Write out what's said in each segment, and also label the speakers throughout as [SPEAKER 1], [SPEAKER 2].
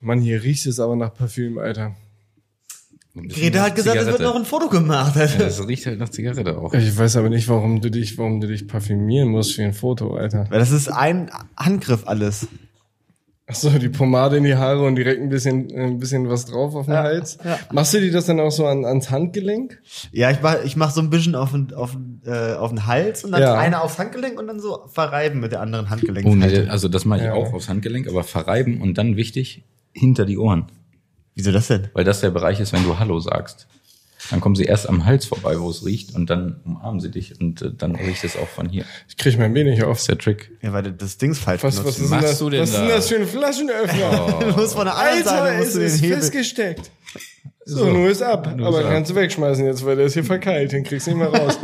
[SPEAKER 1] Mann, hier riecht es aber nach Parfüm, Alter.
[SPEAKER 2] Ein bisschen Greta hat
[SPEAKER 3] nach
[SPEAKER 2] gesagt, es
[SPEAKER 3] Zigarette.
[SPEAKER 2] wird noch ein Foto gemacht.
[SPEAKER 3] Ja, das riecht halt nach Zigarette auch.
[SPEAKER 1] Ich weiß aber nicht, warum du dich, warum du dich parfümieren musst für ein Foto, Alter.
[SPEAKER 2] Weil das ist ein Handgriff alles.
[SPEAKER 1] Achso, die Pomade in die Haare und direkt ein bisschen, ein bisschen was drauf auf den
[SPEAKER 2] Ja,
[SPEAKER 1] Hals.
[SPEAKER 2] ja.
[SPEAKER 1] Machst du dir das dann auch so an, ans Handgelenk?
[SPEAKER 2] Ja, ich mach, ich mach so ein bisschen auf den, auf den, äh, auf den Hals und dann
[SPEAKER 1] Ja.
[SPEAKER 2] eine aufs Handgelenk und dann so verreiben mit der anderen Handgelenk.
[SPEAKER 3] Oh, nee, also das mache ich
[SPEAKER 1] Ja.
[SPEAKER 3] auch aufs Handgelenk, aber verreiben und dann wichtig, hinter die Ohren.
[SPEAKER 2] Wieso das denn?
[SPEAKER 3] Weil das der Bereich ist, wenn du Hallo sagst. Dann kommen sie erst am Hals vorbei, wo es riecht, und dann umarmen sie dich und äh, dann riecht es auch von hier.
[SPEAKER 1] Ich krieg mein B nicht
[SPEAKER 3] Das
[SPEAKER 1] auf.
[SPEAKER 3] ist der Trick.
[SPEAKER 2] Ja, weil du das Ding falsch
[SPEAKER 1] Was, was
[SPEAKER 2] benutzt.
[SPEAKER 1] ist denn
[SPEAKER 3] machst
[SPEAKER 1] das?
[SPEAKER 3] du denn
[SPEAKER 1] was ist denn
[SPEAKER 3] da? Oh.
[SPEAKER 1] das für ein Flaschenöffner?
[SPEAKER 2] Du musst von der anderen Seite
[SPEAKER 1] Alter,
[SPEAKER 2] musst
[SPEAKER 1] es
[SPEAKER 2] du den
[SPEAKER 1] ist
[SPEAKER 2] Hebel.
[SPEAKER 1] festgesteckt. So, nur ist ab.
[SPEAKER 3] Nur
[SPEAKER 1] aber
[SPEAKER 3] ist ab.
[SPEAKER 1] kannst du wegschmeißen jetzt, weil der ist hier verkeilt. Den kriegst du nicht mehr raus.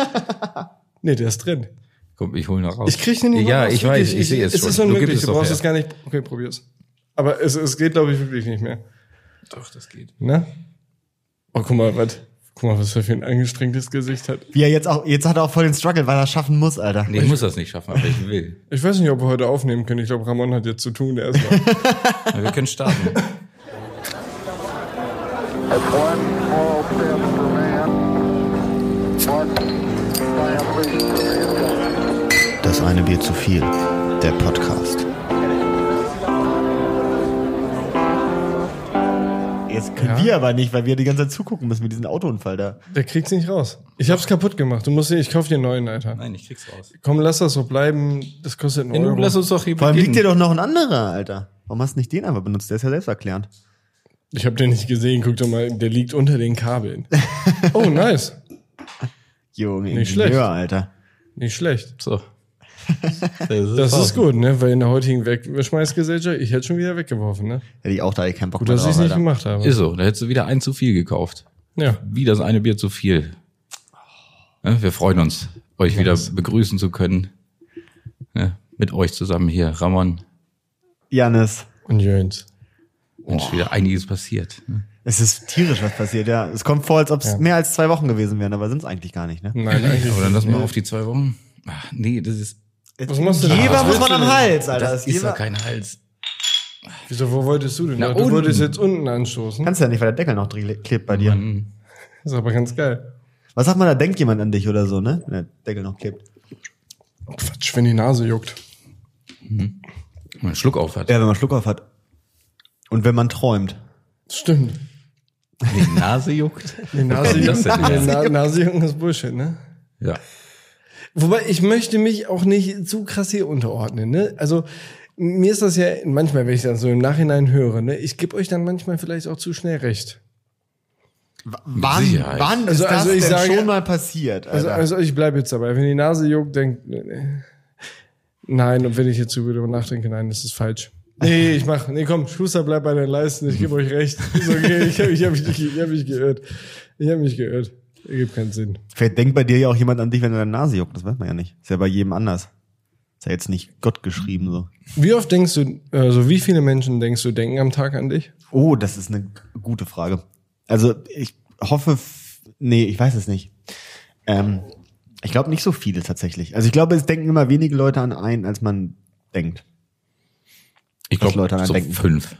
[SPEAKER 1] nee, der ist drin.
[SPEAKER 3] Komm, ich hole noch raus.
[SPEAKER 1] Ich krieg den nicht mehr
[SPEAKER 3] Ja,
[SPEAKER 1] raus,
[SPEAKER 3] ich
[SPEAKER 1] wirklich.
[SPEAKER 3] weiß, ich sehe es
[SPEAKER 1] Es
[SPEAKER 3] schon.
[SPEAKER 1] ist
[SPEAKER 3] du
[SPEAKER 1] unmöglich,
[SPEAKER 3] gibst es
[SPEAKER 1] du
[SPEAKER 3] doch
[SPEAKER 1] brauchst
[SPEAKER 3] her.
[SPEAKER 1] es gar nicht. Okay, probier's. Aber es, es geht, glaube ich, wirklich nicht mehr.
[SPEAKER 3] Doch, das geht.
[SPEAKER 1] Ne? Oh, guck mal, was. Guck mal, was er für ein angestrengtes Gesicht hat.
[SPEAKER 2] Wie er jetzt auch, jetzt hat er auch voll den Struggle, weil er schaffen muss, Alter.
[SPEAKER 3] Nee, ich muss das nicht schaffen, aber ich will.
[SPEAKER 1] Ich weiß nicht, ob wir heute aufnehmen können. Ich glaube, Ramon hat jetzt zu tun. Der erstmal.
[SPEAKER 3] Ja, wir können starten.
[SPEAKER 4] That's one small step for man, one giant leap for mankind.
[SPEAKER 2] Das eine Bier zu viel. Der Podcast. Jetzt können wir aber nicht, weil wir die ganze Zeit zugucken müssen mit diesem Autounfall da.
[SPEAKER 1] der kriegt's nicht raus. Ich hab's kaputt gemacht. Du musst, ich kauf dir einen neuen, Alter.
[SPEAKER 3] Nein, ich krieg's raus.
[SPEAKER 1] Komm, lass das so bleiben. Das kostet einen Euro.
[SPEAKER 3] lass uns doch hier
[SPEAKER 2] Vor allem liegt dir doch noch ein anderer, Alter. Warum hast du nicht den einfach benutzt? Der ist ja selbsterklärend.
[SPEAKER 1] Ich habe den nicht gesehen. Guck doch mal, der liegt unter den Kabeln. Oh, nice.
[SPEAKER 2] Junge,
[SPEAKER 1] Nicht
[SPEAKER 2] Ingenieur,
[SPEAKER 1] schlecht.
[SPEAKER 2] Alter.
[SPEAKER 1] Nicht schlecht.
[SPEAKER 3] So. Das
[SPEAKER 1] Das
[SPEAKER 3] raus.
[SPEAKER 1] ist gut, ne? Weil in der heutigen Wegschmeißgesellschaft, ich hätte schon wieder weggeworfen, ne?
[SPEAKER 2] Hätte ich auch da eh keinen Bock
[SPEAKER 1] Gut, dass ich es nicht
[SPEAKER 2] Alter.
[SPEAKER 1] gemacht habe.
[SPEAKER 3] Ist so, da hättest du wieder ein zu viel gekauft.
[SPEAKER 1] ja.
[SPEAKER 3] Wie das eine Bier zu viel. Ne, wir freuen uns, euch wieder begrüßen zu können. Ne, mit euch zusammen hier, Ramon.
[SPEAKER 2] Janis,
[SPEAKER 1] Und Jöns.
[SPEAKER 3] Mensch, wieder einiges passiert. ne?
[SPEAKER 2] es ist tierisch, was passiert, ja. Es kommt vor, als ob es mehr als zwei Wochen gewesen wären, aber sind es eigentlich gar nicht, ne?
[SPEAKER 1] Nein, eigentlich.
[SPEAKER 3] Aber dann
[SPEAKER 1] nicht.
[SPEAKER 3] lass mal auf die zwei Wochen. Ach, nee, das ist,
[SPEAKER 1] Was machst du denn?
[SPEAKER 2] Jeber
[SPEAKER 1] Was
[SPEAKER 2] muss
[SPEAKER 1] willst
[SPEAKER 2] man
[SPEAKER 1] du
[SPEAKER 2] am
[SPEAKER 1] denn?
[SPEAKER 2] Hals, Alter.
[SPEAKER 3] das ist
[SPEAKER 2] Jeber-
[SPEAKER 3] doch kein Hals.
[SPEAKER 1] Wieso, wo wolltest du denn?
[SPEAKER 3] Na,
[SPEAKER 1] du
[SPEAKER 3] unten.
[SPEAKER 1] wolltest jetzt unten anstoßen.
[SPEAKER 2] Kannst du ja nicht, weil der Deckel noch drin klebt bei dir.
[SPEAKER 3] Mann.
[SPEAKER 1] ist aber ganz geil.
[SPEAKER 2] Was sagt man, da denkt jemand an dich oder so, ne? Wenn der Deckel noch klebt.
[SPEAKER 1] Quatsch, wenn die Nase juckt.
[SPEAKER 3] Wenn man einen Schluck auf hat.
[SPEAKER 2] Ja, wenn man Schluck auf hat. Und wenn man träumt.
[SPEAKER 1] Stimmt.
[SPEAKER 3] Wenn Die Nase juckt.
[SPEAKER 1] Die Nase,
[SPEAKER 3] kommt das
[SPEAKER 1] juckt,
[SPEAKER 3] denn
[SPEAKER 1] Na-
[SPEAKER 3] her?
[SPEAKER 1] Nase, jucken ist Bullshit, ne?
[SPEAKER 3] Ja.
[SPEAKER 1] Wobei, ich möchte mich auch nicht zu krass hier unterordnen, ne? Also, mir ist das ja manchmal, wenn ich das so im Nachhinein höre, ne? Ich gebe euch dann manchmal vielleicht auch zu schnell recht.
[SPEAKER 2] Wann,
[SPEAKER 3] Sicherheit.
[SPEAKER 2] wann ist
[SPEAKER 1] Also-
[SPEAKER 2] das
[SPEAKER 1] also ich
[SPEAKER 2] denn
[SPEAKER 1] sage-
[SPEAKER 2] schon mal passiert,
[SPEAKER 1] Also,
[SPEAKER 2] Alter?
[SPEAKER 1] also ich bleibe jetzt dabei. Wenn die Nase juckt, denkt nein. Und wenn ich jetzt so darüber nachdenke, nein, das ist falsch. Nee, ich mach, nee, komm, Schuster, bleib bei den Leisten, ich gebe euch recht. Ist okay, ich habe ich hab mich, ich hab mich geirrt. Ich habe mich geirrt. Ergibt keinen Sinn.
[SPEAKER 2] Vielleicht denkt bei dir ja auch jemand an dich, wenn deine Nase juckt. Das weiß man ja nicht. Ist ja bei jedem anders. Ist ja jetzt nicht Gott geschrieben so.
[SPEAKER 1] Wie oft denkst du, also wie viele Menschen denkst du, denken am Tag an dich?
[SPEAKER 2] Oh, das ist eine gute Frage. Also ich hoffe, f- nee, ich weiß es nicht. Ähm, ich glaube nicht so viele tatsächlich. Also ich glaube, es denken immer wenige Leute an einen, als man denkt.
[SPEAKER 3] Ich
[SPEAKER 2] Was Leute
[SPEAKER 3] glaube,
[SPEAKER 2] daran
[SPEAKER 3] so
[SPEAKER 2] denken.
[SPEAKER 3] fünf.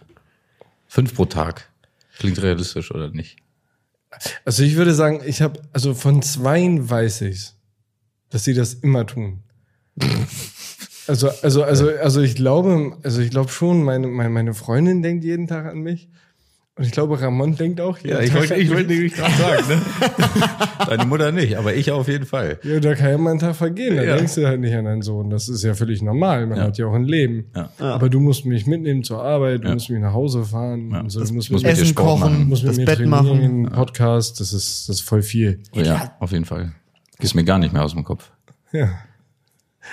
[SPEAKER 3] Fünf pro Tag. Klingt realistisch, oder nicht?
[SPEAKER 1] Also ich würde sagen, ich habe, also von zweien weiß ich's, dass sie das immer tun. Also, also, also, also ich glaube, also ich glaube schon, meine, meine, meine Freundin denkt jeden Tag an mich. Und ich glaube, Ramon denkt auch jeden Tag an mich.
[SPEAKER 3] nämlich gerade sagen, ne? Deine Mutter nicht, aber ich auf jeden Fall.
[SPEAKER 1] Ja, da kann ja mal ein Tag vergehen, da
[SPEAKER 3] Ja.
[SPEAKER 1] denkst du halt nicht an deinen Sohn. Das ist ja völlig normal, man
[SPEAKER 3] Ja.
[SPEAKER 1] hat ja auch ein Leben.
[SPEAKER 3] Ja.
[SPEAKER 1] Aber du musst mich mitnehmen zur Arbeit, du
[SPEAKER 3] Ja.
[SPEAKER 1] musst mich nach Hause fahren.
[SPEAKER 3] Ja.
[SPEAKER 1] Und so,
[SPEAKER 3] Das
[SPEAKER 1] du musst
[SPEAKER 3] muss
[SPEAKER 1] mit,
[SPEAKER 3] mit dir Sport machen.
[SPEAKER 1] musst mit
[SPEAKER 2] das
[SPEAKER 1] mir
[SPEAKER 2] Bett
[SPEAKER 1] trainieren,
[SPEAKER 2] machen.
[SPEAKER 1] Podcast, das ist, das ist voll viel.
[SPEAKER 3] Ja, auf jeden Fall. Ist mir gar nicht mehr aus dem Kopf.
[SPEAKER 1] Ja.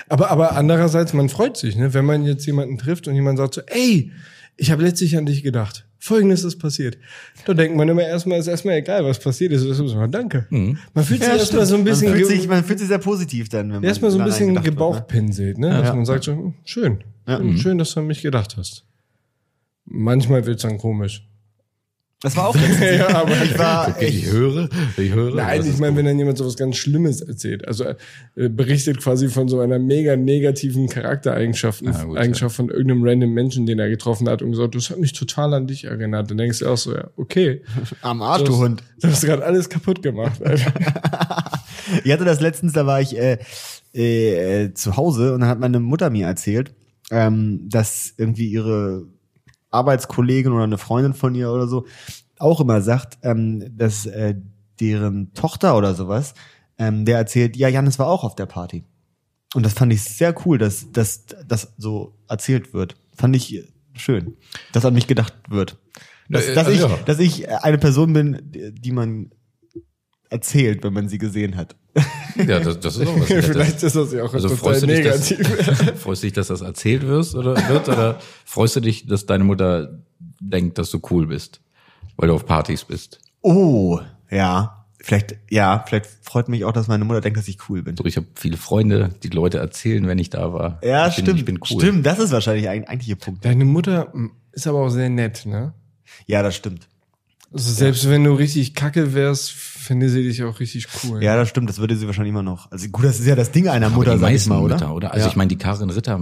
[SPEAKER 1] Aber, aber andererseits, man freut sich, ne? wenn man jetzt jemanden trifft und jemand sagt so, ey, ich habe letztlich an dich gedacht. Folgendes ist passiert. Da denkt man immer erstmal, ist erstmal egal, was passiert ist. Das ist immer danke.
[SPEAKER 3] Mhm.
[SPEAKER 1] Man fühlt sich erstmal so ein bisschen,
[SPEAKER 2] man, fühlt sich,
[SPEAKER 1] ge
[SPEAKER 2] man fühlt sich sehr positiv dann, wenn man
[SPEAKER 1] erstmal so ein
[SPEAKER 2] daran
[SPEAKER 1] bisschen
[SPEAKER 2] gedacht wird, ne?
[SPEAKER 1] gebauchpinselt, ne? Dass man sagt so, hm, schön. Hm, Schön, dass du an mich gedacht hast. Manchmal wird's dann komisch.
[SPEAKER 2] Das war auch letztens.
[SPEAKER 1] ja, aber
[SPEAKER 2] Ich war
[SPEAKER 3] Okay, ich
[SPEAKER 2] echt,
[SPEAKER 3] höre, ich höre. also,
[SPEAKER 1] Nein,
[SPEAKER 3] das
[SPEAKER 1] ich
[SPEAKER 3] ist
[SPEAKER 1] meine,
[SPEAKER 3] gut.
[SPEAKER 1] wenn dann jemand sowas ganz Schlimmes erzählt, also äh, berichtet quasi von so einer mega negativen Charaktereigenschaft
[SPEAKER 3] Ah, gut,
[SPEAKER 1] Eigenschaft von irgendeinem random Menschen, den er getroffen hat und gesagt, das hat mich total an dich erinnert. Dann denkst du auch so, ja, okay,
[SPEAKER 2] am Arsch,
[SPEAKER 1] du
[SPEAKER 2] du Hund.
[SPEAKER 1] du hast gerade alles kaputt
[SPEAKER 3] Oh,
[SPEAKER 1] gemacht. Alter.
[SPEAKER 2] Ich hatte das letztens, da war ich äh, äh, äh, zu Hause und dann hat meine Mutter mir erzählt, ähm, dass irgendwie ihre Arbeitskollegin oder eine Freundin von ihr oder so auch immer sagt, ähm, dass äh, deren Tochter oder sowas, ähm, der erzählt, ja, Janis war auch auf der Party. Und das fand ich sehr cool, dass dass das so erzählt wird. Fand ich schön, dass an mich gedacht wird. Dass,
[SPEAKER 3] Na, äh,
[SPEAKER 2] dass, ich,
[SPEAKER 3] ja.
[SPEAKER 2] dass ich eine Person bin, die die man erzählt, wenn man sie gesehen hat.
[SPEAKER 3] Ja, das, das ist auch was.
[SPEAKER 1] Vielleicht ist das ja auch
[SPEAKER 3] also freust
[SPEAKER 1] total
[SPEAKER 3] du, dich, dass,
[SPEAKER 1] negativ.
[SPEAKER 3] freust du dich, dass das erzählt wirst oder wird? Oder freust du dich, dass deine Mutter denkt, dass du cool bist, weil du auf Partys bist?
[SPEAKER 2] Oh, ja. Vielleicht, ja, vielleicht freut mich auch, dass meine Mutter denkt, dass ich cool bin.
[SPEAKER 3] So, ich habe viele Freunde, die Leute erzählen, wenn ich da war.
[SPEAKER 2] Ja,
[SPEAKER 3] ich bin,
[SPEAKER 2] stimmt.
[SPEAKER 3] Ich bin cool.
[SPEAKER 2] Stimmt, das ist wahrscheinlich ein eigentlicher Punkt.
[SPEAKER 1] Deine Mutter mm, ist aber auch sehr nett, ne?
[SPEAKER 2] Ja, das stimmt.
[SPEAKER 1] Also selbst wenn du richtig kacke wärst, finde sie dich auch richtig cool.
[SPEAKER 2] Ja, das stimmt. Das würde sie wahrscheinlich immer noch. Also gut, das ist ja das Ding einer
[SPEAKER 3] Aber
[SPEAKER 2] Mutter,
[SPEAKER 3] die
[SPEAKER 2] sag ich
[SPEAKER 3] meisten
[SPEAKER 2] mal, oder?
[SPEAKER 3] Mütter, oder? Also
[SPEAKER 2] ja.
[SPEAKER 3] ich meine, die Karin Ritter,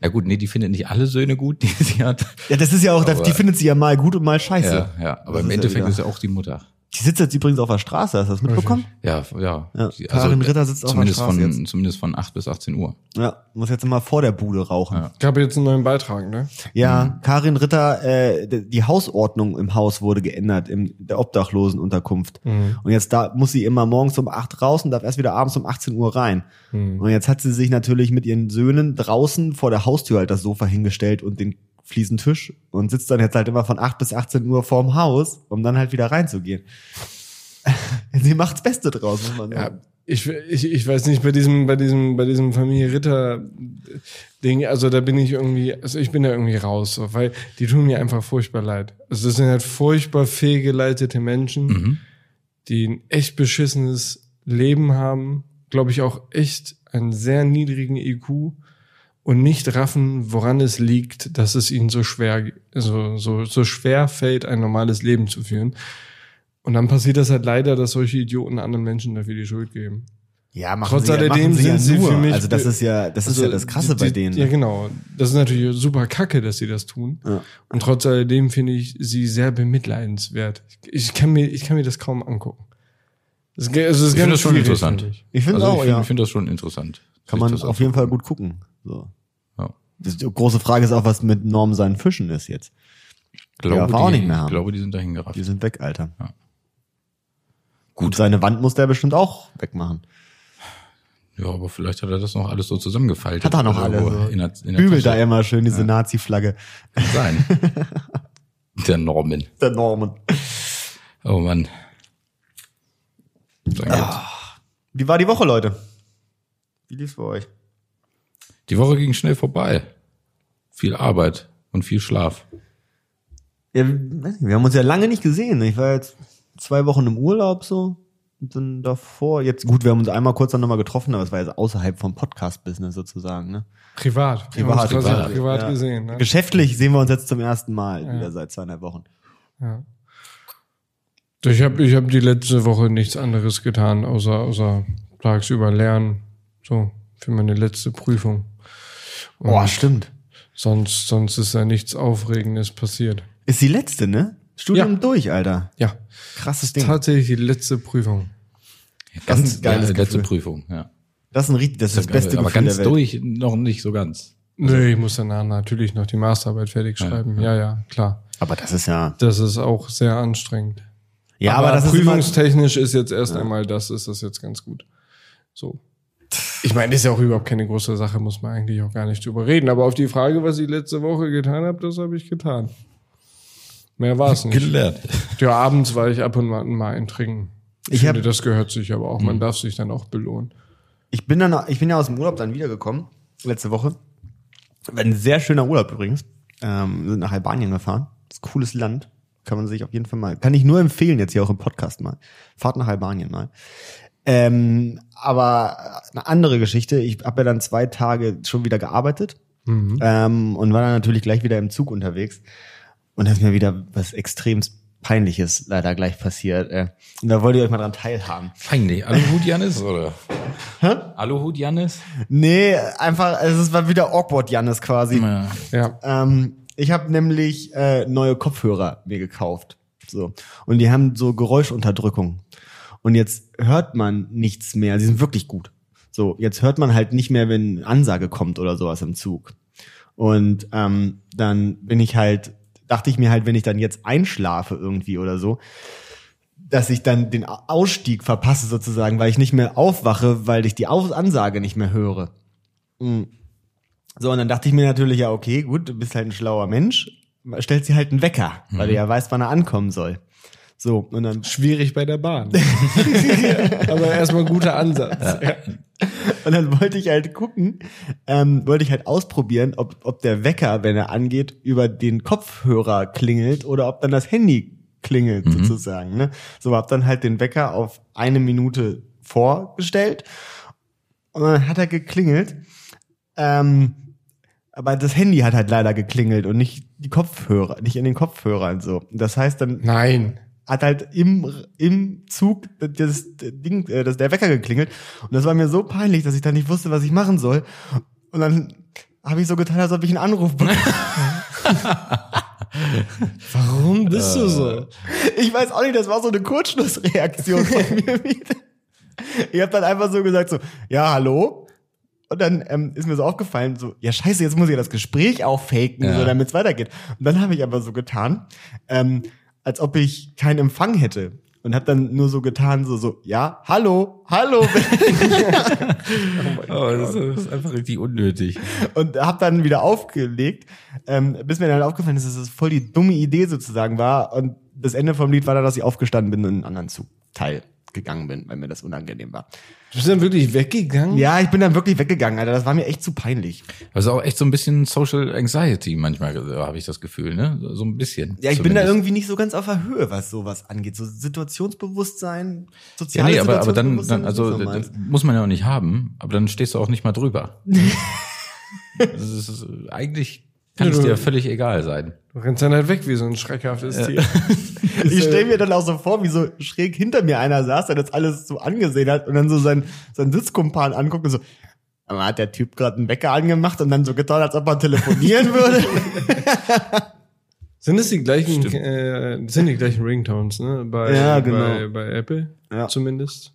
[SPEAKER 3] na gut, nee, die findet nicht alle Söhne gut, die sie hat.
[SPEAKER 2] ja, das ist ja auch, die
[SPEAKER 3] Aber-
[SPEAKER 2] findet sie ja mal gut und mal scheiße.
[SPEAKER 3] Ja, ja. Aber
[SPEAKER 2] Das
[SPEAKER 3] im
[SPEAKER 2] ist ja
[SPEAKER 3] Endeffekt
[SPEAKER 2] wieder-
[SPEAKER 3] ist ja auch die Mutter.
[SPEAKER 2] Die sitzt jetzt übrigens auf der Straße, hast du das mitbekommen?
[SPEAKER 3] Ja, ja.
[SPEAKER 2] Ja,
[SPEAKER 3] Sie-
[SPEAKER 2] Karin Ritter sitzt auf der
[SPEAKER 3] zumindest
[SPEAKER 2] Straße
[SPEAKER 3] von,
[SPEAKER 2] jetzt.
[SPEAKER 3] Zumindest von 8 bis 18 Uhr.
[SPEAKER 2] Ja, muss jetzt immer vor der Bude rauchen.
[SPEAKER 1] Gab jetzt einen neuen Beitrag, ne?
[SPEAKER 2] Ja,
[SPEAKER 3] Mhm.
[SPEAKER 2] Karin Ritter, äh, d- die Hausordnung im Haus wurde geändert, in der Obdachlosenunterkunft.
[SPEAKER 3] Mhm.
[SPEAKER 2] Und jetzt da muss sie immer morgens um 8 raus und darf erst wieder abends um 18 Uhr rein.
[SPEAKER 1] Hm.
[SPEAKER 2] Und jetzt hat sie sich natürlich mit ihren Söhnen draußen vor der Haustür halt das Sofa hingestellt und den Fliesentisch und sitzt dann jetzt halt immer von 8 bis 18 Uhr vorm Haus, um dann halt wieder reinzugehen. sie macht's Beste draus, muss man
[SPEAKER 1] Ja,
[SPEAKER 2] sagen.
[SPEAKER 1] ich, ich, ich weiß nicht, bei diesem, bei diesem, bei diesem Familie Ritter-Ding, also da bin ich irgendwie, also ich bin da irgendwie raus, so, weil die tun mir einfach furchtbar leid. Also das sind halt furchtbar fehlgeleitete Menschen,
[SPEAKER 2] Mhm.
[SPEAKER 3] Mhm.
[SPEAKER 1] die ein echt beschissenes Leben haben, glaube ich auch echt einen sehr niedrigen IQ und nicht raffen, woran es liegt, dass es ihnen so schwer, so, so, so schwer fällt, ein normales Leben zu führen. Und dann passiert das halt leider, dass solche Idioten anderen Menschen dafür die Schuld geben.
[SPEAKER 2] Ja, machen
[SPEAKER 1] Trotz
[SPEAKER 2] sie, ja-
[SPEAKER 1] alledem
[SPEAKER 2] machen sie ja
[SPEAKER 1] sind sie
[SPEAKER 2] nur.
[SPEAKER 1] für mich
[SPEAKER 2] Also das
[SPEAKER 1] be-
[SPEAKER 2] ist ja, das ist ja das Krasse
[SPEAKER 1] die,
[SPEAKER 2] bei
[SPEAKER 1] die-
[SPEAKER 2] denen. ne?
[SPEAKER 1] Ja, genau. Das ist natürlich super kacke, dass sie das tun.
[SPEAKER 2] Ja.
[SPEAKER 1] Und trotz alledem finde ich sie sehr bemitleidenswert. Ich, ich, kann, mir, ich kann mir das kaum angucken. Das, ge- also das ist
[SPEAKER 3] Ich finde
[SPEAKER 1] ganz
[SPEAKER 3] das schon
[SPEAKER 1] schwierig,
[SPEAKER 3] interessant.
[SPEAKER 1] finde ich.
[SPEAKER 2] Ich finde
[SPEAKER 3] also
[SPEAKER 2] auch,
[SPEAKER 3] ich
[SPEAKER 2] ja.
[SPEAKER 3] finde das schon interessant.
[SPEAKER 2] Kann
[SPEAKER 3] sich
[SPEAKER 2] man
[SPEAKER 3] das
[SPEAKER 2] auf jeden Fall gut gucken. So.
[SPEAKER 3] Ja.
[SPEAKER 2] Das, die große Frage ist auch, was mit Norm seinen Fischen ist jetzt.
[SPEAKER 3] Glaube,
[SPEAKER 2] darf er auch
[SPEAKER 3] die,
[SPEAKER 2] nicht mehr haben.
[SPEAKER 3] glaube, die sind dahin
[SPEAKER 2] Die
[SPEAKER 3] gerafft.
[SPEAKER 2] sind weg, Alter.
[SPEAKER 3] Ja.
[SPEAKER 2] Gut. Seine Wand muss der bestimmt auch wegmachen.
[SPEAKER 3] Ja, aber vielleicht hat er das noch alles so zusammengefaltet.
[SPEAKER 2] Hat er noch
[SPEAKER 3] Irgendwo
[SPEAKER 2] alle. So.
[SPEAKER 3] In der, in der
[SPEAKER 2] Bügelt da
[SPEAKER 3] Tasche.
[SPEAKER 2] immer schön diese Nazi-Flagge.
[SPEAKER 3] Kann sein. Der Norman.
[SPEAKER 2] Der Norman.
[SPEAKER 3] Oh Mann. Dann
[SPEAKER 2] Ah.
[SPEAKER 3] geht's.
[SPEAKER 2] Wie war die Woche, Leute? Wie lief's bei euch?
[SPEAKER 3] Die Woche ging schnell vorbei. Viel Arbeit und viel Schlaf.
[SPEAKER 2] Ja, weiß nicht, wir haben uns ja lange nicht gesehen. Ich war jetzt zwei Wochen im Urlaub so. Und dann davor, jetzt gut, wir haben uns einmal kurz dann nochmal getroffen, aber es war jetzt außerhalb vom Podcast-Business sozusagen, ne?
[SPEAKER 1] Privat. Wir haben uns
[SPEAKER 2] Privat, privat,
[SPEAKER 1] privat, privat
[SPEAKER 2] ja.
[SPEAKER 1] gesehen. Ne?
[SPEAKER 2] Geschäftlich sehen wir uns jetzt zum ersten Mal wieder seit zweieinhalb Wochen.
[SPEAKER 1] Ja. Ich habe ich hab die letzte Woche nichts anderes getan, außer, außer tagsüber lernen. So, für meine letzte Prüfung. Und
[SPEAKER 2] Boah, stimmt.
[SPEAKER 1] sonst, sonst ist da nichts Aufregendes passiert.
[SPEAKER 2] Ist die letzte, ne? Studium
[SPEAKER 1] Ja.
[SPEAKER 2] durch, Alter.
[SPEAKER 1] Ja,
[SPEAKER 2] Krasses Ding.
[SPEAKER 1] tatsächlich die letzte Prüfung.
[SPEAKER 2] Das ist ein geiles
[SPEAKER 3] ja, letzte
[SPEAKER 2] Gefühl.
[SPEAKER 3] Prüfung, ja.
[SPEAKER 2] Das ist ein richtig, das ist das beste
[SPEAKER 3] aber
[SPEAKER 2] Gefühl
[SPEAKER 3] ganz
[SPEAKER 2] der Welt.
[SPEAKER 3] durch noch nicht so ganz.
[SPEAKER 1] Nee, ich muss danach natürlich noch die Masterarbeit fertig schreiben. Also Ja, ja, klar.
[SPEAKER 2] Aber das ist ja.
[SPEAKER 1] Das ist auch sehr anstrengend.
[SPEAKER 2] Ja, aber, das ist
[SPEAKER 1] prüfungstechnisch ist, jetzt erst einmal das, ist das jetzt ganz gut. So. Ich meine, ist ja auch überhaupt keine große Sache, muss man eigentlich auch gar nicht drüber reden. Aber auf die Frage, was ich letzte Woche getan habe, das habe ich getan. Mehr war es nicht.
[SPEAKER 3] Gelernt.
[SPEAKER 1] Ja, abends war ich ab und an mal ein Trinken. Ich, Hm.
[SPEAKER 2] Ich
[SPEAKER 1] finde,
[SPEAKER 2] hab-
[SPEAKER 1] das gehört sich aber auch. Man darf sich dann auch belohnen.
[SPEAKER 2] immer, ich bin dann, ich bin ja aus dem Urlaub dann wiedergekommen letzte Woche. War ein sehr schöner Urlaub übrigens. Ähm, sind nach Albanien gefahren. Das ist ein cooles Land. Kann man sich auf jeden Fall mal, kann ich nur empfehlen jetzt hier auch im Podcast mal. Fahrt nach Albanien mal. Ähm, aber eine andere Geschichte. Ich habe ja dann zwei Tage schon wieder gearbeitet ähm, und war dann natürlich gleich wieder im Zug unterwegs. Und da ist mir wieder was extremst Peinliches leider gleich passiert. Äh. Und da wollt ihr euch mal dran teilhaben.
[SPEAKER 3] Peinlich. Aluhut Janis, oder? Hä? Aluhut Janis?
[SPEAKER 2] Nee, einfach, also es war wieder awkward, Jannis quasi.
[SPEAKER 3] Ja.
[SPEAKER 1] Ja.
[SPEAKER 2] Ähm, ich habe nämlich äh, neue Kopfhörer mir gekauft. So. Und die haben so Geräuschunterdrückung. Und jetzt hört man nichts mehr. Sie sind wirklich gut. So, jetzt hört man halt nicht mehr, wenn Ansage kommt oder sowas im Zug. Und ähm, dann bin ich halt, dachte ich mir halt, wenn ich dann jetzt einschlafe irgendwie oder so, dass ich dann den Au- Ausstieg verpasse sozusagen, weil ich nicht mehr aufwache, weil ich die Aus Ansage nicht mehr höre. Hm. So, und dann dachte ich mir natürlich, ja, okay, gut, du bist halt ein schlauer Mensch, stellst dir halt einen Wecker, weil du ja weißt, wann er ankommen soll. So, und dann
[SPEAKER 1] Schwierig bei der Bahn. Aber erstmal guter Ansatz. Ja.
[SPEAKER 2] Und dann wollte ich halt gucken, ähm, wollte ich halt ausprobieren, ob, ob der Wecker, wenn er angeht, über den Kopfhörer klingelt oder ob dann das Handy klingelt sozusagen. Ne? So hab dann halt den Wecker auf eine Minute vorgestellt und dann hat er geklingelt. Ähm, aber das Handy hat halt leider geklingelt und nicht die Kopfhörer, nicht in den Kopfhörern so. Das heißt, dann
[SPEAKER 1] Nein.
[SPEAKER 2] hat halt im, im Zug das Ding, äh, das, der Wecker geklingelt. Und das war mir so peinlich, dass ich dann nicht wusste, was ich machen soll. Und dann habe ich so getan, als ob ich einen Anruf bekomme.
[SPEAKER 1] Warum bist Äh, du so?
[SPEAKER 2] Ich weiß auch nicht, das war so eine Kurzschlussreaktion von mir wieder. Ich habe dann einfach so gesagt, so, ja, hallo. Und dann ähm, ist mir so aufgefallen, so, ja scheiße, jetzt muss ich ja das Gespräch auch faken,
[SPEAKER 3] Ja.
[SPEAKER 2] so, damit es weitergeht. Und dann habe ich aber so getan, ähm, als ob ich keinen Empfang hätte. Und habe dann nur so getan, so, so, ja, hallo, hallo.
[SPEAKER 3] Oh, das ist einfach richtig unnötig.
[SPEAKER 2] und habe dann wieder aufgelegt, ähm, bis mir dann aufgefallen ist, dass es voll die dumme Idee sozusagen war. Und das Ende vom Lied war dann, dass ich aufgestanden bin und in einen anderen Zugteil gegangen bin, weil mir das unangenehm war.
[SPEAKER 1] Du bist dann wirklich weggegangen?
[SPEAKER 2] Ja, ich bin dann wirklich weggegangen, Alter. Das war mir echt zu peinlich.
[SPEAKER 3] Also auch echt so ein bisschen Social Anxiety manchmal, äh, habe ich das Gefühl, ne? So ein bisschen.
[SPEAKER 2] Ja, ich bin da
[SPEAKER 3] zumindest.
[SPEAKER 2] irgendwie nicht so ganz auf der Höhe, was sowas angeht. So Situationsbewusstsein,
[SPEAKER 3] Ja,
[SPEAKER 2] soziales
[SPEAKER 3] nee, aber, aber dann,
[SPEAKER 2] Situationsbewusstsein
[SPEAKER 3] dann
[SPEAKER 2] ist nicht
[SPEAKER 3] also
[SPEAKER 2] so meins.
[SPEAKER 3] das muss man ja auch nicht haben, aber dann stehst du auch nicht mal drüber. das ist, eigentlich kann es dir ja völlig egal sein.
[SPEAKER 1] Du rennst dann halt weg wie so ein schreckhaftes Tier.
[SPEAKER 2] Ich stelle mir dann auch so vor, wie so schräg hinter mir einer saß, der das alles so angesehen hat und dann so seinen, seinen Sitzkumpan anguckt und so, aber hat der Typ gerade einen Wecker angemacht und dann so getan, als ob man telefonieren würde?
[SPEAKER 1] Sind es die gleichen, äh, sind die gleichen Ringtones, ne? Bei,
[SPEAKER 2] Ja,
[SPEAKER 1] bei,
[SPEAKER 2] genau.
[SPEAKER 1] bei Apple
[SPEAKER 2] Ja.
[SPEAKER 1] zumindest.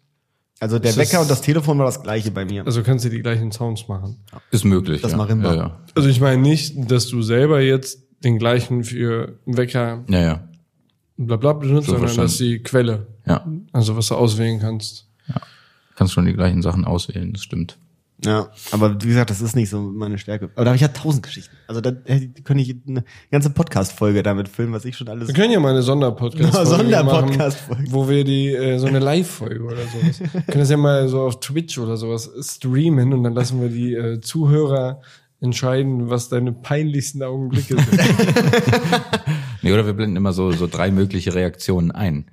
[SPEAKER 2] Also der
[SPEAKER 1] Das
[SPEAKER 2] Wecker
[SPEAKER 1] ist-
[SPEAKER 2] und das Telefon war das gleiche bei mir.
[SPEAKER 1] Also kannst du die gleichen Sounds machen.
[SPEAKER 3] Ist möglich.
[SPEAKER 2] Das
[SPEAKER 3] ja.
[SPEAKER 2] machen wir.
[SPEAKER 3] Ja, ja.
[SPEAKER 1] Also ich meine nicht, dass du selber jetzt den gleichen für Wecker
[SPEAKER 3] ja, ja.
[SPEAKER 1] bla bla benutzt,
[SPEAKER 3] So
[SPEAKER 1] sondern
[SPEAKER 3] verstanden.
[SPEAKER 1] dass die Quelle,
[SPEAKER 3] ja.
[SPEAKER 1] also was du auswählen kannst.
[SPEAKER 3] Kannst schon die gleichen Sachen auswählen, das stimmt.
[SPEAKER 2] Ja, aber wie gesagt, das ist nicht so meine Stärke. Aber da habe ich ja tausend Geschichten. Also da hätte- könnte ich eine ganze Podcast-Folge damit filmen, was ich schon alles...
[SPEAKER 1] Wir können ja mal eine Sonderpodcast-Folge
[SPEAKER 2] Sonderpodcast-Folge.
[SPEAKER 1] machen, wo wir die äh, so eine Live-Folge oder sowas. Wir können das ja mal so auf Twitch oder sowas streamen und dann lassen wir die äh, Zuhörer entscheiden, was deine peinlichsten Augenblicke sind.
[SPEAKER 3] Nee, oder wir blenden immer so, so drei mögliche Reaktionen ein,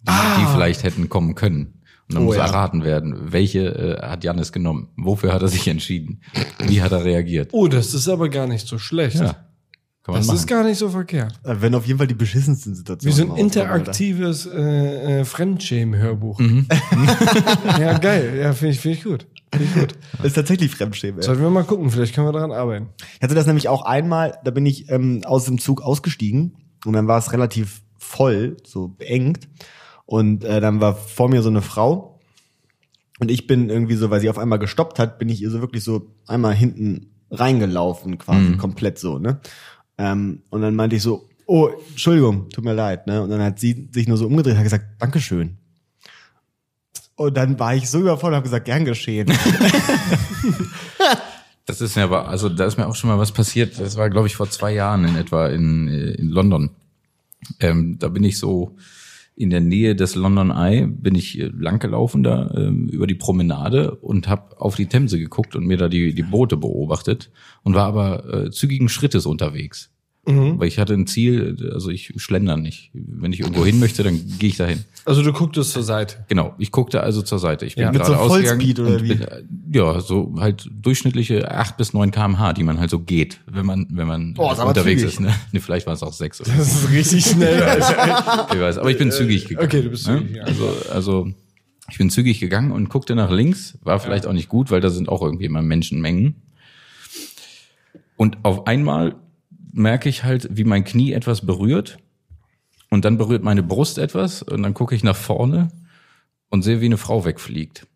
[SPEAKER 3] die, die vielleicht hätten kommen können. Und dann
[SPEAKER 2] Oh,
[SPEAKER 3] muss
[SPEAKER 2] ja.
[SPEAKER 3] erraten werden, welche äh, hat Janis genommen? Wofür hat er sich entschieden? Wie hat er reagiert?
[SPEAKER 1] oh, das ist aber gar nicht so schlecht.
[SPEAKER 3] Ja. Kann man
[SPEAKER 1] Das
[SPEAKER 3] machen.
[SPEAKER 1] ist gar nicht so verkehrt.
[SPEAKER 2] Äh, Wenn auf jeden Fall die beschissensten Situationen.
[SPEAKER 1] Wie so ein
[SPEAKER 2] rauskommen,
[SPEAKER 1] interaktives äh, äh, Fremdschämen-Hörbuch.
[SPEAKER 3] Mhm.
[SPEAKER 1] ja, geil. Ja, finde ich, find ich gut. Find ich gut.
[SPEAKER 2] Alter. Ist tatsächlich Fremdschämen. ey.
[SPEAKER 1] Sollten wir mal gucken, vielleicht können wir daran arbeiten.
[SPEAKER 2] Ich hatte das nämlich auch einmal, da bin ich ähm, aus dem Zug ausgestiegen und dann war es relativ voll, so beengt. Und äh, dann war vor mir so eine Frau und ich bin irgendwie so, weil sie auf einmal gestoppt hat, bin ich ihr so wirklich so einmal hinten reingelaufen, quasi
[SPEAKER 3] Mhm.
[SPEAKER 2] komplett so, ne? Ähm, und dann meinte ich so, oh, Entschuldigung, tut mir leid, ne? Und dann hat sie sich nur so umgedreht und hat gesagt, Dankeschön. Und dann war ich so überfordert und habe gesagt, gern geschehen.
[SPEAKER 3] Das ist mir aber, also da ist mir auch schon mal was passiert. Das war, glaube ich, vor zwei Jahren in etwa in, äh, in London. Ähm, da bin ich so in der Nähe des London Eye, bin ich äh, langgelaufen da ähm, über die Promenade und habe auf die Themse geguckt und mir da die, die Boote beobachtet und war aber äh, zügigen Schrittes unterwegs.
[SPEAKER 2] Mhm.
[SPEAKER 3] Weil ich hatte ein Ziel, also ich schlender nicht. Wenn ich irgendwo hin möchte, dann gehe ich dahin.
[SPEAKER 1] Also du gucktest zur Seite.
[SPEAKER 3] Genau, ich guckte also zur Seite. Ich bin
[SPEAKER 1] Ja.
[SPEAKER 3] ja,
[SPEAKER 1] Mit
[SPEAKER 3] gerade
[SPEAKER 2] so
[SPEAKER 3] ausgegangen
[SPEAKER 2] Vollspeed oder
[SPEAKER 3] und
[SPEAKER 2] wie?
[SPEAKER 3] Bin, äh, ja, so halt durchschnittliche 8 bis 9 km/h, die man halt so geht, wenn man wenn man
[SPEAKER 2] Boah,
[SPEAKER 3] äh,
[SPEAKER 2] ist aber
[SPEAKER 3] unterwegs
[SPEAKER 2] zügig.
[SPEAKER 3] ist. Ne? Nee, vielleicht waren es auch 6 oder
[SPEAKER 1] Das ist richtig schnell.
[SPEAKER 3] ich weiß, aber ich bin zügig gegangen.
[SPEAKER 1] okay, du bist
[SPEAKER 3] ne?
[SPEAKER 1] zügig, ja.
[SPEAKER 3] Also, also ich bin zügig gegangen und guckte nach links, war vielleicht auch nicht gut, weil da sind auch irgendwie immer Menschenmengen. Und auf einmal merke ich halt, wie mein Knie etwas berührt und dann berührt meine Brust etwas und dann gucke ich nach vorne und sehe, wie eine Frau wegfliegt.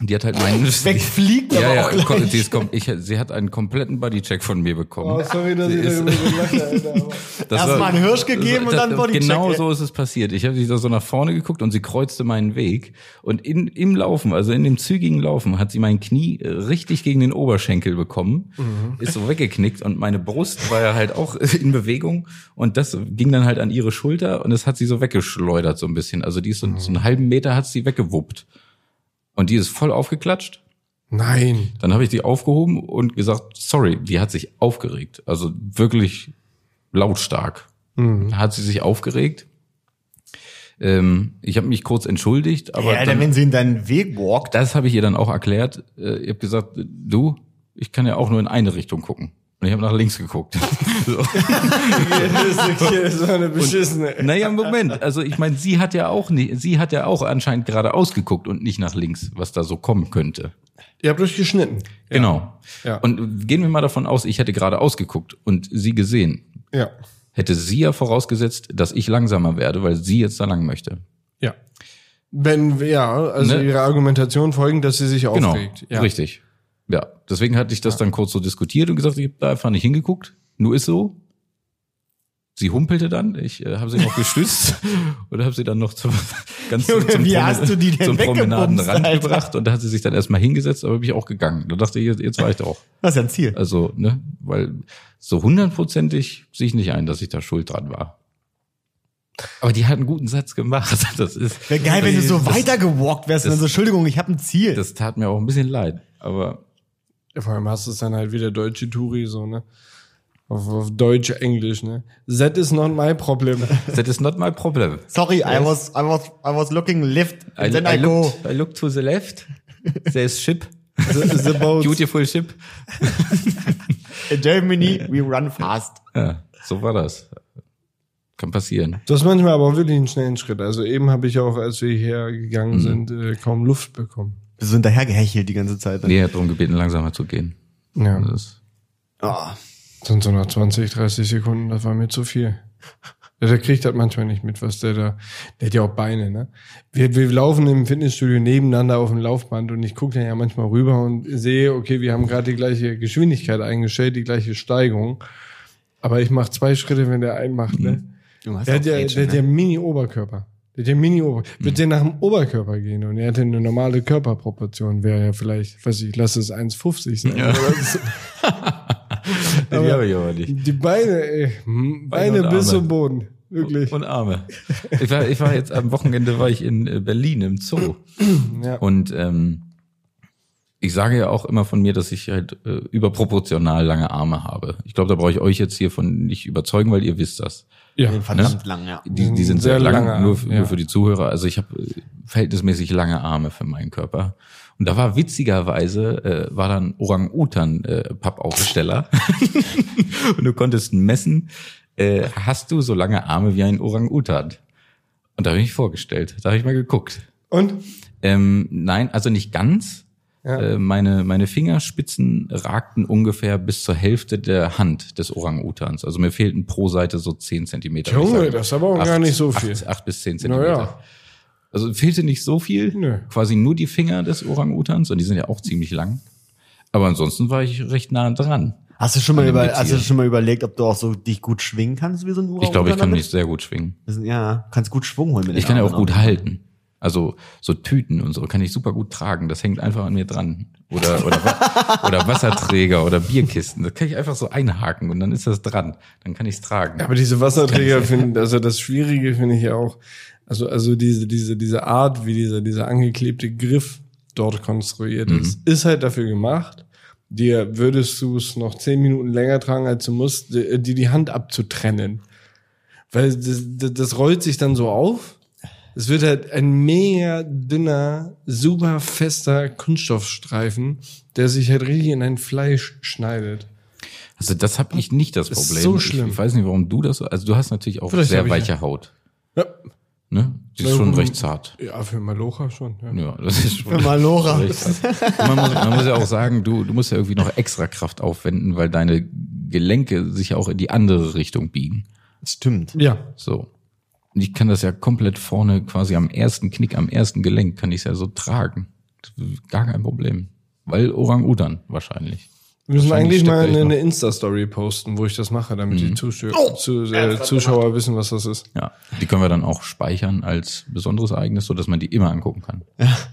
[SPEAKER 3] Die hat halt meinen
[SPEAKER 2] Wegfliegt
[SPEAKER 3] ja,
[SPEAKER 2] aber
[SPEAKER 3] ja,
[SPEAKER 2] auch gleich.
[SPEAKER 3] kom- die ist kom- ich, sie hat einen kompletten Bodycheck von mir bekommen.
[SPEAKER 1] Oh, sorry, dass
[SPEAKER 3] Sie
[SPEAKER 1] ich
[SPEAKER 3] ist-
[SPEAKER 1] darüber so lache, Alter. aber-
[SPEAKER 3] das
[SPEAKER 2] Erst
[SPEAKER 3] war-
[SPEAKER 2] mal einen Hirsch gegeben und dann Bodycheck,
[SPEAKER 3] Genau
[SPEAKER 2] ey.
[SPEAKER 3] so ist es passiert. Ich habe sie da so nach vorne geguckt und sie kreuzte meinen Weg. Und in, im Laufen, also in dem zügigen Laufen, hat sie mein Knie äh, richtig gegen den Oberschenkel bekommen,
[SPEAKER 2] Mhm.
[SPEAKER 3] ist so weggeknickt und meine Brust war ja halt auch in Bewegung und das ging dann halt an ihre Schulter und das hat sie so weggeschleudert so ein bisschen. Also die ist so, so einen halben Meter hat sie weggewuppt. Und die ist voll aufgeklatscht.
[SPEAKER 1] Nein.
[SPEAKER 3] Dann habe ich die aufgehoben und gesagt, sorry, die hat sich aufgeregt. Also wirklich lautstark.
[SPEAKER 2] Mhm.
[SPEAKER 3] Hat sie sich aufgeregt. Ähm, ich habe mich kurz entschuldigt, aber
[SPEAKER 2] ja, dann,
[SPEAKER 3] dann,
[SPEAKER 2] wenn sie in deinen Weg walkt,
[SPEAKER 3] das habe ich ihr dann auch erklärt. Äh, ich habe gesagt, du, ich kann ja auch nur in eine Richtung gucken. Und ich habe nach links geguckt. so.
[SPEAKER 1] Hier ist so eine beschissene.
[SPEAKER 3] Naja, Moment. Also ich meine, sie hat ja auch nicht, sie hat ja auch anscheinend geradeaus geguckt und nicht nach links, was da so kommen könnte.
[SPEAKER 1] Ihr habt euch geschnitten.
[SPEAKER 3] Genau.
[SPEAKER 1] Ja.
[SPEAKER 3] Und gehen wir mal davon aus, ich hätte gerade ausgeguckt und sie gesehen.
[SPEAKER 1] Ja.
[SPEAKER 3] Hätte sie ja vorausgesetzt, dass ich langsamer werde, weil sie jetzt da lang möchte.
[SPEAKER 1] Ja. Wenn, ja, also
[SPEAKER 3] Ne?
[SPEAKER 1] ihre Argumentation folgen, dass sie sich
[SPEAKER 3] Genau.
[SPEAKER 1] aufregt. Ja.
[SPEAKER 3] Richtig. Ja. Deswegen hatte ich das dann kurz so diskutiert und gesagt, ich habe da einfach nicht hingeguckt. Nur ist so. Sie humpelte dann, ich äh, habe sie noch gestützt oder habe sie dann noch zum, ganz
[SPEAKER 2] Junge, wie hast du die denn
[SPEAKER 3] zum
[SPEAKER 2] weggebumst,
[SPEAKER 3] Promenadenrand
[SPEAKER 2] Alter?
[SPEAKER 3] gebracht und da hat sie sich dann erstmal hingesetzt, aber bin ich auch gegangen. Da dachte ich, jetzt, jetzt war ich drauf.
[SPEAKER 2] das ist ja ein Ziel.
[SPEAKER 3] Also, ne, weil so hundertprozentig sehe ich nicht ein, dass ich da schuld dran war. Aber die hat einen guten Satz gemacht. Das ist.
[SPEAKER 2] Wäre geil, wenn du so
[SPEAKER 3] das,
[SPEAKER 2] weitergewalkt wärst und dann so, Entschuldigung, ich habe ein Ziel.
[SPEAKER 3] Das tat mir auch ein bisschen leid. Aber
[SPEAKER 1] Ja, vor allem hast du es dann halt wieder deutsche Touri, so, ne? Auf, auf Deutsch, Englisch, ne? That is not my problem.
[SPEAKER 3] that is not my problem.
[SPEAKER 2] Sorry, I was, I was, I was looking left and then I, go.
[SPEAKER 3] looked, I looked to the left. There's ship.
[SPEAKER 1] The, the boat.
[SPEAKER 3] Beautiful ship.
[SPEAKER 2] In Germany, we run fast.
[SPEAKER 3] Ja, so war das. Kann passieren.
[SPEAKER 1] Du hast manchmal aber auch wirklich einen schnellen Schritt. Also eben habe ich auch, als wir hierher gegangen
[SPEAKER 3] Mhm.
[SPEAKER 1] sind, äh, kaum Luft bekommen.
[SPEAKER 2] Bist du hinterher gehechelt die ganze Zeit?
[SPEAKER 3] Nee, hat darum gebeten, langsamer zu gehen.
[SPEAKER 1] Ja.
[SPEAKER 3] Das ist,
[SPEAKER 2] Oh.
[SPEAKER 1] Sind so nach 20, 30 Sekunden, das war mir zu viel. Ja, der kriegt das manchmal nicht mit, was der da. Der hat ja auch Beine, ne? Wir, wir laufen im Fitnessstudio nebeneinander auf dem Laufband und ich gucke dann ja manchmal rüber und sehe, okay, wir haben gerade die gleiche Geschwindigkeit eingestellt, die gleiche Steigung. Aber ich mache zwei Schritte, wenn der einen macht, ne?
[SPEAKER 2] Du hast
[SPEAKER 1] Der
[SPEAKER 2] Mhm. auch
[SPEAKER 1] hat ja,
[SPEAKER 2] Rätschen,
[SPEAKER 1] der hat ja
[SPEAKER 2] ne? Mhm.
[SPEAKER 1] Mini-Oberkörper. Der hat ja Mini-Oberkörper. Wird der nach dem Oberkörper gehen und er hätte eine normale Körperproportion, wäre ja vielleicht, weiß ich, lass es 1,50 sein. oder so.
[SPEAKER 3] die habe ich aber nicht.
[SPEAKER 1] Die Beine, ey. Hm,
[SPEAKER 3] Beine
[SPEAKER 1] Beine
[SPEAKER 3] und
[SPEAKER 1] bis
[SPEAKER 3] Arme.
[SPEAKER 1] zum Boden. Wirklich.
[SPEAKER 3] Und Arme. Ich war, ich war jetzt am Wochenende war ich in äh, Berlin im Zoo.
[SPEAKER 1] Ja.
[SPEAKER 3] Und ähm, ich sage ja auch immer von mir, dass ich halt äh, überproportional lange Arme habe. Ich glaube, da brauche ich euch jetzt hier von nicht überzeugen, weil ihr wisst das.
[SPEAKER 1] ja.
[SPEAKER 2] Verdammt lang, ja.
[SPEAKER 3] Die, die sind
[SPEAKER 1] Hm, Sehr
[SPEAKER 3] sehr, lang,
[SPEAKER 1] lange Arme,
[SPEAKER 3] nur, f-
[SPEAKER 1] ja.
[SPEAKER 3] nur für die Zuhörer. Also ich habe äh, verhältnismäßig lange Arme für meinen Körper. Und da war witzigerweise, äh, war dann Orang-Utan-Pappaufsteller. äh, und du konntest messen, äh, hast du so lange Arme wie ein Orang-Utan? Und da habe ich mich vorgestellt. Da habe ich mal geguckt.
[SPEAKER 1] Und?
[SPEAKER 3] Ähm, nein, also nicht ganz.
[SPEAKER 1] Ja.
[SPEAKER 3] Äh, meine, meine Fingerspitzen ragten ungefähr bis zur Hälfte der Hand des Orang-Utans. Also mir fehlten pro Seite so 10 Zentimeter.
[SPEAKER 1] Junge,
[SPEAKER 3] Ich sage,
[SPEAKER 1] das ist aber auch gar nicht so viel.
[SPEAKER 3] Acht, acht bis 10 Zentimeter.
[SPEAKER 1] Naja.
[SPEAKER 3] Also fehlte nicht so viel.
[SPEAKER 1] Nö.
[SPEAKER 3] Quasi nur die Finger des Orang-Utans. Und die sind ja auch ziemlich lang. Aber ansonsten war ich recht nah dran.
[SPEAKER 2] Hast du schon mal,
[SPEAKER 3] An dem
[SPEAKER 2] über, hast du
[SPEAKER 3] Ziel.
[SPEAKER 2] schon mal überlegt, ob du auch so dich gut schwingen kannst wie so ein Ura
[SPEAKER 3] Ich glaube, ich kann mich sehr gut schwingen.
[SPEAKER 2] Ja, kannst gut Schwung holen mit den
[SPEAKER 3] Ich kann ja
[SPEAKER 2] Armen
[SPEAKER 3] auch gut
[SPEAKER 2] auch.
[SPEAKER 3] halten. Also so Tüten und so kann ich super gut tragen. Das hängt einfach an mir dran. Oder, oder, Wa- oder Wasserträger oder Bierkisten. Das kann ich einfach so einhaken und dann ist das dran. Dann kann ich es tragen.
[SPEAKER 1] Aber diese Wasserträger finden, also das Schwierige finde ich ja auch, also, also diese, diese, diese Art, wie dieser, dieser angeklebte Griff dort konstruiert ist, ist halt dafür gemacht, dir würdest du es noch zehn Minuten länger tragen, als du musst, dir die Hand abzutrennen. Weil das, das, das rollt sich dann so auf. Es wird halt ein mega dünner, super fester Kunststoffstreifen, der sich halt richtig in ein Fleisch schneidet.
[SPEAKER 3] Also das habe ich nicht das
[SPEAKER 1] Ist
[SPEAKER 3] Problem.
[SPEAKER 1] so schlimm.
[SPEAKER 3] Ich, ich weiß nicht, warum du das. Also du hast natürlich auch
[SPEAKER 1] Vielleicht hab
[SPEAKER 3] sehr
[SPEAKER 1] ich
[SPEAKER 3] weiche Haut.
[SPEAKER 1] Ja,
[SPEAKER 3] Ne? Die ist schon
[SPEAKER 1] Warum?
[SPEAKER 3] recht zart.
[SPEAKER 1] ja für Malocha schon. Ja.
[SPEAKER 3] Ja, das ist schon.
[SPEAKER 2] Malora.
[SPEAKER 3] recht zart. Man muss, man muss ja auch sagen, du, du musst ja irgendwie noch extra Kraft aufwenden, weil deine Gelenke sich ja auch in die andere Richtung biegen.
[SPEAKER 2] Stimmt.
[SPEAKER 1] ja.
[SPEAKER 3] So. Und ich kann das ja komplett vorne quasi am ersten Knick, am ersten Gelenk, kann ich es ja so tragen. Gar kein Problem. Weil Orang-Utan wahrscheinlich.
[SPEAKER 1] Wir müssen
[SPEAKER 3] Wahrscheinlich
[SPEAKER 1] eigentlich mal
[SPEAKER 3] steckt
[SPEAKER 1] eine,
[SPEAKER 3] da echt noch-
[SPEAKER 1] eine Insta-Story posten, wo ich das mache, damit die Zuschauer, zu, äh, Zuschauer wissen, was das ist.
[SPEAKER 3] Ja. Die können wir dann auch speichern als besonderes Ereignis, so dass man die immer angucken kann.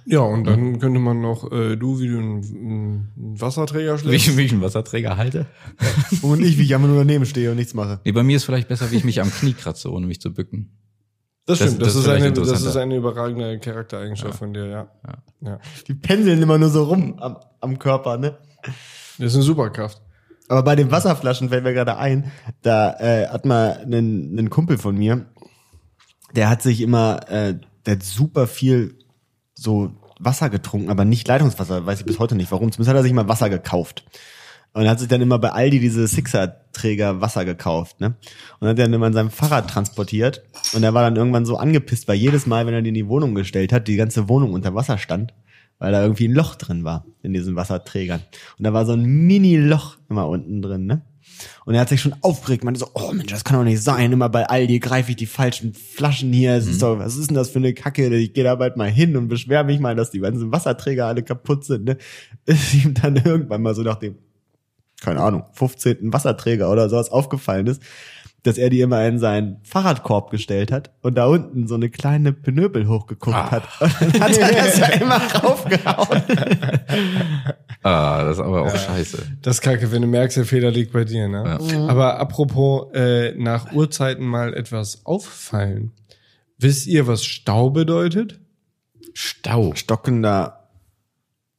[SPEAKER 1] Ja, und dann könnte man noch, äh, du, wie du einen, einen Wasserträger
[SPEAKER 3] Wie,
[SPEAKER 1] schlägst.
[SPEAKER 3] ich- wie ich einen Wasserträger halte?
[SPEAKER 2] Und ich, wie ich einfach nur daneben stehe und nichts mache.
[SPEAKER 3] Nee, bei mir ist vielleicht besser, wie ich mich am Knie kratze, ohne mich zu bücken.
[SPEAKER 1] Das
[SPEAKER 3] Das-
[SPEAKER 1] stimmt,
[SPEAKER 3] das
[SPEAKER 1] das,
[SPEAKER 3] ist
[SPEAKER 1] ist,
[SPEAKER 3] vielleicht
[SPEAKER 1] eine, das ist
[SPEAKER 3] interessanter.
[SPEAKER 1] eine überragende Charaktereigenschaft von dir, ja. ja.
[SPEAKER 2] Die pendeln immer nur so rum am, am Körper, ne?
[SPEAKER 1] Das ist eine Superkraft.
[SPEAKER 2] Aber bei den Wasserflaschen fällt mir gerade ein, da äh, hat mal einen, einen Kumpel von mir, der hat sich immer, äh, der hat super viel so Wasser getrunken, aber nicht Leitungswasser, weiß ich bis heute nicht warum. Zumindest hat er sich mal Wasser gekauft. Und hat sich dann immer bei Aldi diese Sixer-Träger Wasser gekauft, ne? Und hat dann immer in seinem Fahrrad transportiert. Und er war dann irgendwann so angepisst, weil jedes Mal, wenn er die in die Wohnung gestellt hat, die ganze Wohnung unter Wasser stand, weil da irgendwie ein Loch drin war in diesen Wasserträgern. Und da war so ein Mini-Loch immer unten drin, ne? Und er hat sich schon aufgeregt, meinte so, oh Mensch, das kann doch nicht sein, immer bei Aldi greife ich die falschen Flaschen hier, es ist doch, was ist denn das für eine Kacke, ich gehe da bald mal hin und beschwer mich mal, dass die ganzen Wasserträger alle kaputt sind, ne? Ist ihm dann irgendwann mal so nach dem, keine Ahnung, 15. Wasserträger oder sowas aufgefallen ist, dass er die immer in seinen Fahrradkorb gestellt hat und da unten so eine kleine Penöbel hochgeguckt hat. Und dann hat er das ja immer raufgehauen.
[SPEAKER 3] Ah, das ist aber auch scheiße.
[SPEAKER 1] Das ist kacke, wenn du merkst, der Fehler liegt bei dir, ne? Aber apropos äh, nach Urzeiten mal etwas auffallen. Wisst ihr, was Stau bedeutet?
[SPEAKER 3] Stau.
[SPEAKER 2] Stockender,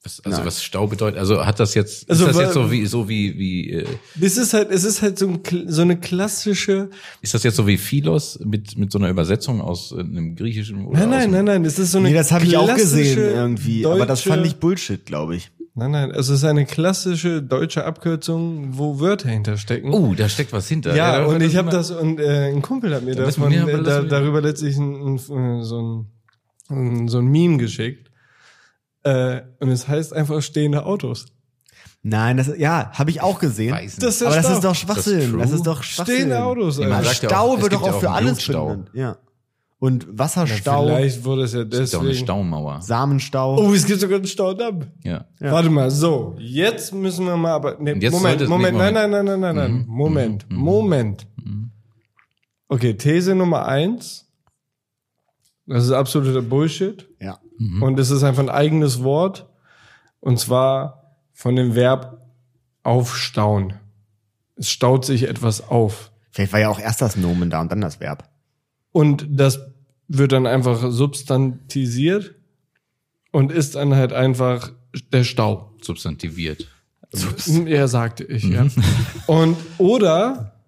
[SPEAKER 3] Was, also was Stau bedeutet, also hat das jetzt,
[SPEAKER 1] Also,
[SPEAKER 3] ist das
[SPEAKER 1] weil-
[SPEAKER 3] jetzt so wie, so wie, wie, äh,
[SPEAKER 1] Es ist halt, es ist halt so, ein, kl- so eine klassische.
[SPEAKER 3] ist das jetzt so wie Philos mit, mit so einer Übersetzung aus äh, einem griechischen oder
[SPEAKER 1] Nein,
[SPEAKER 3] aus
[SPEAKER 1] nein,
[SPEAKER 3] einem-
[SPEAKER 1] nein, nein. Es ist so eine
[SPEAKER 2] nee, das habe ich auch
[SPEAKER 1] klassische
[SPEAKER 2] gesehen irgendwie, aber das fand
[SPEAKER 1] deutsche-
[SPEAKER 2] ich Bullshit, glaube ich.
[SPEAKER 1] Nein, nein. Es ist eine klassische deutsche Abkürzung, wo Wörter hinterstecken.
[SPEAKER 3] Oh, da steckt was hinter.
[SPEAKER 1] Ja,
[SPEAKER 3] da-
[SPEAKER 1] und ich habe
[SPEAKER 3] immer-
[SPEAKER 1] das und äh, ein Kumpel hat mir
[SPEAKER 3] Dann
[SPEAKER 1] davon,
[SPEAKER 3] lassen wir- ja,
[SPEAKER 1] äh, da,
[SPEAKER 3] lassen wir-
[SPEAKER 1] darüber letztlich ein, ein, äh, so, ein, ein, so ein Meme geschickt. Äh, und es heißt einfach stehende Autos.
[SPEAKER 2] Nein, das ja, habe ich auch gesehen.
[SPEAKER 3] Weiß nicht.
[SPEAKER 1] Das ist ja
[SPEAKER 2] aber das
[SPEAKER 1] Stau.
[SPEAKER 2] ist doch
[SPEAKER 3] Ist das
[SPEAKER 2] Schwachsinn.
[SPEAKER 3] true?
[SPEAKER 2] Das, ist doch Schwachsinn.
[SPEAKER 1] Stehende Autos.
[SPEAKER 3] Nee, man
[SPEAKER 1] Alter.
[SPEAKER 3] sagt ja
[SPEAKER 2] Stau
[SPEAKER 3] auch- es
[SPEAKER 2] wird doch
[SPEAKER 3] gibt ja
[SPEAKER 2] auch
[SPEAKER 3] auch
[SPEAKER 2] für alles
[SPEAKER 3] Blutstau.
[SPEAKER 2] benannt. Ja. Und Wasserstau,
[SPEAKER 1] Vielleicht wurde es ja
[SPEAKER 3] ist doch eine
[SPEAKER 1] deswegen.
[SPEAKER 3] Staumauer.
[SPEAKER 2] Samenstau.
[SPEAKER 1] Oh, es gibt sogar einen Staudamm.
[SPEAKER 3] Ja.
[SPEAKER 2] Ja.
[SPEAKER 1] Warte mal, so, jetzt müssen wir mal, aber nee,
[SPEAKER 3] Und jetzt sollte
[SPEAKER 1] Moment,
[SPEAKER 3] es
[SPEAKER 1] Moment,
[SPEAKER 3] nicht- Mhm.
[SPEAKER 1] nein, nein, nein, nein, nein, nein, Moment, Moment. Okay, These Nummer eins. Das ist absoluter Bullshit.
[SPEAKER 2] Ja.
[SPEAKER 3] Mhm.
[SPEAKER 1] Und es ist einfach ein eigenes Wort. Und zwar von dem Verb aufstauen. Es staut sich etwas auf.
[SPEAKER 2] Vielleicht war ja auch erst das Nomen da und dann das Verb.
[SPEAKER 1] Und das wird dann einfach substantisiert und ist dann halt einfach der Stau.
[SPEAKER 3] Substantiviert.
[SPEAKER 1] Er sagte ich,
[SPEAKER 3] Mhm.
[SPEAKER 1] ja. Und oder,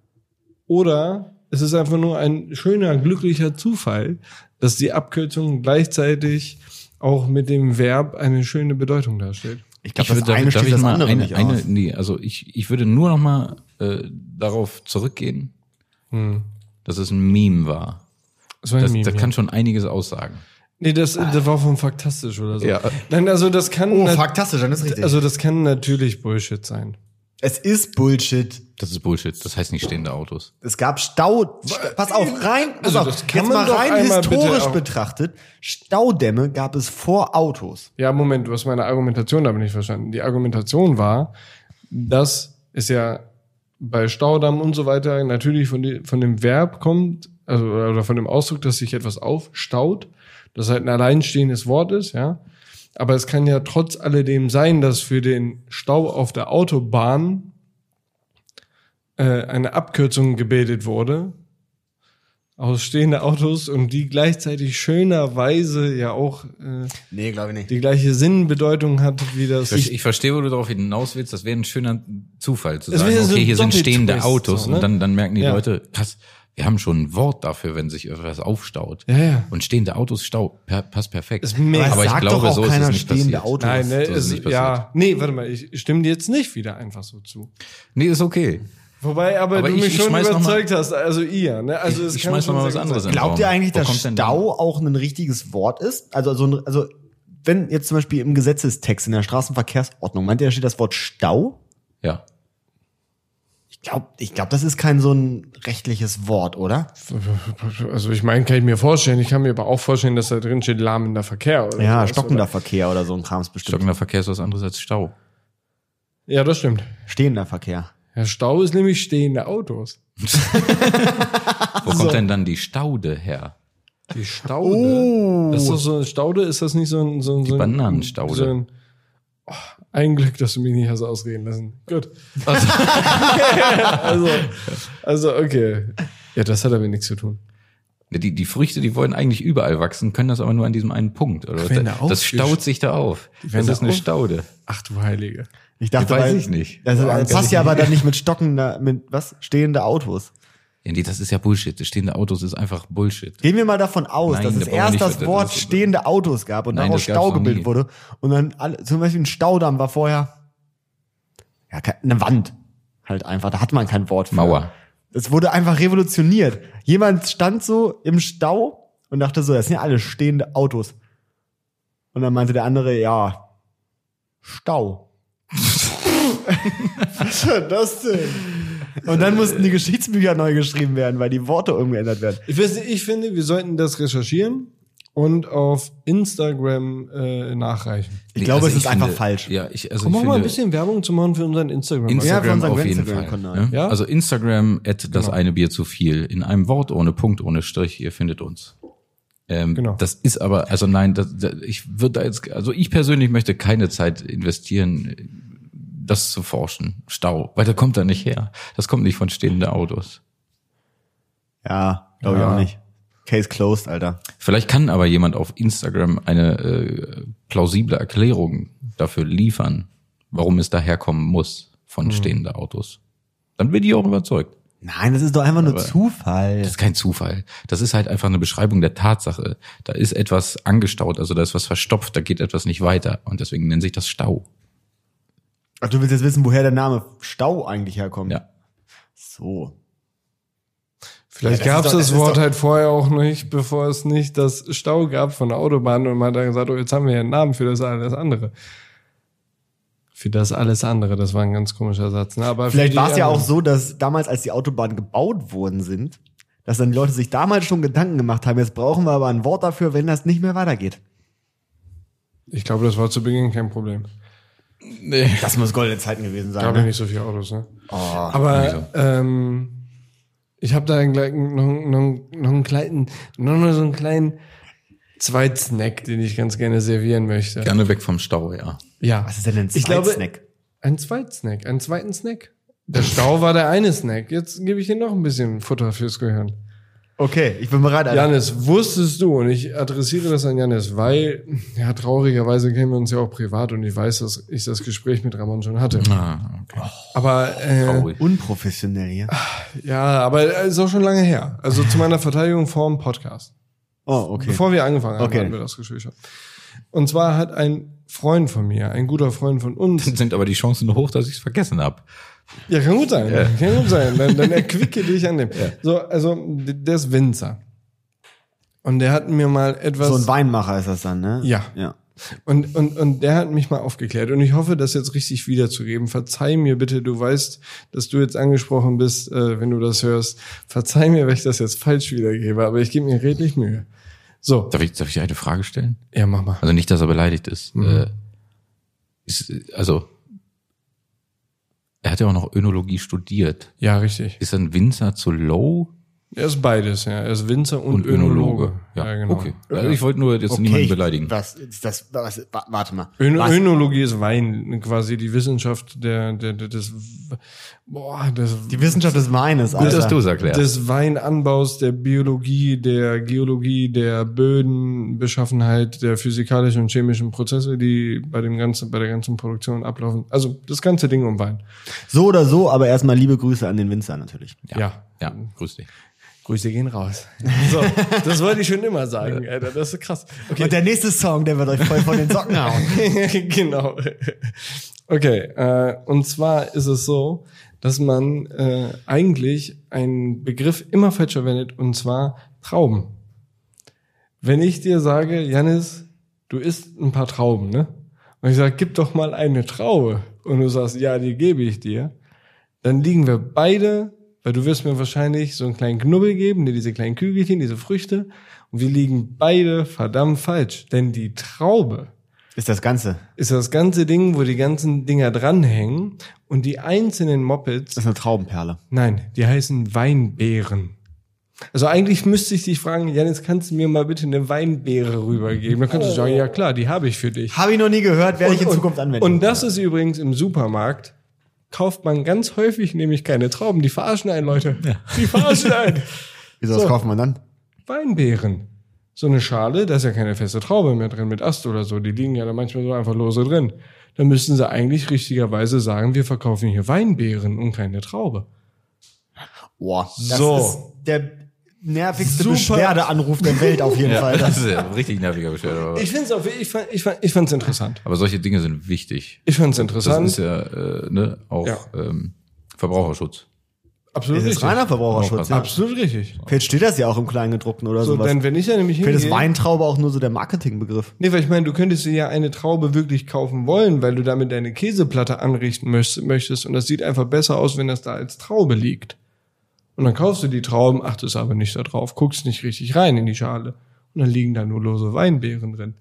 [SPEAKER 1] oder es ist einfach nur ein schöner, glücklicher Zufall, dass die Abkürzung gleichzeitig auch mit dem Verb eine schöne Bedeutung darstellt.
[SPEAKER 2] Ich
[SPEAKER 3] Ich
[SPEAKER 2] glaube,
[SPEAKER 3] würde,
[SPEAKER 2] das
[SPEAKER 3] darf,
[SPEAKER 2] eine
[SPEAKER 3] darf
[SPEAKER 2] schließt
[SPEAKER 3] ich
[SPEAKER 2] das
[SPEAKER 3] mal
[SPEAKER 2] andere
[SPEAKER 3] eine,
[SPEAKER 2] nicht
[SPEAKER 3] eine
[SPEAKER 2] aus.
[SPEAKER 3] nee, also ich, ich würde nur noch mal äh, darauf zurückgehen, dass es ein Meme war.
[SPEAKER 1] Das war Hm. ein
[SPEAKER 3] Das,
[SPEAKER 1] Meme,
[SPEAKER 3] das
[SPEAKER 1] ja.
[SPEAKER 3] kann schon einiges aussagen.
[SPEAKER 1] Nee, das, das war von Faktastisch oder so.
[SPEAKER 3] Ja.
[SPEAKER 1] Nein, also das kann,
[SPEAKER 2] Oh,
[SPEAKER 1] nat-
[SPEAKER 2] faktastisch, dann ist richtig.
[SPEAKER 1] also das kann natürlich Bullshit sein.
[SPEAKER 2] es ist Bullshit.
[SPEAKER 3] Das ist Bullshit. Das heißt nicht stehende Autos.
[SPEAKER 2] Es gab Stau. St- Pass auf, rein, pass
[SPEAKER 1] Also,
[SPEAKER 2] auf,
[SPEAKER 1] das kann
[SPEAKER 2] jetzt
[SPEAKER 1] man
[SPEAKER 2] mal
[SPEAKER 1] doch
[SPEAKER 2] rein
[SPEAKER 1] einmal bitte
[SPEAKER 2] historisch
[SPEAKER 1] auch-
[SPEAKER 2] betrachtet. Staudämme gab es vor Autos.
[SPEAKER 1] Ja, Moment, du hast meine Argumentation damit nicht verstanden. Die Argumentation war, dass es ja bei Staudamm und so weiter natürlich von, die, von dem Verb kommt, also oder von dem Ausdruck, dass sich etwas aufstaut, das halt ein alleinstehendes Wort ist, ja. Aber es kann ja trotz alledem sein, dass für den Stau auf der Autobahn äh, eine Abkürzung gebildet wurde, ausstehende Autos und die gleichzeitig schönerweise ja auch äh,
[SPEAKER 2] Nee, glaube ich nicht.
[SPEAKER 1] die gleiche Sinnbedeutung hat wie das.
[SPEAKER 3] Ich, ich verstehe, wo du darauf hinaus willst. Das wäre ein schöner Zufall zu
[SPEAKER 1] Das
[SPEAKER 3] sagen,
[SPEAKER 1] wäre
[SPEAKER 3] okay,
[SPEAKER 1] so ein
[SPEAKER 3] hier sind
[SPEAKER 1] Doppeltwist,
[SPEAKER 3] stehende Autos
[SPEAKER 1] so, ne?
[SPEAKER 3] und dann, dann merken die
[SPEAKER 1] Ja.
[SPEAKER 3] Leute, krass, wir haben schon ein Wort dafür, wenn sich etwas aufstaut.
[SPEAKER 1] Ja, ja.
[SPEAKER 3] Und stehende Autos stau, per, passt perfekt.
[SPEAKER 1] Ist mega.
[SPEAKER 3] Aber ich
[SPEAKER 2] Sagt doch
[SPEAKER 3] glaube,
[SPEAKER 2] auch
[SPEAKER 3] so ist es
[SPEAKER 2] keiner
[SPEAKER 3] nicht
[SPEAKER 2] stehende
[SPEAKER 3] passiert.
[SPEAKER 2] Autos.
[SPEAKER 1] Nein, ne,
[SPEAKER 3] Das ist
[SPEAKER 1] ist,
[SPEAKER 3] nicht passiert.
[SPEAKER 1] ja, nee, warte mal, ich stimme dir jetzt nicht wieder einfach so zu.
[SPEAKER 3] Nee, ist okay.
[SPEAKER 1] Wobei, aber,
[SPEAKER 3] Aber
[SPEAKER 1] du
[SPEAKER 3] ich-
[SPEAKER 1] mich
[SPEAKER 3] ich
[SPEAKER 1] schon
[SPEAKER 3] schmeiß noch mal-
[SPEAKER 1] überzeugt hast, also ihr, ne? Also
[SPEAKER 3] Ich-
[SPEAKER 1] es
[SPEAKER 3] ich
[SPEAKER 1] kann
[SPEAKER 3] schmeiß
[SPEAKER 1] schon
[SPEAKER 3] noch mal
[SPEAKER 1] sehr
[SPEAKER 3] was
[SPEAKER 1] gut
[SPEAKER 3] anderes
[SPEAKER 1] sein.
[SPEAKER 3] in den
[SPEAKER 2] Glaubt ihr
[SPEAKER 3] Raum.
[SPEAKER 2] eigentlich,
[SPEAKER 3] Wo
[SPEAKER 2] dass
[SPEAKER 3] kommt denn
[SPEAKER 2] Stau auch ein richtiges Wort ist? Also, so ein, also, wenn jetzt zum Beispiel im Gesetzestext in der Straßenverkehrsordnung, meint ihr, da steht das Wort Stau?
[SPEAKER 3] Ja.
[SPEAKER 2] Ich glaube, ich glaub, das ist kein so ein rechtliches Wort, oder?
[SPEAKER 1] Also ich meine, kann ich mir vorstellen, ich kann mir aber auch vorstellen, dass da drin steht lahmender Verkehr oder
[SPEAKER 2] Ja,
[SPEAKER 1] sowas,
[SPEAKER 2] stockender Verkehr oder so ein Krams bestimmt.
[SPEAKER 3] Stockender Verkehr ist was anderes als Stau.
[SPEAKER 1] Oder? Ja, das stimmt.
[SPEAKER 2] Stehender Verkehr.
[SPEAKER 1] Ja, Stau ist nämlich stehende Autos.
[SPEAKER 3] Wo kommt denn dann die Staude her?
[SPEAKER 1] Die Staude. Oh. Das ist doch so eine Staude, ist das nicht so ein so ein, so ein
[SPEAKER 3] Bananenstaude.
[SPEAKER 1] So ein, oh, ein Glück, dass du mich nicht hast ausreden lassen. Gut. Also, also, okay. Ja, das hat aber nichts zu tun.
[SPEAKER 3] Die, die Früchte, die wollen eigentlich überall wachsen, können das aber nur an diesem einen Punkt. Oder?
[SPEAKER 1] werden
[SPEAKER 3] Das,
[SPEAKER 1] da
[SPEAKER 3] das staut
[SPEAKER 1] aufgesch-
[SPEAKER 3] sich da auf.
[SPEAKER 1] werden
[SPEAKER 3] Das ist
[SPEAKER 1] da
[SPEAKER 3] eine
[SPEAKER 1] auf-
[SPEAKER 3] Staude.
[SPEAKER 1] Ach du Heilige.
[SPEAKER 2] Ich dachte,
[SPEAKER 3] Weiß
[SPEAKER 2] weil-
[SPEAKER 3] ich nicht.
[SPEAKER 2] Das,
[SPEAKER 3] Weiß
[SPEAKER 2] das
[SPEAKER 3] ich
[SPEAKER 2] passt ja aber dann nicht mit stockender, mit was? Stehende Autos.
[SPEAKER 3] Ja, nee, das ist ja Bullshit. Das stehende Autos ist einfach Bullshit.
[SPEAKER 2] Gehen wir mal davon aus,
[SPEAKER 3] Nein,
[SPEAKER 2] dass
[SPEAKER 3] da
[SPEAKER 2] es
[SPEAKER 3] brauchen wir
[SPEAKER 2] erst
[SPEAKER 3] nicht
[SPEAKER 2] das
[SPEAKER 3] weiter-
[SPEAKER 2] Wort
[SPEAKER 3] das ist-
[SPEAKER 2] stehende Autos gab und
[SPEAKER 3] Nein,
[SPEAKER 2] daraus
[SPEAKER 3] das gab's
[SPEAKER 2] Stau
[SPEAKER 3] noch
[SPEAKER 2] gebildet
[SPEAKER 3] nie.
[SPEAKER 2] wurde. Und dann alle, zum Beispiel ein Staudamm war vorher ja, ke- eine Wand. Halt einfach, da hat man kein Wort für.
[SPEAKER 3] Mauer.
[SPEAKER 2] Es wurde einfach revolutioniert. Jemand stand so im Stau und dachte so, das sind ja alle stehende Autos. Und dann meinte der andere, ja, Stau. Was war das denn? Und dann mussten die Geschichtsbücher neu geschrieben werden, weil die Worte umgeändert werden.
[SPEAKER 1] Ich, weiß, nicht, ich finde, wir sollten das recherchieren und auf Instagram äh, nachreichen.
[SPEAKER 2] Ich
[SPEAKER 3] Nee,
[SPEAKER 2] glaube,
[SPEAKER 3] also
[SPEAKER 2] es ist
[SPEAKER 3] ich
[SPEAKER 2] einfach
[SPEAKER 3] finde-
[SPEAKER 2] falsch.
[SPEAKER 3] Ja, ich, also
[SPEAKER 1] Um
[SPEAKER 3] ich
[SPEAKER 1] auch
[SPEAKER 3] finde,
[SPEAKER 1] mal ein bisschen Werbung zu machen für unseren instagram
[SPEAKER 2] Ja, für
[SPEAKER 3] Instagram
[SPEAKER 2] unseren
[SPEAKER 3] auf jeden Fall.
[SPEAKER 2] Instagram-Kanal.
[SPEAKER 3] Ne?
[SPEAKER 1] Ja. Genau.
[SPEAKER 3] Also Instagram at das eine Bier zu viel. In einem Wort, ohne Punkt, ohne Strich, ihr findet uns. Ähm,
[SPEAKER 1] Genau.
[SPEAKER 3] Das ist aber, also nein, das, das, ich würde da jetzt, also ich persönlich möchte keine Zeit investieren, das zu forschen. Stau. Weil da kommt da nicht her. Das kommt nicht von stehenden Autos.
[SPEAKER 2] Ja, glaube ich auch nicht. Case closed, Alter.
[SPEAKER 3] Vielleicht kann aber jemand auf Instagram eine äh, plausible Erklärung dafür liefern, warum es daherkommen muss von stehenden Autos. Dann bin ich auch überzeugt.
[SPEAKER 2] Nein, das ist doch einfach nur
[SPEAKER 3] Aber-
[SPEAKER 2] Zufall.
[SPEAKER 3] Das ist kein Zufall. Das ist halt einfach eine Beschreibung der Tatsache. Da ist etwas angestaut, also da ist was verstopft, da geht etwas nicht weiter. Und deswegen nennt sich das Stau.
[SPEAKER 2] Ach, du willst jetzt wissen, woher der Name Stau eigentlich herkommt.
[SPEAKER 3] Ja.
[SPEAKER 2] So.
[SPEAKER 1] Vielleicht
[SPEAKER 2] Ja,
[SPEAKER 1] gab
[SPEAKER 2] das
[SPEAKER 1] es
[SPEAKER 2] ist doch-
[SPEAKER 1] das
[SPEAKER 2] das ist
[SPEAKER 1] Wort
[SPEAKER 2] doch-
[SPEAKER 1] halt vorher auch nicht, bevor es nicht das Stau gab von der Autobahn und man hat dann gesagt, oh, jetzt haben wir ja einen Namen für das alles andere. Für das alles andere, das war ein ganz komischer Satz. Ne? Aber für
[SPEAKER 2] Vielleicht
[SPEAKER 1] die
[SPEAKER 2] war es ja auch
[SPEAKER 1] anderen-
[SPEAKER 2] so, dass damals, als die Autobahnen gebaut worden sind, dass dann die Leute sich damals schon Gedanken gemacht haben, jetzt brauchen wir aber ein Wort dafür, wenn das nicht mehr weitergeht.
[SPEAKER 1] Ich glaube, das war zu Beginn kein Problem.
[SPEAKER 3] Nee.
[SPEAKER 2] Das muss goldene Zeiten gewesen
[SPEAKER 1] Gab
[SPEAKER 2] sein.
[SPEAKER 1] ja
[SPEAKER 2] Ne?
[SPEAKER 1] nicht so viele Autos, ne?
[SPEAKER 2] Oh.
[SPEAKER 1] Aber ähm, ich habe da einen kleinen, noch, noch, noch einen kleinen, noch, noch so einen kleinen Zweitsnack, den ich ganz gerne servieren möchte.
[SPEAKER 3] Gerne weg vom Stau, ja.
[SPEAKER 1] Ja.
[SPEAKER 2] Was ist denn ein
[SPEAKER 1] Ich glaube-
[SPEAKER 2] Snack?
[SPEAKER 1] Ein Zweitsnack, einen zweiten Snack. Der Stau war der eine Snack. Jetzt gebe ich dir noch ein bisschen Futter fürs Gehirn.
[SPEAKER 2] Okay, ich bin bereit, Alter.
[SPEAKER 1] Janis, wusstest du, und ich adressiere das an Janis, weil, ja, traurigerweise kennen wir uns ja auch privat und ich weiß, dass ich das Gespräch mit Ramon schon hatte.
[SPEAKER 3] Ah, okay.
[SPEAKER 1] Aber, äh,
[SPEAKER 3] Traurig.
[SPEAKER 2] Unprofessionell hier.
[SPEAKER 1] Ah, ja, aber ist auch schon lange her. Also zu meiner Verteidigung vor dem Podcast.
[SPEAKER 2] Oh, okay.
[SPEAKER 1] Bevor wir angefangen haben,
[SPEAKER 2] Okay.
[SPEAKER 1] hatten wir das Gespräch schon. Und zwar hat ein Freund von mir, ein guter Freund von uns,
[SPEAKER 3] Dann sind aber die Chancen hoch, dass ich es vergessen habe.
[SPEAKER 1] Ja, kann gut sein. Kann gut sein. Dann, dann erquicke dich an dem. So, also, d- der ist Winzer. Und der hat mir mal etwas.
[SPEAKER 2] so ein Weinmacher ist das dann, ne?
[SPEAKER 1] Ja.
[SPEAKER 2] ja.
[SPEAKER 1] und, und, und der hat mich mal aufgeklärt. Und ich hoffe, das jetzt richtig wiederzugeben. Verzeih mir bitte, du weißt, dass du jetzt angesprochen bist, äh, wenn du das hörst. Verzeih mir, wenn ich das jetzt falsch wiedergebe, aber ich gebe mir redlich Mühe. So,
[SPEAKER 3] Darf ich, darf ich dir eine Frage stellen?
[SPEAKER 1] ja, mach mal.
[SPEAKER 3] Also nicht, dass er beleidigt ist.
[SPEAKER 1] Mhm.
[SPEAKER 3] Äh, ist also, er hat ja auch noch Önologie studiert.
[SPEAKER 1] Ja, richtig.
[SPEAKER 3] Ist ein Winzer zu low?
[SPEAKER 1] Er ist beides, ja. Er ist Winzer und,
[SPEAKER 3] Und Önologe.
[SPEAKER 1] Ja, genau.
[SPEAKER 3] Okay. Also ich wollte nur jetzt niemanden beleidigen.
[SPEAKER 2] Was, ist das, was, wa- warte mal.
[SPEAKER 1] Ön
[SPEAKER 2] was,
[SPEAKER 1] Önologie ist Wein, quasi die Wissenschaft der, der, der des, boah, des,
[SPEAKER 2] die Wissenschaft des Weines,
[SPEAKER 3] Gut, dass
[SPEAKER 2] Alter.
[SPEAKER 3] du es erklärst.
[SPEAKER 1] des Weinanbaus, der Biologie, der Geologie, der Bödenbeschaffenheit, der physikalischen und chemischen Prozesse, die bei dem ganzen, bei der ganzen Produktion ablaufen. Also das ganze Ding um Wein.
[SPEAKER 2] So oder so, aber erstmal liebe Grüße an den Winzer natürlich.
[SPEAKER 1] Ja.
[SPEAKER 3] ja, grüß dich.
[SPEAKER 1] Grüße gehen raus. So, das wollte ich schon immer sagen, Alter. Das ist krass. Okay.
[SPEAKER 2] Und der nächste Song, der wird euch voll von den Socken hauen.
[SPEAKER 1] genau. Okay, äh, und zwar ist es so, dass man äh, eigentlich einen Begriff immer falsch verwendet, und zwar Trauben. Wenn ich dir sage, Janis, du isst ein paar Trauben, ne? Und ich sage, gib doch mal eine Traube. Und du sagst, ja, die gebe ich dir. Dann liegen wir beide, weil du wirst mir wahrscheinlich so einen kleinen Knubbel geben, dir diese kleinen Kügelchen, diese Früchte. Und wir liegen beide verdammt falsch. Denn die Traube
[SPEAKER 2] Ist das Ganze.
[SPEAKER 1] ist das ganze Ding, wo die ganzen Dinger dranhängen und die einzelnen
[SPEAKER 2] Das
[SPEAKER 1] Mopeds,
[SPEAKER 2] ist eine Traubenperle.
[SPEAKER 1] nein, die heißen Weinbeeren. Also eigentlich müsste ich dich fragen, Janis, kannst du mir mal bitte eine Weinbeere rübergeben? Dann könntest du sagen, ja klar, die habe ich für dich.
[SPEAKER 2] Habe ich noch nie gehört, werde ich in Zukunft anwenden.
[SPEAKER 1] Und das ist übrigens im Supermarkt, kauft man ganz häufig nämlich keine Trauben, die verarschen einen, Leute. Die verarschen einen.
[SPEAKER 2] Wieso, was
[SPEAKER 1] So.
[SPEAKER 2] kaufen wir dann?
[SPEAKER 1] Weinbeeren. So eine Schale, da ist ja keine feste Traube mehr drin mit Ast oder so. Die liegen ja da manchmal so einfach lose drin. Da müssten sie eigentlich richtigerweise sagen, wir verkaufen hier Weinbeeren und keine Traube.
[SPEAKER 2] Boah, das
[SPEAKER 1] So.
[SPEAKER 2] ist der nervigste
[SPEAKER 1] Super.
[SPEAKER 2] Beschwerdeanruf der Welt auf jeden
[SPEAKER 3] Ja,
[SPEAKER 2] Fall.
[SPEAKER 3] das ist ja ein richtig nerviger Beschwerde. Aber,
[SPEAKER 1] Ich find's auch, ich fand, ich fand, ich fand's interessant.
[SPEAKER 3] aber solche Dinge sind wichtig.
[SPEAKER 1] Ich fand's
[SPEAKER 3] Das
[SPEAKER 1] interessant.
[SPEAKER 3] ist ja äh, ne, auch
[SPEAKER 1] Ja.
[SPEAKER 3] Ähm, Verbraucherschutz.
[SPEAKER 1] absolut
[SPEAKER 2] Das ist
[SPEAKER 1] richtig.
[SPEAKER 2] reiner Verbraucherschutz. Ja. Also
[SPEAKER 1] Absolut richtig.
[SPEAKER 2] Vielleicht steht das ja auch im Kleingedruckten oder
[SPEAKER 1] So,
[SPEAKER 2] sowas.
[SPEAKER 1] dann wenn ich ja nämlich
[SPEAKER 2] Vielleicht ist
[SPEAKER 1] hingehe-
[SPEAKER 2] Weintraube auch nur so der Marketingbegriff.
[SPEAKER 1] Nee, weil ich meine, du könntest dir ja eine Traube wirklich kaufen wollen, weil du damit deine Käseplatte anrichten möcht- möchtest und das sieht einfach besser aus, wenn das da als Traube liegt. Und dann kaufst du die Trauben, achtest aber nicht da drauf, guckst nicht richtig rein in die Schale und dann liegen da nur lose Weinbeeren drin.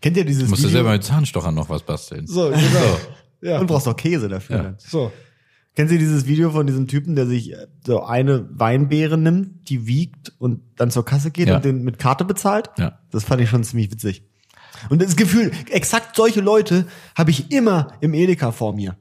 [SPEAKER 2] Kennt ihr dieses
[SPEAKER 3] Du musst ja
[SPEAKER 2] Video?
[SPEAKER 3] selber mit Zahnstochern noch was basteln.
[SPEAKER 1] So, genau. Ja,
[SPEAKER 2] Und brauchst auch Käse dafür.
[SPEAKER 3] Ja.
[SPEAKER 2] Dann.
[SPEAKER 1] so.
[SPEAKER 2] Kennen Sie dieses Video von diesem Typen, der sich äh, so eine Weinbeere nimmt, die wiegt und dann zur Kasse geht
[SPEAKER 3] Ja.
[SPEAKER 2] und den mit Karte bezahlt?
[SPEAKER 3] Ja.
[SPEAKER 2] Das fand ich schon ziemlich witzig. Und das Gefühl, exakt solche Leute habe ich immer im Edeka vor mir.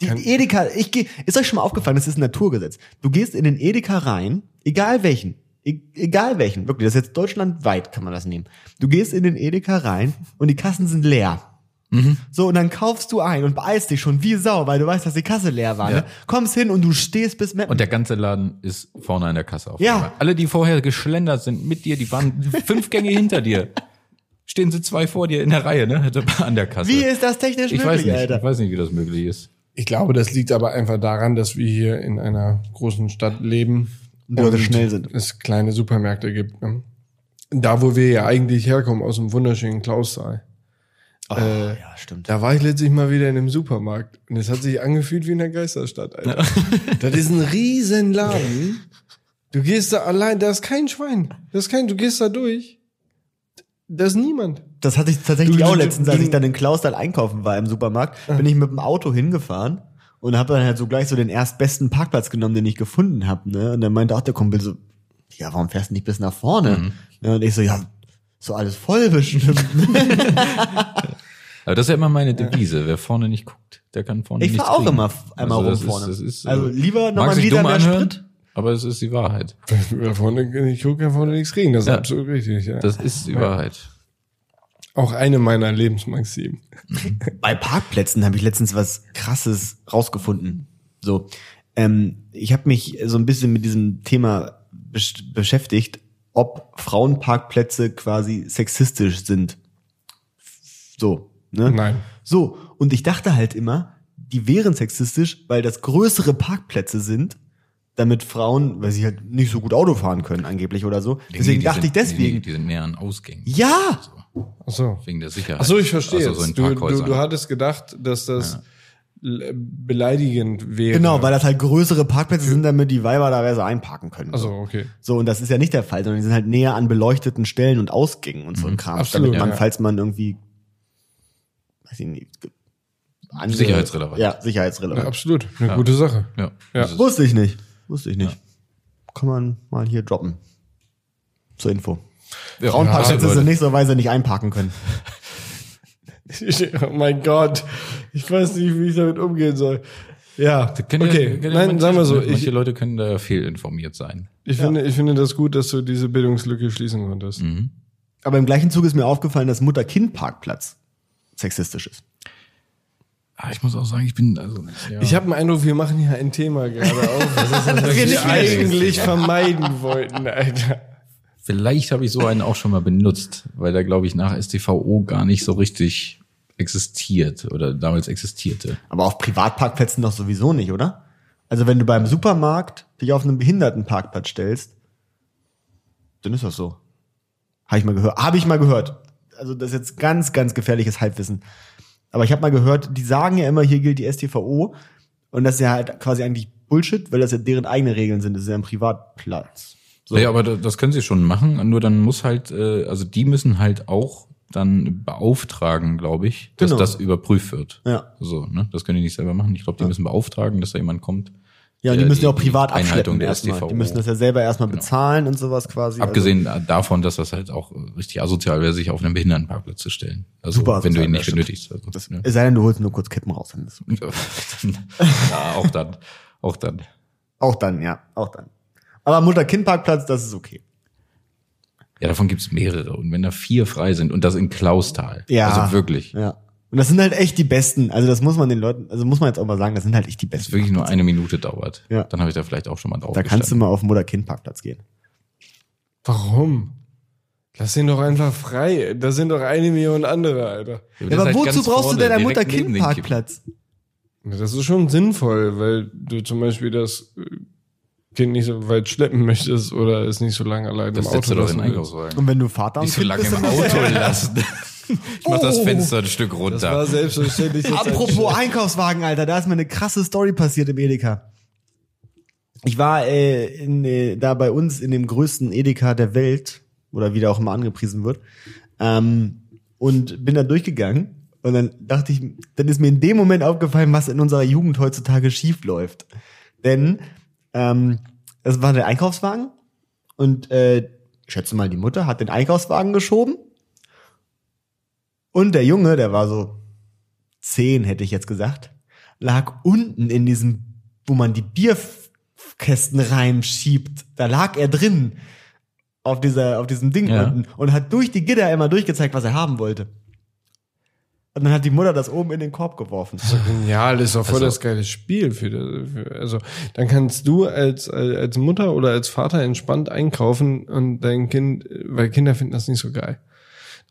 [SPEAKER 2] Die Edeka, ich gehe, ist euch schon mal aufgefallen, das ist ein Naturgesetz. Du gehst in den Edeka rein, egal welchen, e egal welchen, wirklich, das ist jetzt deutschlandweit, kann man das nehmen. Du gehst in den Edeka rein und die Kassen sind leer.
[SPEAKER 3] Mhm.
[SPEAKER 2] So, und dann kaufst du ein und beeilst dich schon wie Sau, weil du weißt, dass die Kasse leer war.
[SPEAKER 3] Ja.
[SPEAKER 2] Ne? Kommst hin und du stehst bis Meppen.
[SPEAKER 3] Und der ganze Laden ist vorne an der Kasse auf.
[SPEAKER 2] Ja.
[SPEAKER 3] einmal. Alle, die vorher geschlendert sind mit dir, die waren fünf Gänge hinter dir. Stehen sie zwei vor dir in der Reihe, ne? An der Kasse.
[SPEAKER 2] wie ist das technisch
[SPEAKER 3] ich
[SPEAKER 2] möglich,
[SPEAKER 3] weiß nicht,
[SPEAKER 2] Alter?
[SPEAKER 3] ich weiß nicht, wie das möglich ist.
[SPEAKER 1] Ich glaube, das liegt aber einfach daran, dass wir hier in einer großen Stadt leben.
[SPEAKER 2] Und die Leute schnell sind.
[SPEAKER 1] Es kleine Supermärkte gibt. Ne? Da, wo wir ja eigentlich herkommen, aus dem wunderschönen Klausthal.
[SPEAKER 2] Oh,
[SPEAKER 1] Äh,
[SPEAKER 2] ja, stimmt.
[SPEAKER 1] Da war ich letztlich mal wieder in einem Supermarkt und es hat sich angefühlt wie in der Geisterstadt, Alter. das ist ein riesen Laden. Du gehst da allein, da ist kein Schwein. Da ist kein, du gehst da durch. Da ist niemand.
[SPEAKER 2] Das hatte ich tatsächlich
[SPEAKER 1] Du-
[SPEAKER 2] auch
[SPEAKER 1] du-
[SPEAKER 2] letztens,
[SPEAKER 1] du-
[SPEAKER 2] als ich dann in Klausthal einkaufen war im Supermarkt,
[SPEAKER 3] Ah.
[SPEAKER 2] bin ich mit dem Auto hingefahren und habe dann halt so gleich so den erstbesten Parkplatz genommen, den ich gefunden habe. Ne? Und dann meinte auch der Kumpel so, ja, warum fährst du nicht bis nach vorne?
[SPEAKER 3] Mhm.
[SPEAKER 2] Ne? Und ich so, ja, so alles voll bestimmt.
[SPEAKER 3] Aber das ist ja immer meine Devise. Wer vorne nicht guckt, der kann vorne
[SPEAKER 2] Ich
[SPEAKER 3] nicht
[SPEAKER 2] fahre auch
[SPEAKER 3] kriegen.
[SPEAKER 2] immer f-
[SPEAKER 3] Also
[SPEAKER 2] einmal rum
[SPEAKER 3] das ist-
[SPEAKER 2] vorne.
[SPEAKER 3] das ist, äh,
[SPEAKER 2] also lieber
[SPEAKER 3] mag
[SPEAKER 2] nochmal ein
[SPEAKER 3] sich
[SPEAKER 2] Liter
[SPEAKER 3] dumm
[SPEAKER 2] mehr
[SPEAKER 3] anhören,
[SPEAKER 2] Sprit.
[SPEAKER 3] Aber es ist die Wahrheit.
[SPEAKER 1] Da vorne, ich gucke ja vorne nichts kriegen, das ist
[SPEAKER 3] Ja.
[SPEAKER 1] absolut richtig. Ja.
[SPEAKER 3] Das ist die Wahrheit.
[SPEAKER 1] Auch eine meiner Lebensmaximen.
[SPEAKER 2] Bei Parkplätzen habe ich letztens was Krasses rausgefunden. So, ähm, ich habe mich so ein bisschen mit diesem Thema besch- beschäftigt, ob Frauenparkplätze quasi sexistisch sind. So,
[SPEAKER 3] Hm?
[SPEAKER 2] ne?
[SPEAKER 1] Nein.
[SPEAKER 2] So, und ich dachte halt immer, die wären sexistisch, weil das größere Parkplätze sind, damit Frauen, weil sie halt nicht so gut Auto fahren können angeblich oder so. Deswegen
[SPEAKER 3] Die
[SPEAKER 2] dachte
[SPEAKER 3] sind-
[SPEAKER 2] ich deswegen.
[SPEAKER 3] Die, die sind näher an Ausgängen.
[SPEAKER 2] Ja!
[SPEAKER 1] Ach so.
[SPEAKER 3] Wegen der Sicherheit.
[SPEAKER 1] Ach so, ich verstehe.
[SPEAKER 3] Also so in
[SPEAKER 1] jetzt. du, du,
[SPEAKER 3] Parkhäusern.
[SPEAKER 1] du hattest gedacht, dass das l- beleidigend wäre.
[SPEAKER 2] Genau, weil das halt größere Parkplätze sind, damit die Weiber da besser einparken können.
[SPEAKER 1] Also, okay.
[SPEAKER 2] So, und das ist ja nicht der Fall, sondern die sind halt näher an beleuchteten Stellen und Ausgängen und so ein Kram.
[SPEAKER 1] Mhm. Absolut,
[SPEAKER 2] damit man,
[SPEAKER 1] ja.
[SPEAKER 2] falls man irgendwie, weiß ich nicht, ge- andere-
[SPEAKER 3] Sicherheitsrelevant.
[SPEAKER 2] Ja,
[SPEAKER 1] Ja,
[SPEAKER 2] sicherheitsrelevant.
[SPEAKER 1] absolut. Eine gute Sache.
[SPEAKER 3] ja.
[SPEAKER 1] Ja.
[SPEAKER 3] Das ist-
[SPEAKER 2] Wusste ich nicht. Wusste ich nicht. kann man mal hier droppen. Zur Info.
[SPEAKER 3] Ja,
[SPEAKER 2] Frauenparkplätze
[SPEAKER 3] ja,
[SPEAKER 2] sind
[SPEAKER 3] Leute.
[SPEAKER 2] nächsterweise nicht einparken können.
[SPEAKER 1] oh mein Gott. Ich weiß nicht, wie ich damit umgehen soll. Ja,
[SPEAKER 3] Kennt ihr-
[SPEAKER 1] okay.
[SPEAKER 3] kennt ihr
[SPEAKER 1] Nein,
[SPEAKER 3] manche-
[SPEAKER 1] sagen wir so. Ich,
[SPEAKER 3] Manche Leute können da fehlinformiert sein.
[SPEAKER 1] ich, finde, ich finde das gut, dass du diese Bildungslücke schließen konntest.
[SPEAKER 3] Mhm.
[SPEAKER 2] Aber im gleichen Zug ist mir aufgefallen, dass Mutter-Kind-Parkplatz sexistisch ist.
[SPEAKER 3] Ah, ich muss auch sagen, ich bin also. Ja.
[SPEAKER 1] Ich habe den Eindruck, wir machen hier ein Thema gerade auf, das, ist, was
[SPEAKER 2] wir
[SPEAKER 1] wir
[SPEAKER 2] nicht
[SPEAKER 1] eigentlich vermeiden wollten, Alter.
[SPEAKER 3] Vielleicht habe ich so einen auch schon mal benutzt, weil der, glaube ich, nach STVO gar nicht so richtig existiert oder damals existierte.
[SPEAKER 2] Aber auf Privatparkplätzen doch sowieso nicht, oder? Also wenn du beim Supermarkt dich auf einen Behindertenparkplatz stellst, dann ist das so. Habe ich mal gehört. Habe ich mal gehört. Also das ist jetzt ganz, ganz gefährliches Halbwissen. Aber ich habe mal gehört, die sagen ja immer, hier gilt die STVO. Und das ist ja halt quasi eigentlich Bullshit, weil das ja deren eigene Regeln sind. Das ist ja ein Privatplatz. So.
[SPEAKER 3] Ja, aber da- das können sie schon machen, nur dann muss halt, äh, also die müssen halt auch dann beauftragen, glaube ich, dass
[SPEAKER 2] Genau.
[SPEAKER 3] das überprüft wird.
[SPEAKER 2] Ja.
[SPEAKER 3] So, ne? Das können die nicht selber machen. Ich glaube, die müssen beauftragen, dass da jemand kommt.
[SPEAKER 2] Ja, und die
[SPEAKER 3] der
[SPEAKER 2] müssen ja auch privat
[SPEAKER 3] Einhaltung
[SPEAKER 2] abschleppen
[SPEAKER 3] der
[SPEAKER 2] erstmal.
[SPEAKER 3] StVO.
[SPEAKER 2] Die müssen das ja selber erstmal bezahlen und sowas quasi.
[SPEAKER 3] Genau.
[SPEAKER 2] Also
[SPEAKER 3] Abgesehen davon, dass das halt auch richtig asozial wäre, sich auf einen Behindertenparkplatz zu stellen. Also,
[SPEAKER 2] Super
[SPEAKER 3] wenn du
[SPEAKER 2] asozial,
[SPEAKER 3] ihn
[SPEAKER 2] das
[SPEAKER 3] nicht
[SPEAKER 2] stimmt.
[SPEAKER 3] benötigst. Also,
[SPEAKER 2] Also,
[SPEAKER 3] ne?
[SPEAKER 2] es sei denn, du holst nur kurz Kippen raus. Dann ist
[SPEAKER 3] ja, auch dann. Auch dann.
[SPEAKER 2] Auch dann, ja, auch dann. Aber Mutter-Kind-Parkplatz, das ist okay.
[SPEAKER 3] Ja, davon gibt's mehrere. Und wenn da vier frei sind und das in Klausthal. Also wirklich.
[SPEAKER 2] Ja. Und das sind halt echt die besten. Also das muss man den Leuten, also muss man jetzt auch mal sagen, das sind halt echt die
[SPEAKER 3] Das
[SPEAKER 2] besten.
[SPEAKER 3] wirklich nur eine Minute dauert.
[SPEAKER 2] Ja.
[SPEAKER 3] Dann habe ich da vielleicht auch schon mal drauf
[SPEAKER 2] Da kannst du
[SPEAKER 3] gestanden.
[SPEAKER 2] mal auf Mutter-Kind-Parkplatz gehen.
[SPEAKER 1] Warum? Lass ihn doch einfach frei. Da sind doch eine Million andere, Alter.
[SPEAKER 3] das ist halt ganz vorne, direkt neben den
[SPEAKER 1] Das ist schon sinnvoll, weil du zum Beispiel das äh, Kind nicht so weit schleppen möchtest oder es nicht so lange alleine
[SPEAKER 3] Das
[SPEAKER 1] im
[SPEAKER 3] setzt
[SPEAKER 1] Auto
[SPEAKER 3] du doch
[SPEAKER 1] lassen
[SPEAKER 3] in den
[SPEAKER 1] willst.
[SPEAKER 3] Einkaufswagen.
[SPEAKER 2] Und wenn du Vater und
[SPEAKER 3] Nicht so
[SPEAKER 2] Kind
[SPEAKER 3] lange
[SPEAKER 2] bist,
[SPEAKER 3] im
[SPEAKER 2] dann-
[SPEAKER 3] Auto lassen. Ich mach das
[SPEAKER 2] Oh.
[SPEAKER 3] Fenster ein Stück
[SPEAKER 1] Das war
[SPEAKER 3] runter.
[SPEAKER 1] selbstverständlich. jetzt halt ein
[SPEAKER 2] Apropos Einkaufswagen, Alter, da ist mir eine krasse Story passiert im Edeka. Ich war äh, in, äh, da bei uns in dem größten Edeka der Welt, oder wie der auch immer angepriesen wird, ähm, und bin da durchgegangen. Und dann dachte ich, dann ist mir in dem Moment aufgefallen, was in unserer Jugend heutzutage schief läuft. Denn ähm, es war der Einkaufswagen und äh, ich schätze mal, die Mutter hat den Einkaufswagen geschoben. Und der Junge, der war so zehn, hätte ich jetzt gesagt, lag unten in diesem, wo man die Bierkästen reinschiebt. Da lag er drin auf dieser, auf diesem Ding
[SPEAKER 3] Ja.
[SPEAKER 2] unten und hat durch die Gitter immer durchgezeigt, was er haben wollte. Und dann hat die Mutter das oben in den Korb geworfen.
[SPEAKER 1] So genial, das ist doch voll
[SPEAKER 3] Also-
[SPEAKER 1] das geile Spiel. Für, für, also dann kannst du als als Mutter oder als Vater entspannt einkaufen und dein Kind, weil Kinder finden das nicht so geil.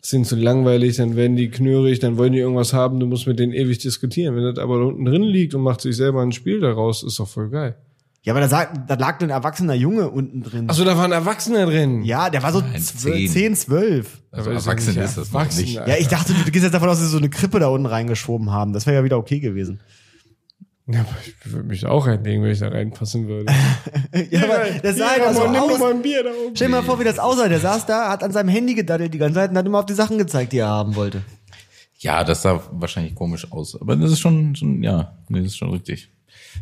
[SPEAKER 1] Das sind zu langweilig, dann werden die knurrig, dann wollen die irgendwas haben, du musst mit denen ewig diskutieren. Wenn das aber da unten drin liegt und macht sich selber ein Spiel daraus, ist doch voll geil.
[SPEAKER 2] Ja, aber da, sagt, da lag ein erwachsener Junge unten drin.
[SPEAKER 1] Achso, Also, da waren Erwachsene drin.
[SPEAKER 2] Ja, der war so
[SPEAKER 3] Nein,
[SPEAKER 2] zwölf,
[SPEAKER 3] zehn.
[SPEAKER 2] zehn, zwölf.
[SPEAKER 3] Also
[SPEAKER 1] Aber ist ja
[SPEAKER 3] erwachsen
[SPEAKER 1] nicht
[SPEAKER 3] ist das noch
[SPEAKER 1] erwachsen,
[SPEAKER 3] nicht.
[SPEAKER 1] Alter.
[SPEAKER 2] Ja, ich dachte, du gehst jetzt davon aus, dass sie so eine Krippe da unten reingeschoben haben. Das wäre ja wieder okay gewesen.
[SPEAKER 1] Ja, aber ich würde mich auch reinlegen, wenn ich da reinpassen würde.
[SPEAKER 2] Ja, aber das sah halt
[SPEAKER 1] Ramon,
[SPEAKER 2] so
[SPEAKER 1] nimm doch
[SPEAKER 2] aus.
[SPEAKER 1] mal ein Bier da oben.
[SPEAKER 2] Stell dir mal vor, wie das aussah. Der saß da, hat an seinem Handy gedaddelt die ganze Zeit und hat immer auf die Sachen gezeigt, die er haben wollte.
[SPEAKER 3] Ja, das sah wahrscheinlich komisch aus. Aber das ist schon, schon ja, nee, das ist schon richtig.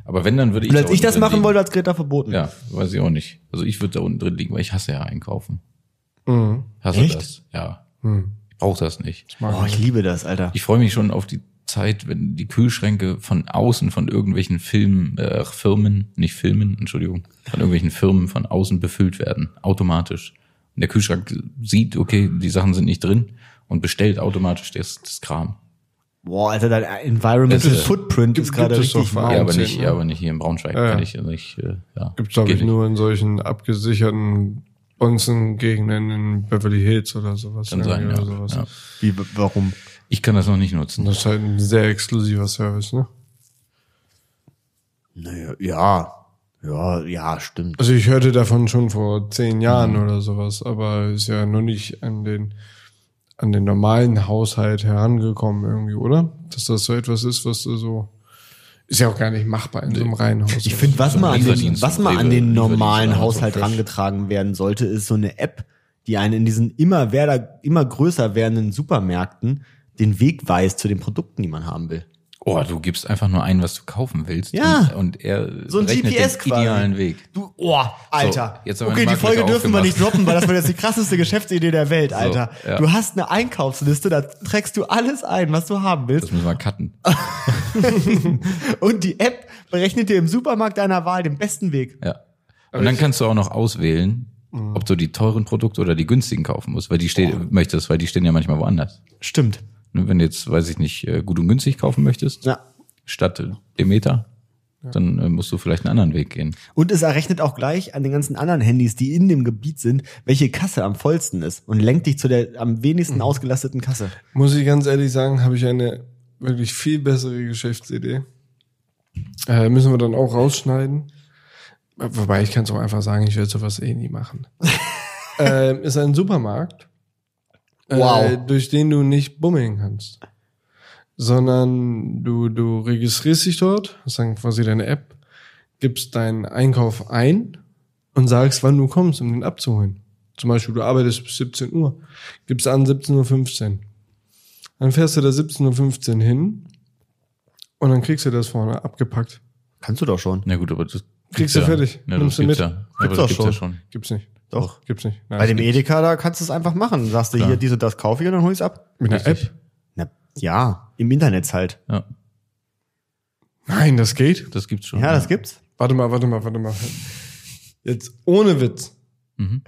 [SPEAKER 3] Aber wenn, dann würde ich.
[SPEAKER 2] Und
[SPEAKER 3] da
[SPEAKER 2] als ich
[SPEAKER 3] unten
[SPEAKER 2] das
[SPEAKER 3] drin
[SPEAKER 2] machen
[SPEAKER 3] liegen.
[SPEAKER 2] wollte, hat's Greta verboten.
[SPEAKER 3] Ja, weiß ich auch nicht. Also ich würde da unten drin liegen, weil ich hasse ja einkaufen. Hast
[SPEAKER 2] Mhm. Echt?
[SPEAKER 3] du das? Ja. Ich brauche das nicht.
[SPEAKER 2] Oh, ich liebe das, Alter.
[SPEAKER 3] Ich freue mich schon auf die Zeit, wenn die Kühlschränke von außen von irgendwelchen Filmen, äh, Firmen, nicht Filmen, Entschuldigung, von irgendwelchen Firmen von außen befüllt werden, automatisch. Und der Kühlschrank sieht, okay, die Sachen sind nicht drin und bestellt automatisch das, das Kram.
[SPEAKER 2] Boah, Alter, dein Environmental
[SPEAKER 3] Das ist-
[SPEAKER 2] Footprint ist
[SPEAKER 1] gibt-
[SPEAKER 2] gerade
[SPEAKER 1] gibt es
[SPEAKER 2] richtig
[SPEAKER 1] doch
[SPEAKER 2] mal.
[SPEAKER 3] ja, aber
[SPEAKER 1] Wahnsinn,
[SPEAKER 3] nicht,
[SPEAKER 1] ne?
[SPEAKER 3] ja, aber nicht hier in Braunschweig
[SPEAKER 1] Ja.
[SPEAKER 3] kann ich ja nicht. Äh, ja,
[SPEAKER 1] Gibt's glaube
[SPEAKER 3] geht
[SPEAKER 1] ich
[SPEAKER 3] nicht.
[SPEAKER 1] nur in solchen abgesicherten Bonzen-Gegenden in Beverly Hills oder sowas.
[SPEAKER 3] Kann sein,
[SPEAKER 1] Irgendwie
[SPEAKER 3] ja.
[SPEAKER 1] oder sowas.
[SPEAKER 3] ja.
[SPEAKER 2] Wie, w- warum?
[SPEAKER 3] Ich kann das noch nicht nutzen.
[SPEAKER 1] Das ist halt ein sehr exklusiver Service, ne?
[SPEAKER 2] Naja, ja. Ja, ja, stimmt.
[SPEAKER 1] Also ich hörte davon schon vor zehn Jahren
[SPEAKER 3] Mhm.
[SPEAKER 1] oder sowas, aber ist ja noch nicht an den an den normalen Haushalt herangekommen irgendwie, oder? Dass das so etwas ist, was du so ist ja auch gar nicht machbar in so einem Reihenhaus.
[SPEAKER 2] Ich finde, was mal an den,
[SPEAKER 3] Lieferdienst,
[SPEAKER 2] was mal an
[SPEAKER 3] Rewe,
[SPEAKER 2] den
[SPEAKER 3] Lieferdienst,
[SPEAKER 2] normalen
[SPEAKER 3] also
[SPEAKER 2] Haushalt
[SPEAKER 3] Fisch.
[SPEAKER 2] rangetragen werden sollte, ist so eine App, die einen in diesen immer, werder, immer größer werdenden Supermärkten den Weg weist zu den Produkten, die man haben will.
[SPEAKER 3] Oh, du gibst einfach nur ein, was du kaufen willst.
[SPEAKER 2] Ja.
[SPEAKER 3] Und, und er
[SPEAKER 2] So ein
[SPEAKER 3] rechnet
[SPEAKER 2] GPS
[SPEAKER 3] den
[SPEAKER 2] quasi.
[SPEAKER 3] idealen Weg.
[SPEAKER 2] Du, oh, Alter.
[SPEAKER 3] jetzt haben wir
[SPEAKER 2] okay,
[SPEAKER 3] eine
[SPEAKER 2] die Folge
[SPEAKER 3] Marktlücke
[SPEAKER 2] dürfen wir nicht
[SPEAKER 3] aufgemacht.
[SPEAKER 2] droppen, weil das war jetzt die krasseste Geschäftsidee der Welt, Alter.
[SPEAKER 3] ja.
[SPEAKER 2] Du hast eine Einkaufsliste, da trägst du alles ein, was du haben
[SPEAKER 3] Das
[SPEAKER 2] willst.
[SPEAKER 3] müssen wir cutten.
[SPEAKER 1] Ah.
[SPEAKER 2] Und die App berechnet dir im Supermarkt deiner Wahl den besten Weg.
[SPEAKER 3] Ja. Und dann kannst du auch noch auswählen,
[SPEAKER 1] Mhm.
[SPEAKER 3] ob du die teuren Produkte oder die günstigen kaufen musst, weil die steht, möchtest, weil die stehen ja manchmal woanders.
[SPEAKER 2] Stimmt.
[SPEAKER 3] Ne, Wenn du jetzt, weiß ich nicht, äh, gut und günstig kaufen möchtest,
[SPEAKER 2] Ja.
[SPEAKER 3] statt äh, Demeter, dann äh, musst du vielleicht einen anderen Weg gehen.
[SPEAKER 2] Und es errechnet auch gleich an den ganzen anderen Handys, die in dem Gebiet sind, welche Kasse am vollsten ist und lenkt dich zu der am wenigsten ausgelasteten Kasse.
[SPEAKER 1] Muss ich ganz ehrlich sagen, habe ich eine wirklich viel bessere Geschäftsidee. Äh, müssen wir dann auch rausschneiden. Wobei ich kann es auch einfach sagen, ich werde sowas eh nie machen. ähm, ist ein Supermarkt, äh,
[SPEAKER 2] Wow.
[SPEAKER 1] durch den du nicht bummeln kannst, sondern du, du registrierst dich dort, hast dann quasi deine App, gibst deinen Einkauf ein und sagst, wann du kommst, um den abzuholen. Zum Beispiel, du arbeitest bis 17 Uhr, gibst an 17.15 Uhr. Dann fährst du da 17.15 Uhr hin und dann kriegst du das vorne abgepackt.
[SPEAKER 2] Kannst du doch schon.
[SPEAKER 3] Na gut, aber das
[SPEAKER 1] Kriegst du
[SPEAKER 3] ja.
[SPEAKER 1] fertig.
[SPEAKER 3] Ja, das
[SPEAKER 1] Nimmst du
[SPEAKER 3] gibt's
[SPEAKER 1] mit.
[SPEAKER 3] ja. Aber das gibt's ja schon.
[SPEAKER 1] Gibt's nicht.
[SPEAKER 2] Doch.
[SPEAKER 1] Gibt's nicht. Nein,
[SPEAKER 2] Bei
[SPEAKER 1] das
[SPEAKER 2] dem Edeka, da kannst du es einfach machen. Sagst du
[SPEAKER 3] Klar.
[SPEAKER 2] hier dies und das kaufe ich und dann hol ich es ab.
[SPEAKER 1] Mit einer App?
[SPEAKER 2] Na, ja, im Internet halt.
[SPEAKER 3] Ja,
[SPEAKER 1] Nein, das geht.
[SPEAKER 3] das gibt's schon.
[SPEAKER 2] Ja, das gibt's.
[SPEAKER 1] Warte mal, warte mal, warte mal. Jetzt ohne Witz.
[SPEAKER 3] Mhm.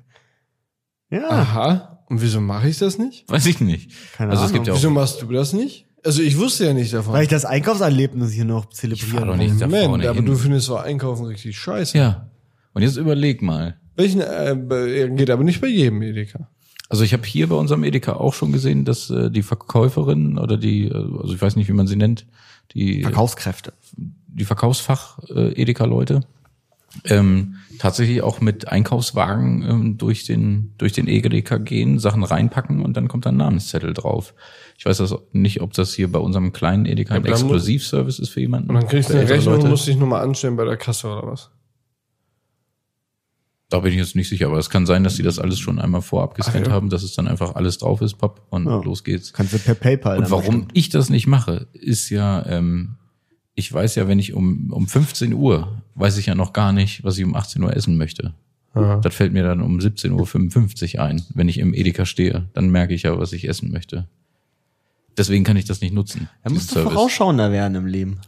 [SPEAKER 2] Ja.
[SPEAKER 1] Aha. Und wieso mache ich das nicht?
[SPEAKER 3] Weiß ich nicht.
[SPEAKER 2] Keine
[SPEAKER 3] also es gibt ja
[SPEAKER 1] Wieso
[SPEAKER 3] auch.
[SPEAKER 1] machst du das nicht? Also ich wusste ja nicht davon.
[SPEAKER 2] Weil ich das Einkaufserlebnis hier noch
[SPEAKER 3] Ich fahr doch
[SPEAKER 2] zelebrieren
[SPEAKER 3] nicht da
[SPEAKER 1] Moment,
[SPEAKER 3] vorne
[SPEAKER 1] aber
[SPEAKER 3] hin.
[SPEAKER 1] du findest so Einkaufen richtig scheiße.
[SPEAKER 3] Ja. Und jetzt überleg mal.
[SPEAKER 1] Welchen äh, bei- geht aber nicht bei jedem Edeka.
[SPEAKER 3] Also ich habe hier bei unserem Edeka auch schon gesehen, dass äh, die Verkäuferin oder die, äh, also ich weiß nicht, wie man sie nennt, die
[SPEAKER 2] Verkaufskräfte.
[SPEAKER 3] die Verkaufsfach-Edeka-Leute ähm, tatsächlich auch mit Einkaufswagen ähm, durch den durch den Edeka gehen, Sachen reinpacken und dann kommt da ein Namenszettel drauf. Ich weiß das nicht, ob das hier bei unserem kleinen Edeka ein
[SPEAKER 1] Ja, dann muss-
[SPEAKER 3] Exklusivservice ist für jemanden.
[SPEAKER 1] Und dann kriegst du
[SPEAKER 3] für
[SPEAKER 1] eine
[SPEAKER 3] ältere
[SPEAKER 1] Rechnung
[SPEAKER 3] Leute.
[SPEAKER 1] und musst dich nochmal anstellen bei der Kasse oder was?
[SPEAKER 3] Da bin ich jetzt nicht sicher, aber es kann sein, dass die das alles schon einmal vorab gescannt
[SPEAKER 1] ja.
[SPEAKER 3] haben, dass es dann einfach alles drauf ist, papp, und
[SPEAKER 2] Ja.
[SPEAKER 3] los geht's.
[SPEAKER 2] Kannst du per PayPal.
[SPEAKER 3] Und
[SPEAKER 2] dann
[SPEAKER 3] warum
[SPEAKER 2] machen.
[SPEAKER 3] ich das nicht mache, ist ja, ähm, ich weiß ja, wenn ich um, um 15 Uhr, weiß ich ja noch gar nicht, was ich um 18 Uhr essen möchte.
[SPEAKER 1] Ja.
[SPEAKER 3] Das fällt mir dann um 17.55 Uhr ein, wenn ich im Edeka stehe. Dann merke ich ja, was ich essen möchte. Deswegen kann ich das nicht nutzen.
[SPEAKER 2] Da musst
[SPEAKER 3] diesen
[SPEAKER 2] du
[SPEAKER 3] Service.
[SPEAKER 2] vorausschauender werden im Leben.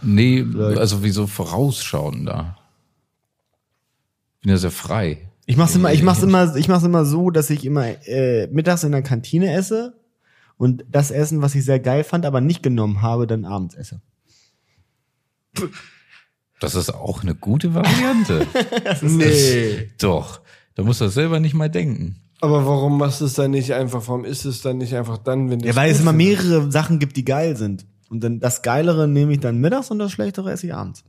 [SPEAKER 3] Nee, also wieso vorausschauen da? Bin ja sehr frei.
[SPEAKER 2] Ich mach's immer, ich mach's immer, ich mach's immer so, dass ich immer äh, mittags in der Kantine esse und das Essen, was ich sehr geil fand, aber nicht genommen habe, dann abends esse.
[SPEAKER 3] Das ist auch eine gute Variante.
[SPEAKER 1] Nee.
[SPEAKER 3] Doch. Da musst du das selber nicht mal denken.
[SPEAKER 1] Aber warum machst du es dann nicht einfach? Warum ist es dann nicht einfach dann, wenn du
[SPEAKER 2] Ja, weil es immer mehrere Sachen gibt, die geil sind. Und dann das Geilere nehme ich dann mittags und das Schlechtere esse ich abends.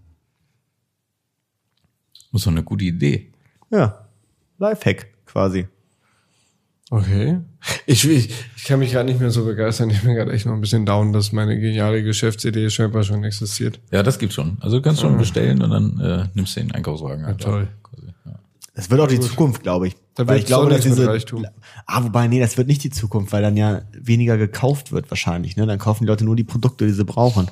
[SPEAKER 3] Muss doch eine gute Idee.
[SPEAKER 2] Ja. Lifehack quasi.
[SPEAKER 1] Okay. Ich, ich, ich kann mich gerade nicht mehr so begeistern. Ich bin gerade echt noch ein bisschen down, dass meine geniale Geschäftsidee scheinbar schon existiert.
[SPEAKER 3] Ja, das gibt's schon. Also du kannst schon bestellen und dann äh, nimmst du den Einkaufswagen. Ja,
[SPEAKER 1] toll.
[SPEAKER 3] Ja.
[SPEAKER 2] Das wird auch die Zukunft, glaube ich.
[SPEAKER 1] Da
[SPEAKER 2] weil
[SPEAKER 1] wird
[SPEAKER 2] ich glaube,
[SPEAKER 1] Sony
[SPEAKER 2] dass
[SPEAKER 1] mit
[SPEAKER 2] diese,
[SPEAKER 1] Reichtum.
[SPEAKER 2] Ah, wobei, nee, das wird nicht die Zukunft, weil dann ja weniger gekauft wird wahrscheinlich. Ne? Dann kaufen die Leute nur die Produkte, die sie brauchen.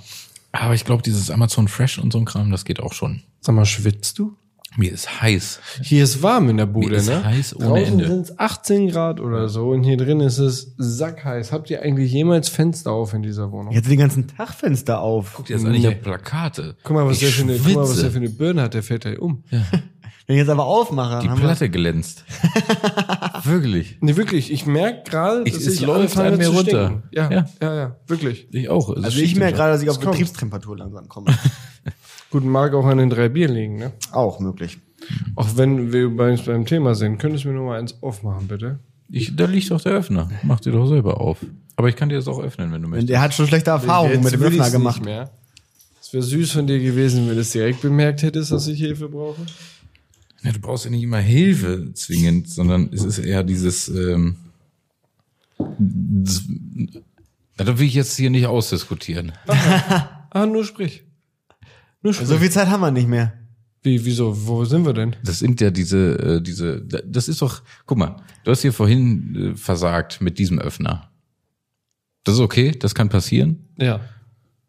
[SPEAKER 3] Aber ich glaube, dieses Amazon Fresh und so ein Kram, das geht auch schon.
[SPEAKER 1] Sag mal, schwitzt du?
[SPEAKER 3] Mir ist heiß.
[SPEAKER 1] Hier ist warm in der Bude,
[SPEAKER 3] Mir ist
[SPEAKER 1] ne?
[SPEAKER 3] heiß ohne
[SPEAKER 1] Draußen
[SPEAKER 3] Ende.
[SPEAKER 1] sind es 18 Grad oder so und hier drin ist es sackheiß. Habt ihr eigentlich jemals Fenster auf in dieser Wohnung?
[SPEAKER 2] Jetzt den ganzen Tag Fenster auf.
[SPEAKER 3] Guck dir das an, ich hab Plakate.
[SPEAKER 1] Guck mal, was
[SPEAKER 3] ich
[SPEAKER 1] der für eine, guck mal, was der für
[SPEAKER 3] schwitze.
[SPEAKER 1] eine Birne hat, der fällt ja um.
[SPEAKER 2] Wenn ich jetzt aber aufmache,
[SPEAKER 3] Die
[SPEAKER 2] haben
[SPEAKER 3] Platte glänzt. Wirklich.
[SPEAKER 1] Nee, wirklich, ich merke gerade,
[SPEAKER 3] Ich-
[SPEAKER 1] dass
[SPEAKER 3] es
[SPEAKER 1] ich
[SPEAKER 3] läuft
[SPEAKER 1] anfange
[SPEAKER 3] an mir
[SPEAKER 1] zu
[SPEAKER 3] runter.
[SPEAKER 1] stinken. Ja,
[SPEAKER 3] Ja.
[SPEAKER 1] ja, ja, wirklich.
[SPEAKER 3] Ich auch. Es
[SPEAKER 2] wir, also
[SPEAKER 3] schiebt
[SPEAKER 2] ich merke
[SPEAKER 3] einfach.
[SPEAKER 2] gerade, dass ich auf
[SPEAKER 1] Es kommt.
[SPEAKER 2] Betriebstemperatur langsam komme.
[SPEAKER 1] Gut, mag auch an den drei Bier liegen, ne?
[SPEAKER 2] auch möglich.
[SPEAKER 1] Auch wenn wir übrigens beim Thema sind, könntest du mir nur mal eins aufmachen, bitte?
[SPEAKER 3] Ich, da liegt doch der Öffner. Mach dir doch selber auf. Aber ich kann dir das auch öffnen, wenn du
[SPEAKER 2] Und
[SPEAKER 3] möchtest.
[SPEAKER 2] er hat schon schlechte Erfahrungen
[SPEAKER 1] Jetzt
[SPEAKER 2] mit dem
[SPEAKER 1] will ich's
[SPEAKER 2] Öffner
[SPEAKER 1] nicht
[SPEAKER 2] gemacht.
[SPEAKER 1] Mehr. Es wäre süß von dir gewesen, wenn du es direkt bemerkt hättest, dass ich Hilfe brauche.
[SPEAKER 3] Ja, du brauchst ja nicht immer Hilfe zwingend, sondern es ist eher dieses. Ähm, z- Ja, das will ich jetzt hier nicht ausdiskutieren.
[SPEAKER 1] Ah, nur sprich. Nur sprich.
[SPEAKER 2] So viel Zeit haben wir nicht mehr.
[SPEAKER 1] Wie, wieso, wo sind wir denn?
[SPEAKER 3] Das sind ja diese, äh, diese, da- das ist doch, guck mal, du hast hier vorhin äh, versagt mit diesem Öffner. Das ist okay, das kann passieren.
[SPEAKER 1] Ja.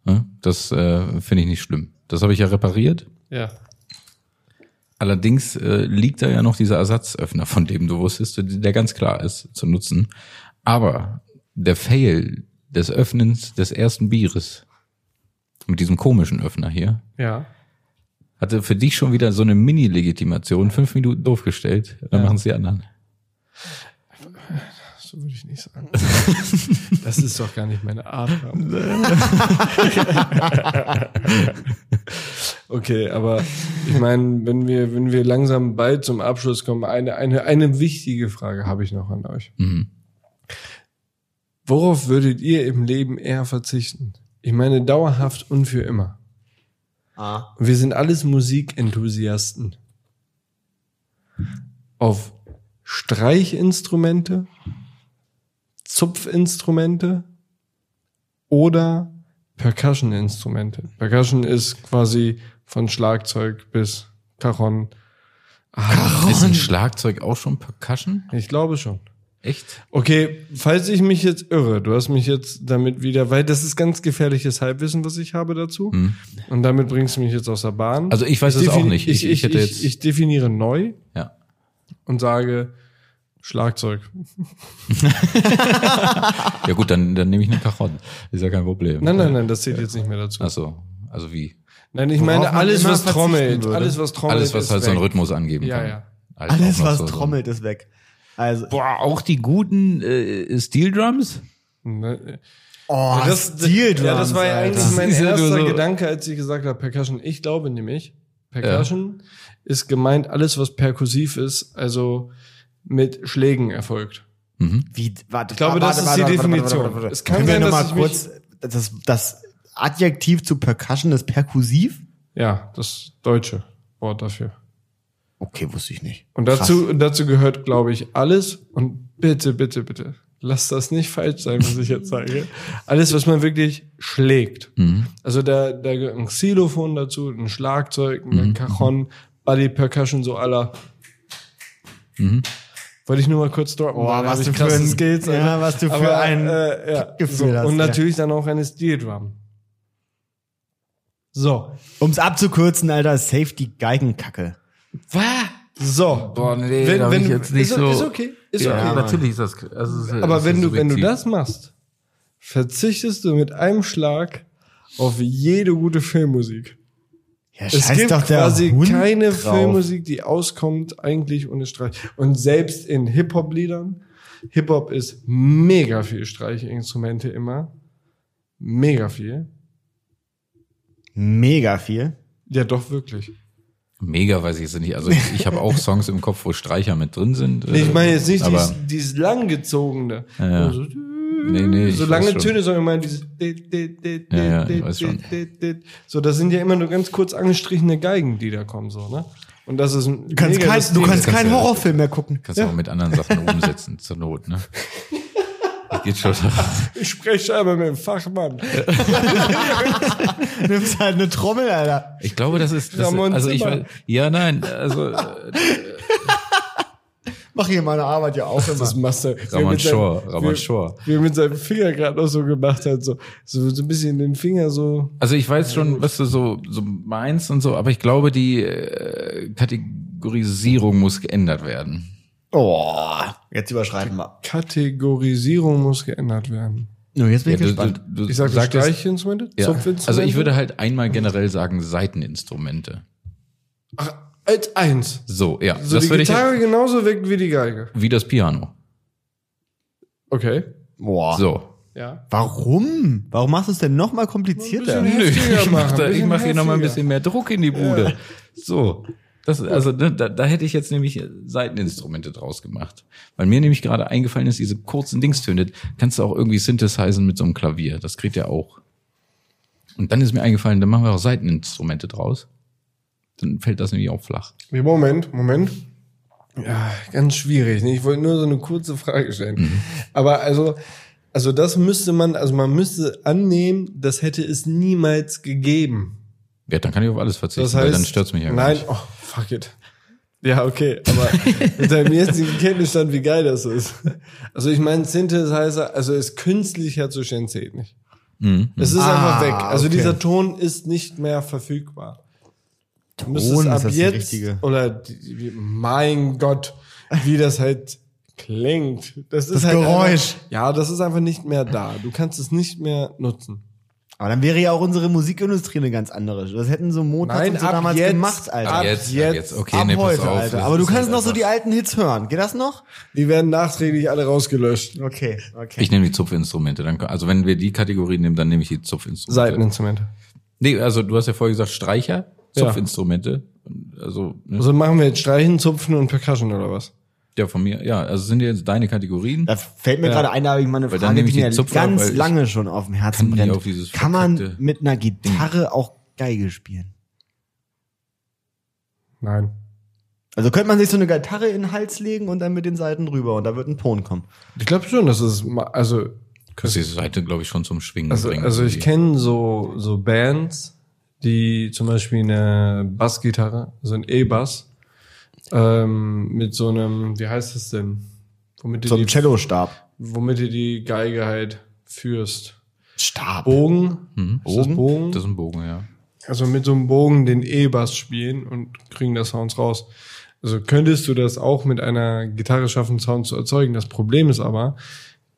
[SPEAKER 3] Ne? Das äh, finde ich nicht schlimm. Das habe ich ja repariert.
[SPEAKER 1] Ja.
[SPEAKER 3] Allerdings äh, liegt da ja noch dieser Ersatzöffner, von dem du wusstest, der ganz klar ist zu nutzen. Aber der Fail des Öffnens des ersten Bieres mit diesem komischen Öffner hier
[SPEAKER 1] Ja.
[SPEAKER 3] hatte für dich schon wieder so eine Mini-Legitimation, fünf Minuten doof gestellt, dann
[SPEAKER 1] Ja.
[SPEAKER 3] machen es die anderen.
[SPEAKER 1] So würde ich nicht sagen. das ist doch gar nicht meine Art. okay, aber ich meine, wenn wir, wenn wir langsam bald zum Abschluss kommen, eine, eine, eine wichtige Frage habe ich noch an euch.
[SPEAKER 3] Mhm.
[SPEAKER 1] Worauf würdet ihr im Leben eher verzichten? Ich meine, dauerhaft und für immer.
[SPEAKER 2] Ah.
[SPEAKER 1] Wir sind alles Musikenthusiasten. Auf Streichinstrumente, Zupfinstrumente oder Percussion-Instrumente. Percussion ist quasi von Schlagzeug bis Cajon. Ah,
[SPEAKER 3] Ist ein Schlagzeug auch schon Percussion?
[SPEAKER 1] Ich glaube schon.
[SPEAKER 3] Echt?
[SPEAKER 1] Okay, falls ich mich jetzt irre, du hast mich jetzt damit wieder, weil das ist ganz gefährliches Halbwissen, was ich habe dazu. Und damit bringst du mich jetzt aus der Bahn.
[SPEAKER 3] Hm. Also ich weiß es auch
[SPEAKER 1] defini-
[SPEAKER 3] nicht.
[SPEAKER 1] Ich, ich, ich,
[SPEAKER 3] hätte
[SPEAKER 1] ich,
[SPEAKER 3] jetzt,
[SPEAKER 1] ich definiere neu
[SPEAKER 3] ja.
[SPEAKER 1] und sage Schlagzeug.
[SPEAKER 3] ja gut, dann, dann nehme ich eine Karotte. Ist ja kein Problem.
[SPEAKER 1] Nein, nein, nein, das zählt jetzt nicht mehr dazu.
[SPEAKER 3] Ach so, also wie?
[SPEAKER 1] Nein, ich
[SPEAKER 2] Worauf
[SPEAKER 1] meine
[SPEAKER 2] man
[SPEAKER 1] alles
[SPEAKER 2] immer
[SPEAKER 1] was,
[SPEAKER 2] verzichten
[SPEAKER 1] trommelt,
[SPEAKER 2] würde.
[SPEAKER 1] alles, was trommelt.
[SPEAKER 3] Alles, was
[SPEAKER 1] ist
[SPEAKER 3] halt so einen
[SPEAKER 1] weg.
[SPEAKER 3] Rhythmus angeben
[SPEAKER 1] Ja,
[SPEAKER 3] kann.
[SPEAKER 1] ja.
[SPEAKER 3] Halt
[SPEAKER 2] Alles,
[SPEAKER 3] auch noch
[SPEAKER 2] was
[SPEAKER 3] so- so-
[SPEAKER 2] trommelt, ist weg. Also,
[SPEAKER 3] Boah, auch die guten äh, Steel Drums?
[SPEAKER 1] Ne?
[SPEAKER 2] oh,
[SPEAKER 1] das,
[SPEAKER 2] Steel
[SPEAKER 1] ja, das war ja
[SPEAKER 2] Drums,
[SPEAKER 1] eigentlich
[SPEAKER 2] Alter.
[SPEAKER 1] mein
[SPEAKER 3] Das ist ja nur
[SPEAKER 1] erster
[SPEAKER 3] so-
[SPEAKER 1] Gedanke, als ich gesagt habe, Percussion. Ich glaube nämlich, Percussion ist gemeint alles, was perkussiv ist, also mit Schlägen erfolgt.
[SPEAKER 3] Mhm.
[SPEAKER 2] Wie, warte,
[SPEAKER 1] Ich glaube, das ist die Definition. Es
[SPEAKER 2] Es
[SPEAKER 1] kann
[SPEAKER 2] kann Können
[SPEAKER 1] sein,
[SPEAKER 2] wir
[SPEAKER 1] dass
[SPEAKER 2] nochmal
[SPEAKER 1] ich
[SPEAKER 2] kurz das, das Adjektiv zu Percussion ist perkussiv?
[SPEAKER 1] Ja, das deutsche Wort dafür.
[SPEAKER 2] Okay, wusste ich nicht.
[SPEAKER 1] Und dazu, dazu gehört, glaube ich, alles. Und bitte, bitte, bitte, lass das nicht falsch sein, was ich jetzt sage. Alles, was man wirklich schlägt.
[SPEAKER 3] Mhm.
[SPEAKER 1] Also da, da gehört ein Xylophon dazu, ein Schlagzeug,
[SPEAKER 3] Mhm.
[SPEAKER 1] ein Cajon, Body Percussion, so aller.
[SPEAKER 3] Mhm.
[SPEAKER 1] Wollte ich nur mal kurz droppen.
[SPEAKER 2] Boah,
[SPEAKER 1] weil da
[SPEAKER 2] was
[SPEAKER 1] hab
[SPEAKER 2] du
[SPEAKER 1] ich
[SPEAKER 2] für
[SPEAKER 1] krasse
[SPEAKER 2] ein-
[SPEAKER 1] Skills,
[SPEAKER 2] ja,
[SPEAKER 1] Alter.
[SPEAKER 2] was du für
[SPEAKER 1] Aber,
[SPEAKER 2] ein
[SPEAKER 1] äh, ja.
[SPEAKER 2] Gefühl hast,
[SPEAKER 1] Und
[SPEAKER 2] ja.
[SPEAKER 1] natürlich dann auch eine Steel Drum. So.
[SPEAKER 2] Um es abzukürzen, Alter, Safety Geigenkacke.
[SPEAKER 1] So.
[SPEAKER 3] Boah, nee, da bin ich jetzt nicht
[SPEAKER 1] ist,
[SPEAKER 3] so-
[SPEAKER 1] Ist okay. Ist
[SPEAKER 3] ja,
[SPEAKER 1] okay.
[SPEAKER 3] natürlich ist das. Also es ist- es
[SPEAKER 1] Aber
[SPEAKER 3] ist
[SPEAKER 1] wenn du, wenn du
[SPEAKER 3] subjektiv.
[SPEAKER 1] das machst, verzichtest du mit einem Schlag auf jede gute Filmmusik.
[SPEAKER 2] Ja,
[SPEAKER 1] Es
[SPEAKER 2] scheiß
[SPEAKER 1] gibt
[SPEAKER 2] doch der
[SPEAKER 1] quasi
[SPEAKER 2] Hund
[SPEAKER 1] keine
[SPEAKER 2] drauf.
[SPEAKER 1] Filmmusik, die auskommt eigentlich ohne Streich. Und selbst in Hip-Hop-Liedern, Hip-Hop ist mega viel Streichinstrumente immer. Mega viel.
[SPEAKER 2] Mega viel.
[SPEAKER 1] Ja, doch wirklich.
[SPEAKER 3] Mega weiß ich es nicht. Also ich, ich habe auch Songs im Kopf, wo Streicher mit drin sind. äh,
[SPEAKER 1] Nee, ich meine jetzt nicht
[SPEAKER 3] aber,
[SPEAKER 1] dieses, dieses langgezogene. Also,
[SPEAKER 3] Ja, ja.
[SPEAKER 1] So,
[SPEAKER 3] Nee, nee, ich
[SPEAKER 1] so lange
[SPEAKER 3] weiß schon.
[SPEAKER 1] Töne, sondern ich meine dieses. dit, dit, dit,
[SPEAKER 3] Ja, ja,
[SPEAKER 1] dit,
[SPEAKER 3] ich weiß
[SPEAKER 1] dit,
[SPEAKER 3] schon.
[SPEAKER 1] dit, dit. So, das sind ja immer nur ganz kurz angestrichene Geigen, die da kommen, so, ne? Und das ist ein.
[SPEAKER 2] Du kannst,
[SPEAKER 1] mega
[SPEAKER 2] kein,
[SPEAKER 1] das
[SPEAKER 2] du
[SPEAKER 1] Ding.
[SPEAKER 2] kannst
[SPEAKER 3] Kannst
[SPEAKER 2] keinen
[SPEAKER 3] du-
[SPEAKER 2] Horrorfilm mehr gucken.
[SPEAKER 3] Kannst du auch mit anderen Sachen umsetzen, zur Not, ne? Das geht schon.
[SPEAKER 1] Ich spreche einmal mit dem Fachmann.
[SPEAKER 2] Du nimmst halt eine Trommel, Alter.
[SPEAKER 3] Ich glaube, das ist. Das,
[SPEAKER 1] Ramon
[SPEAKER 3] also ich
[SPEAKER 1] Zimmer.
[SPEAKER 3] weiß, Ja, nein, also äh,
[SPEAKER 2] Mach hier meine Arbeit ja auch
[SPEAKER 1] Das
[SPEAKER 2] immer.
[SPEAKER 1] machst du. Wie er
[SPEAKER 3] Ramon
[SPEAKER 1] mit seinem-
[SPEAKER 3] Schor,
[SPEAKER 1] wie-
[SPEAKER 3] Ramon Schor.
[SPEAKER 1] Wie er mit seinem Finger gerade noch so gemacht hat, so, so, so ein bisschen den Finger so.
[SPEAKER 3] Also ich weiß schon, was du so, so meinst und so, aber ich glaube, die äh, Kategorisierung muss geändert werden.
[SPEAKER 2] Oh, jetzt überschreiten wir.
[SPEAKER 1] Kategorisierung muss geändert werden.
[SPEAKER 2] Nur jetzt
[SPEAKER 3] Ja,
[SPEAKER 2] bin ich
[SPEAKER 3] du-
[SPEAKER 2] gespannt.
[SPEAKER 3] du- du
[SPEAKER 1] Ich sage
[SPEAKER 3] sagtest-
[SPEAKER 1] Streichinstrumente,
[SPEAKER 3] ja.
[SPEAKER 1] Zupfinstrumente.
[SPEAKER 3] Also ich würde halt einmal generell sagen Seiteninstrumente.
[SPEAKER 1] Ach, als eins.
[SPEAKER 3] So, ja.
[SPEAKER 1] So
[SPEAKER 3] das
[SPEAKER 1] die
[SPEAKER 3] würde ich
[SPEAKER 1] Gitarre genauso wirkt wie die Geige.
[SPEAKER 3] wie das Piano.
[SPEAKER 1] Okay.
[SPEAKER 2] Boah.
[SPEAKER 3] So.
[SPEAKER 1] Ja.
[SPEAKER 2] Warum? Warum machst du es denn nochmal komplizierter?
[SPEAKER 1] Ein bisschen
[SPEAKER 3] Nö,
[SPEAKER 1] heftiger
[SPEAKER 3] ich
[SPEAKER 1] machen,
[SPEAKER 3] mache da,
[SPEAKER 1] ein
[SPEAKER 3] ich
[SPEAKER 1] bisschen
[SPEAKER 3] mach hier nochmal ein
[SPEAKER 1] heftiger.
[SPEAKER 3] bisschen mehr Druck in die Bude. So. Das, also ne, da, da hätte ich jetzt nämlich Seiteninstrumente draus gemacht. Weil mir nämlich gerade eingefallen ist, diese kurzen Dingstöne, kannst du auch irgendwie synthesizen mit so einem Klavier. Das kriegt ja auch. Und dann ist mir eingefallen, dann machen wir auch Seiteninstrumente draus. Dann fällt das nämlich auch flach.
[SPEAKER 1] Nee, Moment, Moment. Ja, ganz schwierig. ne? Ich wollte nur so eine kurze Frage stellen.
[SPEAKER 3] Mhm.
[SPEAKER 1] Aber also, also das müsste man, also man müsste annehmen, das hätte es niemals gegeben.
[SPEAKER 3] Ja, dann kann ich auf alles verzichten,
[SPEAKER 1] Das
[SPEAKER 3] weil
[SPEAKER 1] heißt,
[SPEAKER 3] dann stört's mich ja gar
[SPEAKER 1] nein,
[SPEAKER 3] nicht.
[SPEAKER 1] oh, fuck it. Ja, okay, aber mit deinem jetzigen Kenntnisstand, wie geil das ist. Also ich meine, Synthesizer, also es künstlich herzustellen, zählt nicht.
[SPEAKER 3] Mhm.
[SPEAKER 1] Es ist
[SPEAKER 2] Ah,
[SPEAKER 1] einfach weg. Also
[SPEAKER 2] okay.
[SPEAKER 1] dieser Ton ist nicht mehr verfügbar. Du
[SPEAKER 2] Ton
[SPEAKER 1] müsstest ab
[SPEAKER 2] ist das die
[SPEAKER 1] jetzt
[SPEAKER 2] richtige.
[SPEAKER 1] oder die, wie- mein Gott, wie das halt klingt. Das ist
[SPEAKER 2] Das
[SPEAKER 1] halt
[SPEAKER 2] Geräusch.
[SPEAKER 1] Einfach, ja, das ist einfach nicht mehr da. Du kannst es nicht mehr nutzen.
[SPEAKER 2] Aber dann wäre ja auch unsere Musikindustrie eine ganz andere. Das hätten so Montags
[SPEAKER 1] Nein,
[SPEAKER 2] und so
[SPEAKER 1] ab
[SPEAKER 2] damals
[SPEAKER 1] jetzt,
[SPEAKER 2] gemacht, Alter.
[SPEAKER 3] Ab
[SPEAKER 1] Ab
[SPEAKER 3] jetzt, ab
[SPEAKER 1] jetzt,
[SPEAKER 3] jetzt. Okay,
[SPEAKER 2] Ab
[SPEAKER 3] nee, pass
[SPEAKER 2] heute,
[SPEAKER 3] auf.
[SPEAKER 2] Alter.
[SPEAKER 3] Das
[SPEAKER 2] Aber du
[SPEAKER 3] ist
[SPEAKER 2] kannst noch so
[SPEAKER 3] einfach-
[SPEAKER 2] die alten Hits hören. Geht das noch?
[SPEAKER 1] Die werden nachträglich alle rausgelöscht.
[SPEAKER 2] Okay, okay.
[SPEAKER 3] Ich nehme die Zupfinstrumente. Dann, also wenn wir die Kategorie nehmen, dann nehme ich die Zupfinstrumente.
[SPEAKER 1] Seiteninstrumente.
[SPEAKER 3] Nee, also du hast ja vorher gesagt Streicher,
[SPEAKER 1] Ja.
[SPEAKER 3] Zupfinstrumente. Und Also, ne?
[SPEAKER 1] Also machen wir jetzt Streichen, Zupfen und Percussion oder was?
[SPEAKER 3] ja, von mir. Ja, also sind jetzt deine Kategorien.
[SPEAKER 2] da fällt mir gerade ein, da habe ich mal eine
[SPEAKER 3] Weil dann
[SPEAKER 2] Frage,
[SPEAKER 3] nehme
[SPEAKER 2] die
[SPEAKER 3] ich den
[SPEAKER 2] mir
[SPEAKER 3] Zupfer, weil
[SPEAKER 2] ganz
[SPEAKER 3] ich
[SPEAKER 2] lange schon auf dem Herzen
[SPEAKER 3] nie
[SPEAKER 2] brennt.
[SPEAKER 3] auf dieses
[SPEAKER 2] Kann man
[SPEAKER 3] verkackte
[SPEAKER 2] mit einer Gitarre auch Geige spielen?
[SPEAKER 1] Nein.
[SPEAKER 2] Also könnte man sich so eine Gitarre in den Hals legen und dann mit den Seiten rüber und da wird ein Ton kommen.
[SPEAKER 1] Ich glaube schon, dass es ma- also
[SPEAKER 3] Kannst du die Seite, glaube ich, schon zum Schwingen
[SPEAKER 1] also,
[SPEAKER 3] bringen.
[SPEAKER 1] also ich
[SPEAKER 3] Die-
[SPEAKER 1] kenne so so Bands, die zum Beispiel eine Bassgitarre, so ein E-Bass ähm, mit so einem, wie heißt es denn, womit du
[SPEAKER 2] So ein
[SPEAKER 1] die,
[SPEAKER 2] Cellostab.
[SPEAKER 1] womit du die Geige halt führst.
[SPEAKER 2] Stab.
[SPEAKER 1] Bogen,
[SPEAKER 3] Mhm.
[SPEAKER 1] Ist das
[SPEAKER 2] Bogen?
[SPEAKER 1] Bogen,
[SPEAKER 3] Das ist ein Bogen, ja.
[SPEAKER 1] also mit so einem Bogen den E-Bass spielen und kriegen da Sounds raus. Also könntest du das auch mit einer Gitarre schaffen, Sound zu erzeugen. Das Problem ist aber,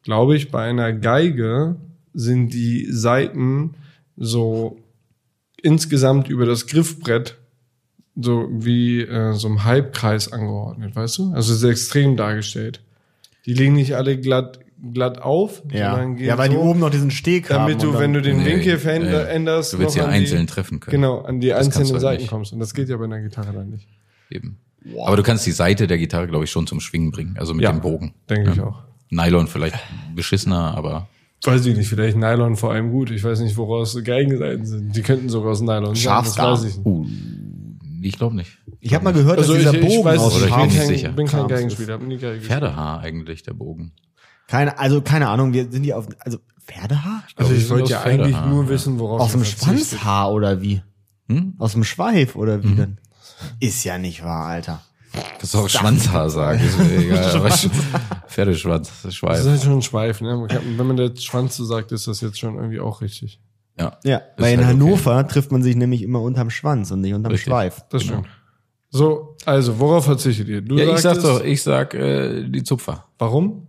[SPEAKER 1] glaube ich, bei einer Geige sind die Saiten so insgesamt über das Griffbrett so wie äh, so im Halbkreis angeordnet, weißt du? Also sehr extrem dargestellt. Die liegen nicht alle glatt, glatt auf,
[SPEAKER 2] Ja.
[SPEAKER 1] sondern gehen
[SPEAKER 2] ja, weil die
[SPEAKER 1] so,
[SPEAKER 2] oben noch diesen Steg haben.
[SPEAKER 1] damit
[SPEAKER 2] und
[SPEAKER 1] du,
[SPEAKER 2] dann-
[SPEAKER 1] wenn du den
[SPEAKER 3] Nee,
[SPEAKER 1] Winkel veränder-
[SPEAKER 3] ja, ja.
[SPEAKER 1] änderst,
[SPEAKER 3] Du willst
[SPEAKER 1] noch
[SPEAKER 3] ja
[SPEAKER 1] an die-
[SPEAKER 3] einzeln treffen können.
[SPEAKER 1] Genau, an die
[SPEAKER 3] Das kannst du
[SPEAKER 1] einzelnen
[SPEAKER 3] halt
[SPEAKER 1] Seiten
[SPEAKER 3] nicht.
[SPEAKER 1] kommst. Und das geht ja bei einer Gitarre dann nicht.
[SPEAKER 3] Eben. Aber du kannst die Seite der Gitarre, glaube ich, schon zum Schwingen bringen. Also mit
[SPEAKER 1] Ja,
[SPEAKER 3] dem Bogen.
[SPEAKER 1] Denke ich
[SPEAKER 3] Ja.
[SPEAKER 1] auch.
[SPEAKER 3] Nylon vielleicht beschissener, aber
[SPEAKER 1] Weiß ich nicht, vielleicht Nylon vor allem gut. Ich weiß nicht, woraus Geigenseiten sind. Die könnten sogar aus Nylon sein. Das
[SPEAKER 2] Schafsdarm.
[SPEAKER 1] weiß ich nicht.
[SPEAKER 3] ich glaube nicht.
[SPEAKER 2] ich habe mal gehört, dass
[SPEAKER 1] Also ich,
[SPEAKER 2] dieser
[SPEAKER 1] ich
[SPEAKER 2] Bogen
[SPEAKER 1] weiß
[SPEAKER 2] aus
[SPEAKER 1] nicht, ich
[SPEAKER 3] Oder
[SPEAKER 1] bin
[SPEAKER 3] ich bin
[SPEAKER 2] Schaf-
[SPEAKER 1] kein,
[SPEAKER 3] nicht sicher.
[SPEAKER 1] bin kein
[SPEAKER 2] Krams ist.
[SPEAKER 1] Geigenspieler, hab nie Geige gespielt.
[SPEAKER 3] Pferdehaar eigentlich, der Bogen.
[SPEAKER 2] Keine, also keine Ahnung, wir sind hier auf, also Pferdehaar?
[SPEAKER 1] Also
[SPEAKER 3] Die
[SPEAKER 1] ich
[SPEAKER 3] sind
[SPEAKER 1] wollte
[SPEAKER 3] aus
[SPEAKER 1] ja eigentlich
[SPEAKER 3] Pferdehaar,
[SPEAKER 1] nur
[SPEAKER 3] ja.
[SPEAKER 1] wissen, worauf
[SPEAKER 2] Aus
[SPEAKER 1] du
[SPEAKER 2] dem
[SPEAKER 1] verzichtest.
[SPEAKER 2] Schwanzhaar oder wie?
[SPEAKER 3] Hm?
[SPEAKER 2] Aus dem Schweif oder wie denn? Ist ja nicht wahr, Alter.
[SPEAKER 3] Kannst du auch Schwanzhaar sagen. Ist mir egal. aber Sch- Pferdeschwanz, das
[SPEAKER 1] Das
[SPEAKER 3] Schweif.
[SPEAKER 1] ist halt schon ein Schweif, ne? Man kann- Wenn man jetzt Schwanz so sagt, ist das jetzt schon irgendwie auch richtig.
[SPEAKER 3] Ja.
[SPEAKER 2] Ja,
[SPEAKER 3] Ist
[SPEAKER 2] weil in
[SPEAKER 3] halt okay.
[SPEAKER 2] Hannover trifft man sich nämlich immer unterm Schwanz und nicht unterm
[SPEAKER 3] Richtig.
[SPEAKER 2] Schweif.
[SPEAKER 1] Das stimmt. So, also, worauf verzichtet ihr? Du
[SPEAKER 3] Ja, ich
[SPEAKER 1] sagst
[SPEAKER 3] sag doch, ich sag äh, die Zupfer.
[SPEAKER 1] Warum?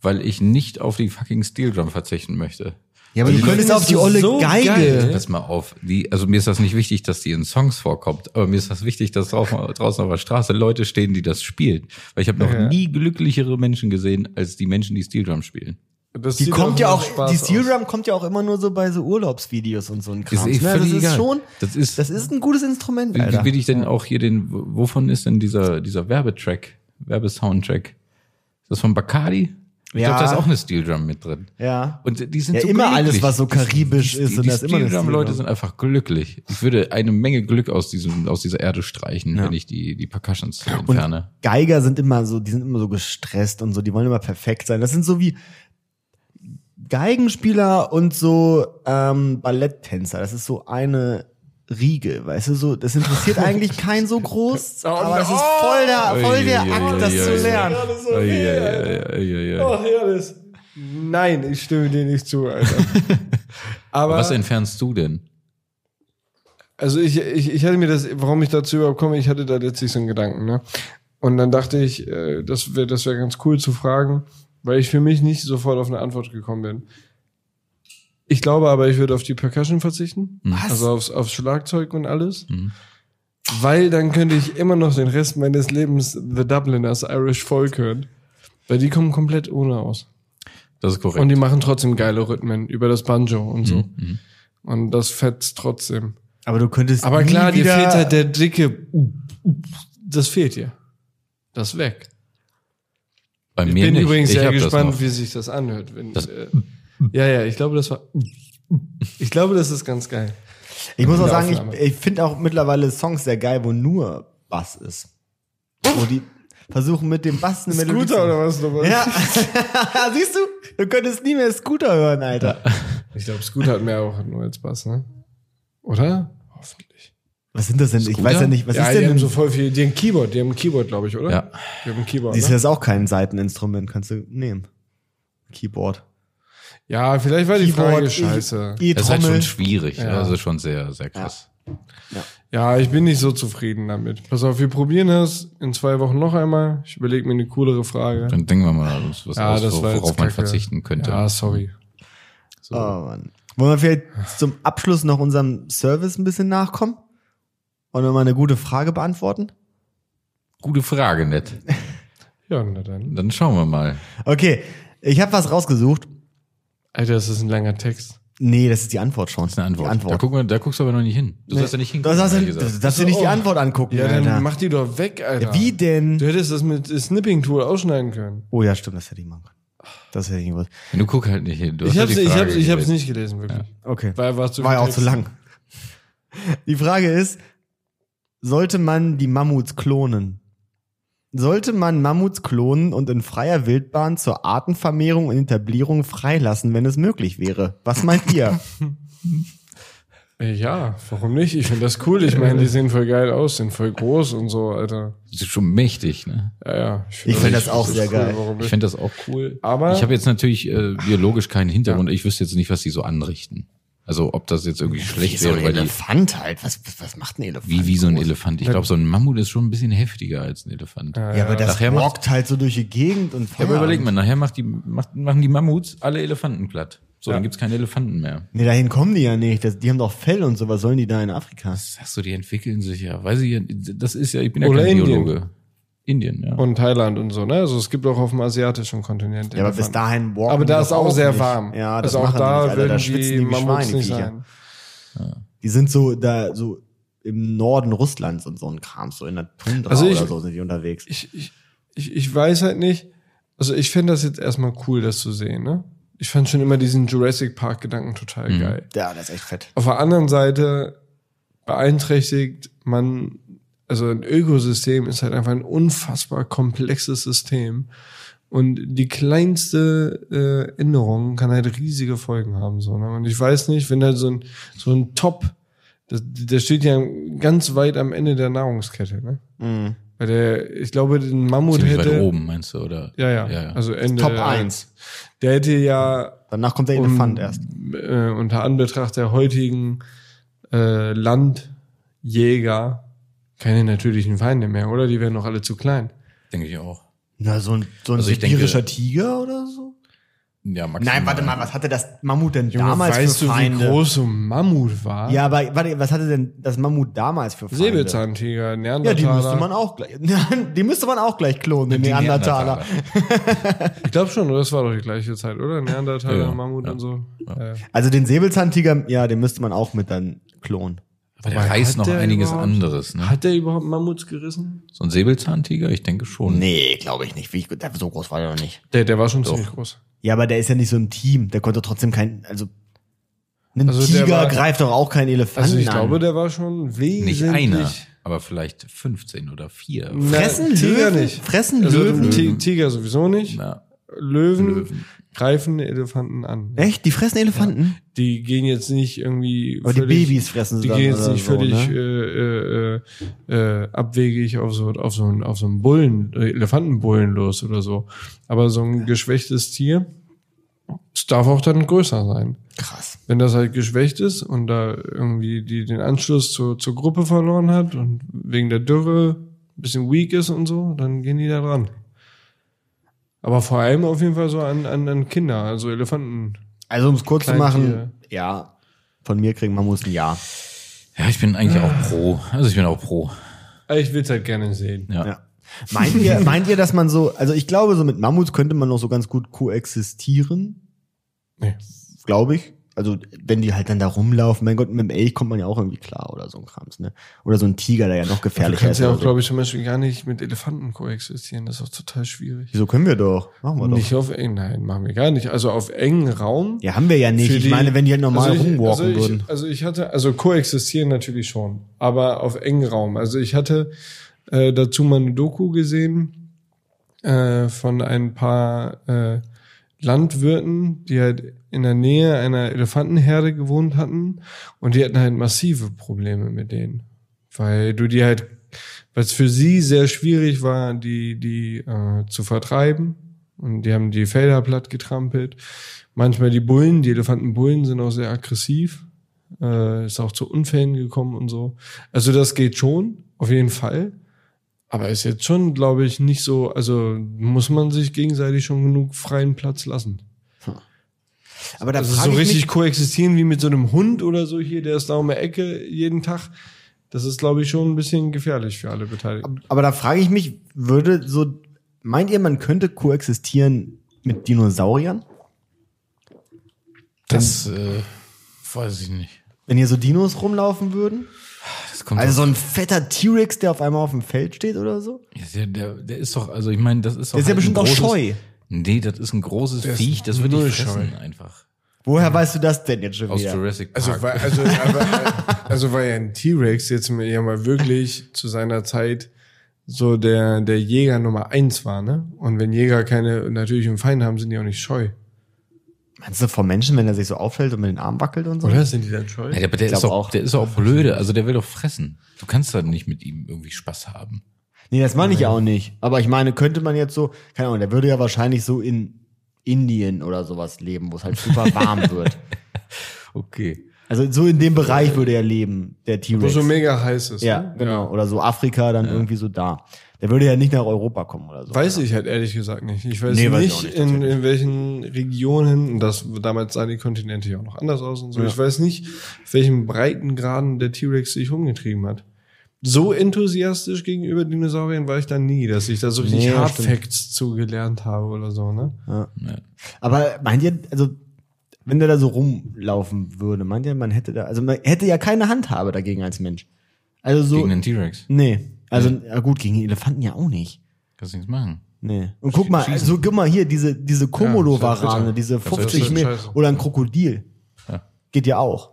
[SPEAKER 3] Weil ich nicht auf die fucking Steel Drum verzichten möchte.
[SPEAKER 2] Ja, aber du
[SPEAKER 1] Die
[SPEAKER 2] könntest
[SPEAKER 1] Leute
[SPEAKER 2] auf Also die
[SPEAKER 1] sind
[SPEAKER 2] olle
[SPEAKER 1] so
[SPEAKER 2] Geige.
[SPEAKER 1] geil.
[SPEAKER 3] Pass mal auf, die, also mir ist das nicht wichtig, dass die in Songs vorkommt, aber mir ist das wichtig, dass drauf, draußen auf der Straße Leute stehen, die das spielen. Weil ich habe noch
[SPEAKER 1] Ja.
[SPEAKER 3] nie glücklichere Menschen gesehen, als die Menschen, die Steel Drum spielen.
[SPEAKER 1] Das
[SPEAKER 2] Die
[SPEAKER 1] sieht
[SPEAKER 2] kommt ja auch,
[SPEAKER 1] Spaß
[SPEAKER 2] die
[SPEAKER 1] aus.
[SPEAKER 2] Steel Drum kommt ja auch immer nur so bei so Urlaubsvideos und so ein Kram.
[SPEAKER 3] eh
[SPEAKER 2] ne? Das
[SPEAKER 3] völlig
[SPEAKER 2] ist
[SPEAKER 3] egal.
[SPEAKER 2] schon,
[SPEAKER 3] Das ist-
[SPEAKER 2] das ist ein gutes Instrument,
[SPEAKER 3] Wie, wie
[SPEAKER 2] Alter.
[SPEAKER 3] will ich denn auch hier den, wovon ist denn dieser, dieser Werbetrack, Werbesoundtrack? Ist das von Bacardi? Ich
[SPEAKER 2] Ja.
[SPEAKER 3] glaube, da ist auch eine Steel Drum mit drin.
[SPEAKER 2] Ja.
[SPEAKER 3] Und die sind
[SPEAKER 2] Ja,
[SPEAKER 3] so
[SPEAKER 2] immer
[SPEAKER 3] glücklich.
[SPEAKER 2] alles, was so
[SPEAKER 3] Die sind-
[SPEAKER 2] karibisch
[SPEAKER 3] die,
[SPEAKER 2] ist
[SPEAKER 3] die,
[SPEAKER 2] und
[SPEAKER 3] die
[SPEAKER 2] das ist immer eine
[SPEAKER 3] Steel Drum Leute
[SPEAKER 2] Steel Drum.
[SPEAKER 3] sind einfach glücklich. Ich würde eine Menge Glück aus diesem aus dieser Erde streichen, wenn ich die die Percussions entferne.
[SPEAKER 2] Geiger sind immer so, die sind immer so gestresst und so, die wollen immer perfekt sein. Das sind so wie Geigenspieler und so ähm, Balletttänzer. Das ist so eine Riege, weißt du, so, das interessiert eigentlich keinen so groß, aber es ist voll der, voll der
[SPEAKER 3] Ui, ui,
[SPEAKER 2] Akt, das
[SPEAKER 3] ui,
[SPEAKER 2] zu
[SPEAKER 3] ui. Also,
[SPEAKER 2] lernen.
[SPEAKER 3] Ei, ei, ei, ei,
[SPEAKER 2] Oh.
[SPEAKER 3] ei, ei.
[SPEAKER 1] Ach, Herres. Oh, Nein, ich stimme dir nicht zu, Alter. Aber,
[SPEAKER 3] Was entfernst du denn?
[SPEAKER 1] also ich, ich, ich hatte mir das, warum ich dazu überhaupt komme, ich hatte da letztlich so einen Gedanken, ne? Und dann dachte ich, äh, das wäre das wär ganz cool zu fragen, weil ich für mich nicht sofort auf eine Antwort gekommen bin. Ich glaube aber, ich würde auf die Percussion verzichten.
[SPEAKER 3] Hm.
[SPEAKER 2] Was?
[SPEAKER 1] Also aufs, aufs Schlagzeug und alles. Weil dann könnte ich immer noch den Rest meines Lebens The Dubliners Irish Folk hören. Weil die kommen komplett ohne aus.
[SPEAKER 3] Das ist korrekt.
[SPEAKER 1] Und die machen trotzdem geile Rhythmen über das Banjo und so.
[SPEAKER 3] Mhm,
[SPEAKER 1] Und das fetzt trotzdem.
[SPEAKER 2] Aber du könntest
[SPEAKER 1] Aber
[SPEAKER 2] nie
[SPEAKER 1] klar, dir
[SPEAKER 2] wieder,
[SPEAKER 1] fehlt halt der dicke. Das fehlt dir. Das ist weg.
[SPEAKER 3] Bei
[SPEAKER 1] Ich
[SPEAKER 3] mir
[SPEAKER 1] bin
[SPEAKER 3] nicht.
[SPEAKER 1] übrigens
[SPEAKER 3] ich
[SPEAKER 1] sehr
[SPEAKER 3] hab das
[SPEAKER 1] gespannt,
[SPEAKER 3] noch.
[SPEAKER 1] wie sich das anhört. Wenn,
[SPEAKER 3] Das-
[SPEAKER 1] äh, ja, ja, ich glaube, das war. Ich glaube, das ist ganz geil.
[SPEAKER 2] Ich muss auch
[SPEAKER 1] In der
[SPEAKER 2] sagen,
[SPEAKER 1] Aufnahme.
[SPEAKER 2] ich, ich finde auch mittlerweile Songs sehr geil, wo nur Bass ist. Wo die versuchen mit dem Bass eine Melodie zu-
[SPEAKER 1] was? Nochmal?
[SPEAKER 2] Ja. Siehst du? Du könntest nie mehr Scooter hören, Alter.
[SPEAKER 1] Ich glaube, Scooter hat mehr auch nur als Bass, ne? Oder? Hoffentlich.
[SPEAKER 2] Was sind das denn? Ich
[SPEAKER 3] Scooter?
[SPEAKER 2] weiß ja nicht, was
[SPEAKER 1] ja,
[SPEAKER 2] ist
[SPEAKER 1] die
[SPEAKER 2] denn
[SPEAKER 1] haben
[SPEAKER 2] ein
[SPEAKER 1] so voll viel. Die haben ein Keyboard, die haben ein Keyboard, glaube ich, oder?
[SPEAKER 3] Ja.
[SPEAKER 1] Die haben ein Keyboard.
[SPEAKER 2] Siehst du,
[SPEAKER 1] ne?
[SPEAKER 2] das ist auch kein Seiteninstrument, kannst du nehmen. Keyboard.
[SPEAKER 1] Ja, vielleicht war die Frage
[SPEAKER 2] Keyboard,
[SPEAKER 1] scheiße.
[SPEAKER 2] E-
[SPEAKER 3] Das ist halt
[SPEAKER 2] E-Trommel.
[SPEAKER 3] schon schwierig.
[SPEAKER 1] Ja.
[SPEAKER 3] Das ist schon sehr, sehr krass.
[SPEAKER 1] Ja, ich bin nicht so zufrieden damit. Pass auf, wir probieren das in zwei Wochen noch einmal. Ich überlege mir eine coolere Frage.
[SPEAKER 3] Dann denken wir mal, was was
[SPEAKER 1] Ja,
[SPEAKER 3] aus,
[SPEAKER 1] das war jetzt
[SPEAKER 3] worauf man
[SPEAKER 1] Kacke.
[SPEAKER 3] verzichten könnte.
[SPEAKER 1] Ja, sorry.
[SPEAKER 3] So.
[SPEAKER 2] Oh Mann. Wollen wir vielleicht zum Abschluss noch unserem Service ein bisschen nachkommen? Und nochmal eine gute Frage beantworten?
[SPEAKER 3] Gute Frage, Ned.
[SPEAKER 1] Ja, na dann.
[SPEAKER 3] Dann schauen wir mal.
[SPEAKER 2] Okay, ich habe was rausgesucht.
[SPEAKER 1] Alter, das ist ein langer Text.
[SPEAKER 2] Nee, das ist die Antwort schon.
[SPEAKER 3] Das ist eine Antwort.
[SPEAKER 2] Die
[SPEAKER 3] Da,
[SPEAKER 2] Antwort.
[SPEAKER 3] gucken wir, da guckst du aber noch nicht hin. Du sollst ja nicht hingucken.
[SPEAKER 2] Das hast
[SPEAKER 3] ehrlich
[SPEAKER 2] du,
[SPEAKER 3] gesagt.
[SPEAKER 2] das darfst du nicht die
[SPEAKER 1] Oh.
[SPEAKER 2] Antwort angucken,
[SPEAKER 1] Ja,
[SPEAKER 2] Alter.
[SPEAKER 1] dann mach die doch weg, Alter.
[SPEAKER 2] Ja, Wie denn?
[SPEAKER 1] Du hättest das mit Snipping-Tool ausschneiden können.
[SPEAKER 2] Oh ja, stimmt, das hätte ich machen können. Das hätte ich gewusst.
[SPEAKER 3] Du guck halt nicht hin. Du hast
[SPEAKER 1] Ich
[SPEAKER 3] ja
[SPEAKER 1] hab's,
[SPEAKER 3] die
[SPEAKER 1] ich,
[SPEAKER 3] Frage
[SPEAKER 1] hab's, ich hab's
[SPEAKER 3] gewählt.
[SPEAKER 1] nicht gelesen, wirklich.
[SPEAKER 2] Okay.
[SPEAKER 1] Weil warst du
[SPEAKER 2] War ja auch zu lang. Die Frage ist, sollte man die Mammuts klonen? Sollte man Mammuts klonen und in freier Wildbahn zur Artenvermehrung und Etablierung freilassen, wenn es möglich wäre? Was meint ihr?
[SPEAKER 1] Äh, Ja, warum nicht? Ich finde das cool. Ich meine, die sehen voll geil aus, sind voll groß und so, Alter.
[SPEAKER 3] Das ist schon mächtig, ne?
[SPEAKER 1] Ja, ja.
[SPEAKER 2] Ich find das auch sehr geil.
[SPEAKER 1] Warum
[SPEAKER 3] Ich
[SPEAKER 1] nicht?
[SPEAKER 3] fände das auch cool.
[SPEAKER 1] Aber-
[SPEAKER 3] ich habe jetzt natürlich äh, biologisch keinen Hintergrund. Ich wüsste jetzt nicht, was die so anrichten. Also ob das jetzt irgendwie schlecht wäre, weil die
[SPEAKER 2] Elefant halt. Was, was macht ein Elefant?
[SPEAKER 3] wie, wie so ein Elefant. Ich glaube, so ein Mammut ist schon ein bisschen heftiger als ein Elefant.
[SPEAKER 2] Ja, aber das
[SPEAKER 3] Äh, Nachher macht-
[SPEAKER 2] walkt halt so durch die Gegend und
[SPEAKER 3] Ja, aber überleg
[SPEAKER 2] Feierabend.
[SPEAKER 3] mal, nachher macht die, macht, machen die Mammuts alle Elefanten platt. So,
[SPEAKER 1] Ja.
[SPEAKER 3] dann gibt's keine Elefanten mehr.
[SPEAKER 2] Nee, dahin kommen die ja nicht. Das, die haben doch Fell und so. Was sollen die da in Afrika?
[SPEAKER 3] Sagst du, die entwickeln sich ja. Weiß ich ja, das ist ja, ich bin ja
[SPEAKER 1] Oder
[SPEAKER 3] kein
[SPEAKER 1] Indien.
[SPEAKER 3] Biologe. Indien, ja.
[SPEAKER 1] Und Thailand und so, ne? Also es gibt auch auf dem asiatischen Kontinent.
[SPEAKER 2] Ja, aber bis
[SPEAKER 1] Elefanten.
[SPEAKER 2] dahin walken
[SPEAKER 1] Aber da
[SPEAKER 2] die
[SPEAKER 1] ist
[SPEAKER 2] doch
[SPEAKER 1] auch sehr
[SPEAKER 2] nicht.
[SPEAKER 1] warm.
[SPEAKER 2] Ja, das
[SPEAKER 1] also auch
[SPEAKER 2] machen die nicht,
[SPEAKER 1] da
[SPEAKER 2] Alter.
[SPEAKER 1] würden
[SPEAKER 2] Da schwitzen
[SPEAKER 1] die
[SPEAKER 2] die wie
[SPEAKER 1] Mammuts nicht
[SPEAKER 2] Schweineviecher.
[SPEAKER 1] sein.
[SPEAKER 2] Die sind so da so im Norden Russlands und so ein Kram, so in der Tundra
[SPEAKER 1] Also ich-
[SPEAKER 2] oder so sind die unterwegs.
[SPEAKER 1] Ich, ich, ich, ich weiß halt nicht. Also ich finde das jetzt erstmal cool, das zu sehen, ne? Ich fand schon immer diesen Jurassic Park Gedanken total
[SPEAKER 2] Mhm.
[SPEAKER 1] geil.
[SPEAKER 2] ja, das ist echt fett.
[SPEAKER 1] Auf der anderen Seite beeinträchtigt man, also ein Ökosystem ist halt einfach ein unfassbar komplexes System. Und die kleinste äh, Änderung kann halt riesige Folgen haben. So, ne? Und ich weiß nicht, wenn halt so ein, so ein Top, das, der steht ja ganz weit am Ende der Nahrungskette, ne?
[SPEAKER 2] Mhm.
[SPEAKER 1] Weil der, ich glaube, den Mammut
[SPEAKER 3] Ziemlich
[SPEAKER 1] hätte.
[SPEAKER 3] weit oben, meinst du, oder?
[SPEAKER 1] Ja, ja,
[SPEAKER 3] ja, ja.
[SPEAKER 1] Also Ende.
[SPEAKER 2] Top 1.
[SPEAKER 1] Der hätte ja
[SPEAKER 2] Danach kommt der Elefant erst.
[SPEAKER 1] äh, unter Anbetracht der heutigen äh, Landjäger keine natürlichen Feinde mehr, oder? Die wären noch alle zu klein.
[SPEAKER 3] Denke ich auch.
[SPEAKER 2] Na, so ein, so ein
[SPEAKER 3] Also ich denke-
[SPEAKER 2] sibirischer Tiger oder so?
[SPEAKER 3] Ja, maximal.
[SPEAKER 2] Nein, warte mal, was hatte das Mammut denn damals
[SPEAKER 1] weißt
[SPEAKER 2] für
[SPEAKER 1] du,
[SPEAKER 2] Feinde?
[SPEAKER 1] wie groß so ein Mammut war?
[SPEAKER 2] Ja, aber warte, was hatte denn das Mammut damals für Feinde?
[SPEAKER 1] Säbelzahntiger,
[SPEAKER 2] Ja,
[SPEAKER 1] Neandertaler.
[SPEAKER 2] die müsste man auch gleich. die müsste man auch gleich klonen, den
[SPEAKER 3] Die
[SPEAKER 1] halt
[SPEAKER 2] Neandertaler.
[SPEAKER 1] Ich glaube schon, oder? das war doch die gleiche Zeit, oder? Neandertaler,
[SPEAKER 3] Ja,
[SPEAKER 1] Mammut
[SPEAKER 3] ja.
[SPEAKER 1] und so. Äh, Ja.
[SPEAKER 2] Also den Säbelzahntiger, ja, den müsste man auch mit dann klonen.
[SPEAKER 3] Aber der reißt
[SPEAKER 1] Hat
[SPEAKER 3] noch
[SPEAKER 1] der
[SPEAKER 3] einiges
[SPEAKER 1] überhaupt-
[SPEAKER 3] anderes, ne?
[SPEAKER 1] Hat der überhaupt Mammuts gerissen?
[SPEAKER 3] So ein Säbelzahntiger? Ich denke schon.
[SPEAKER 2] Nee, glaube ich nicht. Wie, der- so groß war der noch nicht.
[SPEAKER 1] Der, der war schon ziemlich groß.
[SPEAKER 2] Ja, aber der ist ja nicht so im Team. Der konnte trotzdem kein, also ein
[SPEAKER 1] Also der
[SPEAKER 2] Tiger
[SPEAKER 1] war-
[SPEAKER 2] greift doch auch keinen Elefanten
[SPEAKER 1] Also ich
[SPEAKER 2] an.
[SPEAKER 1] glaube, der war schon wesentlich.
[SPEAKER 3] Nicht einer, aber vielleicht 15 oder 4.
[SPEAKER 1] Na,
[SPEAKER 2] Fressen
[SPEAKER 1] Tiger
[SPEAKER 2] Löwen?
[SPEAKER 1] nicht.
[SPEAKER 2] Fressen
[SPEAKER 1] also
[SPEAKER 2] Löwen?
[SPEAKER 1] Ti- Tiger sowieso nicht.
[SPEAKER 3] Na,
[SPEAKER 1] Löwen,
[SPEAKER 3] Löwen.
[SPEAKER 1] greifen Elefanten an.
[SPEAKER 2] Echt? Die fressen Elefanten?
[SPEAKER 1] Die gehen jetzt nicht irgendwie.
[SPEAKER 2] Aber die Babys fressen sie
[SPEAKER 1] Die
[SPEAKER 2] dann
[SPEAKER 1] gehen jetzt
[SPEAKER 2] oder
[SPEAKER 1] nicht
[SPEAKER 2] so,
[SPEAKER 1] völlig
[SPEAKER 2] ne?
[SPEAKER 1] äh, äh, äh, abwegig auf so auf so einen auf so einen Bullen äh, Elefantenbullen los oder so. Aber so ein geschwächtes Tier, es darf auch dann größer sein.
[SPEAKER 2] Krass.
[SPEAKER 1] Wenn das halt geschwächt ist und da irgendwie die den Anschluss zur zur Gruppe verloren hat und wegen der Dürre ein bisschen weak ist und so, dann gehen die da dran. Aber vor allem auf jeden Fall so an an, an Kinder, also Elefanten.
[SPEAKER 2] Also um es kurz zu
[SPEAKER 1] Kleintiere.
[SPEAKER 2] machen, ja, von mir kriegen Mammuts ein Ja.
[SPEAKER 3] Ja, ich bin eigentlich auch pro. Also ich bin auch pro.
[SPEAKER 1] Ich will's halt gerne sehen.
[SPEAKER 3] Ja.
[SPEAKER 2] Ja. Meint ihr, meint ihr, dass man so, also ich glaube, so mit Mammuts könnte man noch so ganz gut koexistieren,
[SPEAKER 1] Nee.
[SPEAKER 2] glaube ich. Also wenn die halt dann da rumlaufen, mein Gott, mit dem Elch kommt man ja auch irgendwie klar oder so ein Krams, ne? Oder so ein Tiger, der ja noch
[SPEAKER 1] Also Du
[SPEAKER 2] gefährlicher ist.
[SPEAKER 1] kannst ja
[SPEAKER 2] oder
[SPEAKER 1] auch,
[SPEAKER 2] so.
[SPEAKER 1] glaube ich, zum Beispiel gar nicht mit Elefanten koexistieren. Das ist auch total schwierig.
[SPEAKER 2] Wieso können wir doch? Machen wir doch.
[SPEAKER 1] Nicht auf eng, nein, machen wir gar nicht. Also auf engen Raum.
[SPEAKER 2] Ja, haben wir ja nicht.
[SPEAKER 1] für
[SPEAKER 2] ich
[SPEAKER 1] die-
[SPEAKER 2] meine, wenn die halt normal
[SPEAKER 1] also ich-
[SPEAKER 2] rumwalken
[SPEAKER 1] also ich,
[SPEAKER 2] würden.
[SPEAKER 1] Also ich hatte, also koexistieren natürlich schon, aber auf engen Raum. Also ich hatte äh, dazu mal eine Doku gesehen äh, von ein paar äh, Landwirten, die halt in der Nähe einer Elefantenherde gewohnt hatten und die hatten halt massive Probleme mit denen, weil du die halt, weil es für sie sehr schwierig war, die die äh, zu vertreiben Und die haben die Felder platt getrampelt. Manchmal die Bullen, die Elefantenbullen sind auch sehr aggressiv. Äh, ist auch zu Unfällen gekommen und so. Also das geht schon, auf jeden Fall. Aber ist jetzt schon, glaube ich, nicht so, also muss man sich gegenseitig schon genug freien Platz lassen.
[SPEAKER 2] Aber da
[SPEAKER 1] Also
[SPEAKER 2] frag
[SPEAKER 1] so
[SPEAKER 2] ich
[SPEAKER 1] richtig
[SPEAKER 2] mich,
[SPEAKER 1] koexistieren wie mit so einem Hund oder so hier, der ist da um die Ecke jeden Tag. Das ist, glaube ich, schon ein bisschen gefährlich für alle Beteiligten.
[SPEAKER 2] Aber da frage ich mich, würde so, meint ihr, man könnte koexistieren mit Dinosauriern?
[SPEAKER 3] Das äh, weiß ich nicht.
[SPEAKER 2] Wenn hier so Dinos rumlaufen würden?
[SPEAKER 3] Das kommt
[SPEAKER 2] Also so ein fetter T-Rex, der auf einmal auf dem Feld steht oder so?
[SPEAKER 3] Ja, der- der, der ist doch, also ich meine, das ist doch.
[SPEAKER 2] Der ist
[SPEAKER 3] halt
[SPEAKER 2] ja
[SPEAKER 3] ein
[SPEAKER 2] bestimmt auch
[SPEAKER 3] großes,
[SPEAKER 2] scheu.
[SPEAKER 3] Nee, das ist ein großes
[SPEAKER 1] ist
[SPEAKER 3] Viech, das würde
[SPEAKER 1] null
[SPEAKER 3] ich fressen
[SPEAKER 1] scheu.
[SPEAKER 3] einfach.
[SPEAKER 2] Woher weißt du das denn jetzt schon
[SPEAKER 3] Aus
[SPEAKER 2] wieder?
[SPEAKER 3] Jurassic Park.
[SPEAKER 1] Also, weil, also, aber, also war ja ein T-Rex jetzt mal- ja mal wirklich zu seiner Zeit so der, der Jäger Nummer eins war, ne? Und wenn Jäger keine natürlichen Feinde haben, sind die auch nicht scheu.
[SPEAKER 2] Meinst du vor Menschen, wenn er sich so aufhält und mit den Armen wackelt und so?
[SPEAKER 1] Oder sind die dann scheu?
[SPEAKER 3] Nein, aber der
[SPEAKER 2] glaub
[SPEAKER 3] ist, auch,
[SPEAKER 2] auch.
[SPEAKER 3] der ist auch blöde, also der will doch fressen. Du kannst dann nicht mit ihm irgendwie Spaß haben.
[SPEAKER 2] Nee, das meine ich ja auch nicht. Aber ich meine, könnte man jetzt so, keine Ahnung, der würde ja wahrscheinlich so in Indien oder sowas leben, wo es halt super warm wird.
[SPEAKER 3] Okay.
[SPEAKER 2] Also so in dem Bereich würde er leben, der
[SPEAKER 1] Wo
[SPEAKER 2] T-Rex.
[SPEAKER 1] so mega heiß ist.
[SPEAKER 2] ja,
[SPEAKER 1] Ne?
[SPEAKER 2] genau. Oder so Afrika, dann irgendwie so da. Der würde ja nicht nach Europa kommen oder so.
[SPEAKER 1] Weiß ich halt ehrlich gesagt nicht. Ich weiß
[SPEAKER 2] Nee, weiß ich auch
[SPEAKER 1] nicht,
[SPEAKER 2] nicht,
[SPEAKER 1] in, in welchen Regionen, und das damals sahen die Kontinente ja auch noch anders aus und so. Ich weiß nicht, auf welchen Breitengraden der T-Rex sich rumgetrieben hat. So enthusiastisch gegenüber Dinosauriern war ich da nie, dass ich da so richtig
[SPEAKER 2] Nee,
[SPEAKER 1] Hard
[SPEAKER 2] stimmt.
[SPEAKER 1] Facts zugelernt habe oder so, ne?
[SPEAKER 2] Aber meint ihr, also wenn der da so rumlaufen würde, meint ihr, man hätte da, also man hätte ja keine Handhabe dagegen als Mensch. Also so,
[SPEAKER 3] Gegen den T-Rex.
[SPEAKER 2] nee. Also ja, gut, gegen die Elefanten ja auch nicht.
[SPEAKER 3] Kannst nichts machen.
[SPEAKER 2] Nee. Und guck mal, so guck mal hier, diese, diese
[SPEAKER 1] Ja,
[SPEAKER 2] Komolo-Warane,
[SPEAKER 1] bitte.
[SPEAKER 2] diese
[SPEAKER 1] Das ist
[SPEAKER 2] 50
[SPEAKER 1] schon
[SPEAKER 2] Meter
[SPEAKER 1] scheiße.
[SPEAKER 2] oder ein Krokodil.
[SPEAKER 3] Ja.
[SPEAKER 2] Geht ja auch.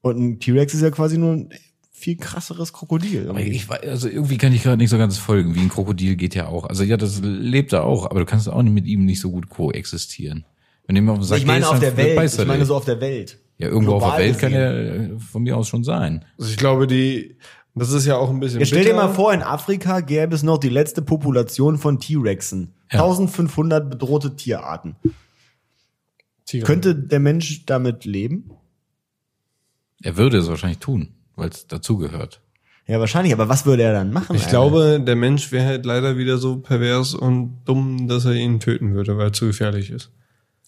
[SPEAKER 2] Und ein T-Rex ist ja quasi nur ein viel krasseres Krokodil.
[SPEAKER 3] Aber ich weiß, also irgendwie kann ich gerade nicht so ganz folgen. Wie ein Krokodil geht ja auch. Also ja, das lebt da auch, aber du kannst auch nicht mit ihm nicht so gut koexistieren. Wenn du ihm auf den Sack
[SPEAKER 2] Ich meine
[SPEAKER 3] gehst,
[SPEAKER 2] auf
[SPEAKER 3] dann
[SPEAKER 2] der Welt.
[SPEAKER 3] beißt er
[SPEAKER 2] Ich meine
[SPEAKER 3] dich.
[SPEAKER 2] so auf der Welt.
[SPEAKER 3] ja, irgendwo auf der
[SPEAKER 2] Global
[SPEAKER 3] Welt kann
[SPEAKER 2] gesehen.
[SPEAKER 3] er äh, von mir aus schon sein.
[SPEAKER 1] Also ich glaube, die, das ist ja auch ein bisschen.
[SPEAKER 2] Jetzt stell dir
[SPEAKER 1] bitter.
[SPEAKER 2] mal vor, in Afrika gäbe es noch die letzte Population von T-Rexen. 1500 bedrohte Tierarten.
[SPEAKER 1] Tiger.
[SPEAKER 2] Könnte der Mensch damit leben?
[SPEAKER 3] Er würde es wahrscheinlich tun, weil es dazugehört.
[SPEAKER 2] Ja, wahrscheinlich. Aber was würde er dann machen?
[SPEAKER 1] Ich
[SPEAKER 2] Alter?
[SPEAKER 1] glaube, der Mensch wäre halt leider wieder so pervers und dumm, dass er ihn töten würde, weil er zu gefährlich ist.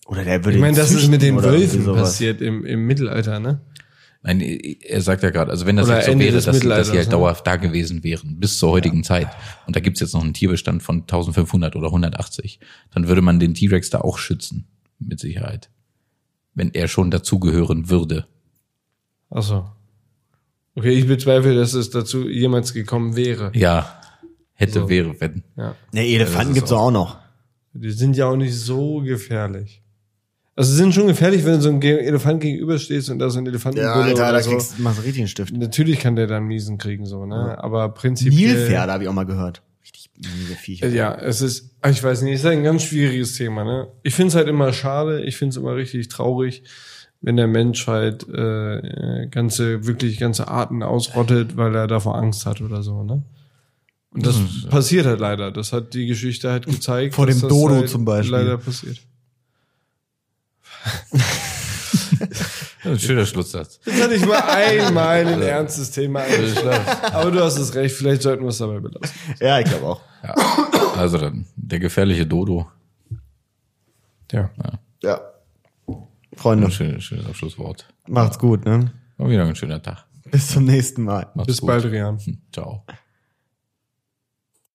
[SPEAKER 2] Oder der würde
[SPEAKER 1] Ich meine,
[SPEAKER 2] ihn
[SPEAKER 1] das ist
[SPEAKER 2] züchten
[SPEAKER 1] mit den
[SPEAKER 2] oder irgendwie
[SPEAKER 1] Wölfen
[SPEAKER 2] sowas.
[SPEAKER 1] passiert im, im Mittelalter, ne?
[SPEAKER 3] Nein, er sagt ja gerade, also wenn das
[SPEAKER 1] Oder
[SPEAKER 3] jetzt so
[SPEAKER 1] Ende
[SPEAKER 3] wäre,
[SPEAKER 1] des
[SPEAKER 3] dass, dass die
[SPEAKER 1] Mittelalters,
[SPEAKER 3] halt
[SPEAKER 1] ne?
[SPEAKER 3] dauerhaft da gewesen wären, bis zur heutigen Zeit, und da gibt's jetzt noch einen Tierbestand von 1500 oder 180, dann würde man den T-Rex da auch schützen, mit Sicherheit. Wenn er schon dazugehören würde.
[SPEAKER 1] Achso. Okay, ich bezweifle, dass es dazu jemals gekommen wäre.
[SPEAKER 3] Ja, hätte, wäre, wenn.
[SPEAKER 1] Ja.
[SPEAKER 2] Nee,
[SPEAKER 1] Also
[SPEAKER 2] Elefanten gibt's doch auch noch.
[SPEAKER 1] Die sind ja auch nicht so gefährlich. Also sie sind schon gefährlich, wenn du so einem Ge- Elefant gegenüberstehst und da so ein Elefantenbulle oder so.
[SPEAKER 2] machst du richtig einen Stift.
[SPEAKER 1] Natürlich kann der dann Miesen kriegen, so, ne? Aber prinzipiell.
[SPEAKER 2] Nilpferde habe ich auch mal gehört. Richtig miese Viecher.
[SPEAKER 1] Ja, es ist, ah, ich weiß nicht, es ist ein ganz schwieriges Thema. Ne? Ich find's halt immer schade, ich find's immer richtig traurig, wenn der Mensch halt äh, äh, ganze, wirklich ganze Arten ausrottet, weil er davor Angst hat oder so. Ne? Und das passiert halt leider. Das hat die Geschichte halt gezeigt.
[SPEAKER 2] Mhm. Vor
[SPEAKER 1] dass
[SPEAKER 2] dem
[SPEAKER 1] das
[SPEAKER 2] Dodo
[SPEAKER 1] halt
[SPEAKER 2] zum Beispiel.
[SPEAKER 1] Leider passiert.
[SPEAKER 3] Ein schöner Schlusssatz.
[SPEAKER 1] Jetzt hatte ich mal einmal ein ernstes Thema angeschlagen. Aber du hast es recht, vielleicht sollten wir es dabei belassen.
[SPEAKER 2] Ja, ich glaube auch.
[SPEAKER 3] Also dann, der gefährliche Dodo.
[SPEAKER 1] Ja.
[SPEAKER 2] Ja. Freunde,
[SPEAKER 3] Ein schönes, schönes Abschlusswort.
[SPEAKER 2] macht's gut, ne?
[SPEAKER 3] War wieder ein schöner Tag.
[SPEAKER 2] Bis zum nächsten Mal.
[SPEAKER 3] Macht's
[SPEAKER 1] Bis bald, Rian.
[SPEAKER 3] Ciao.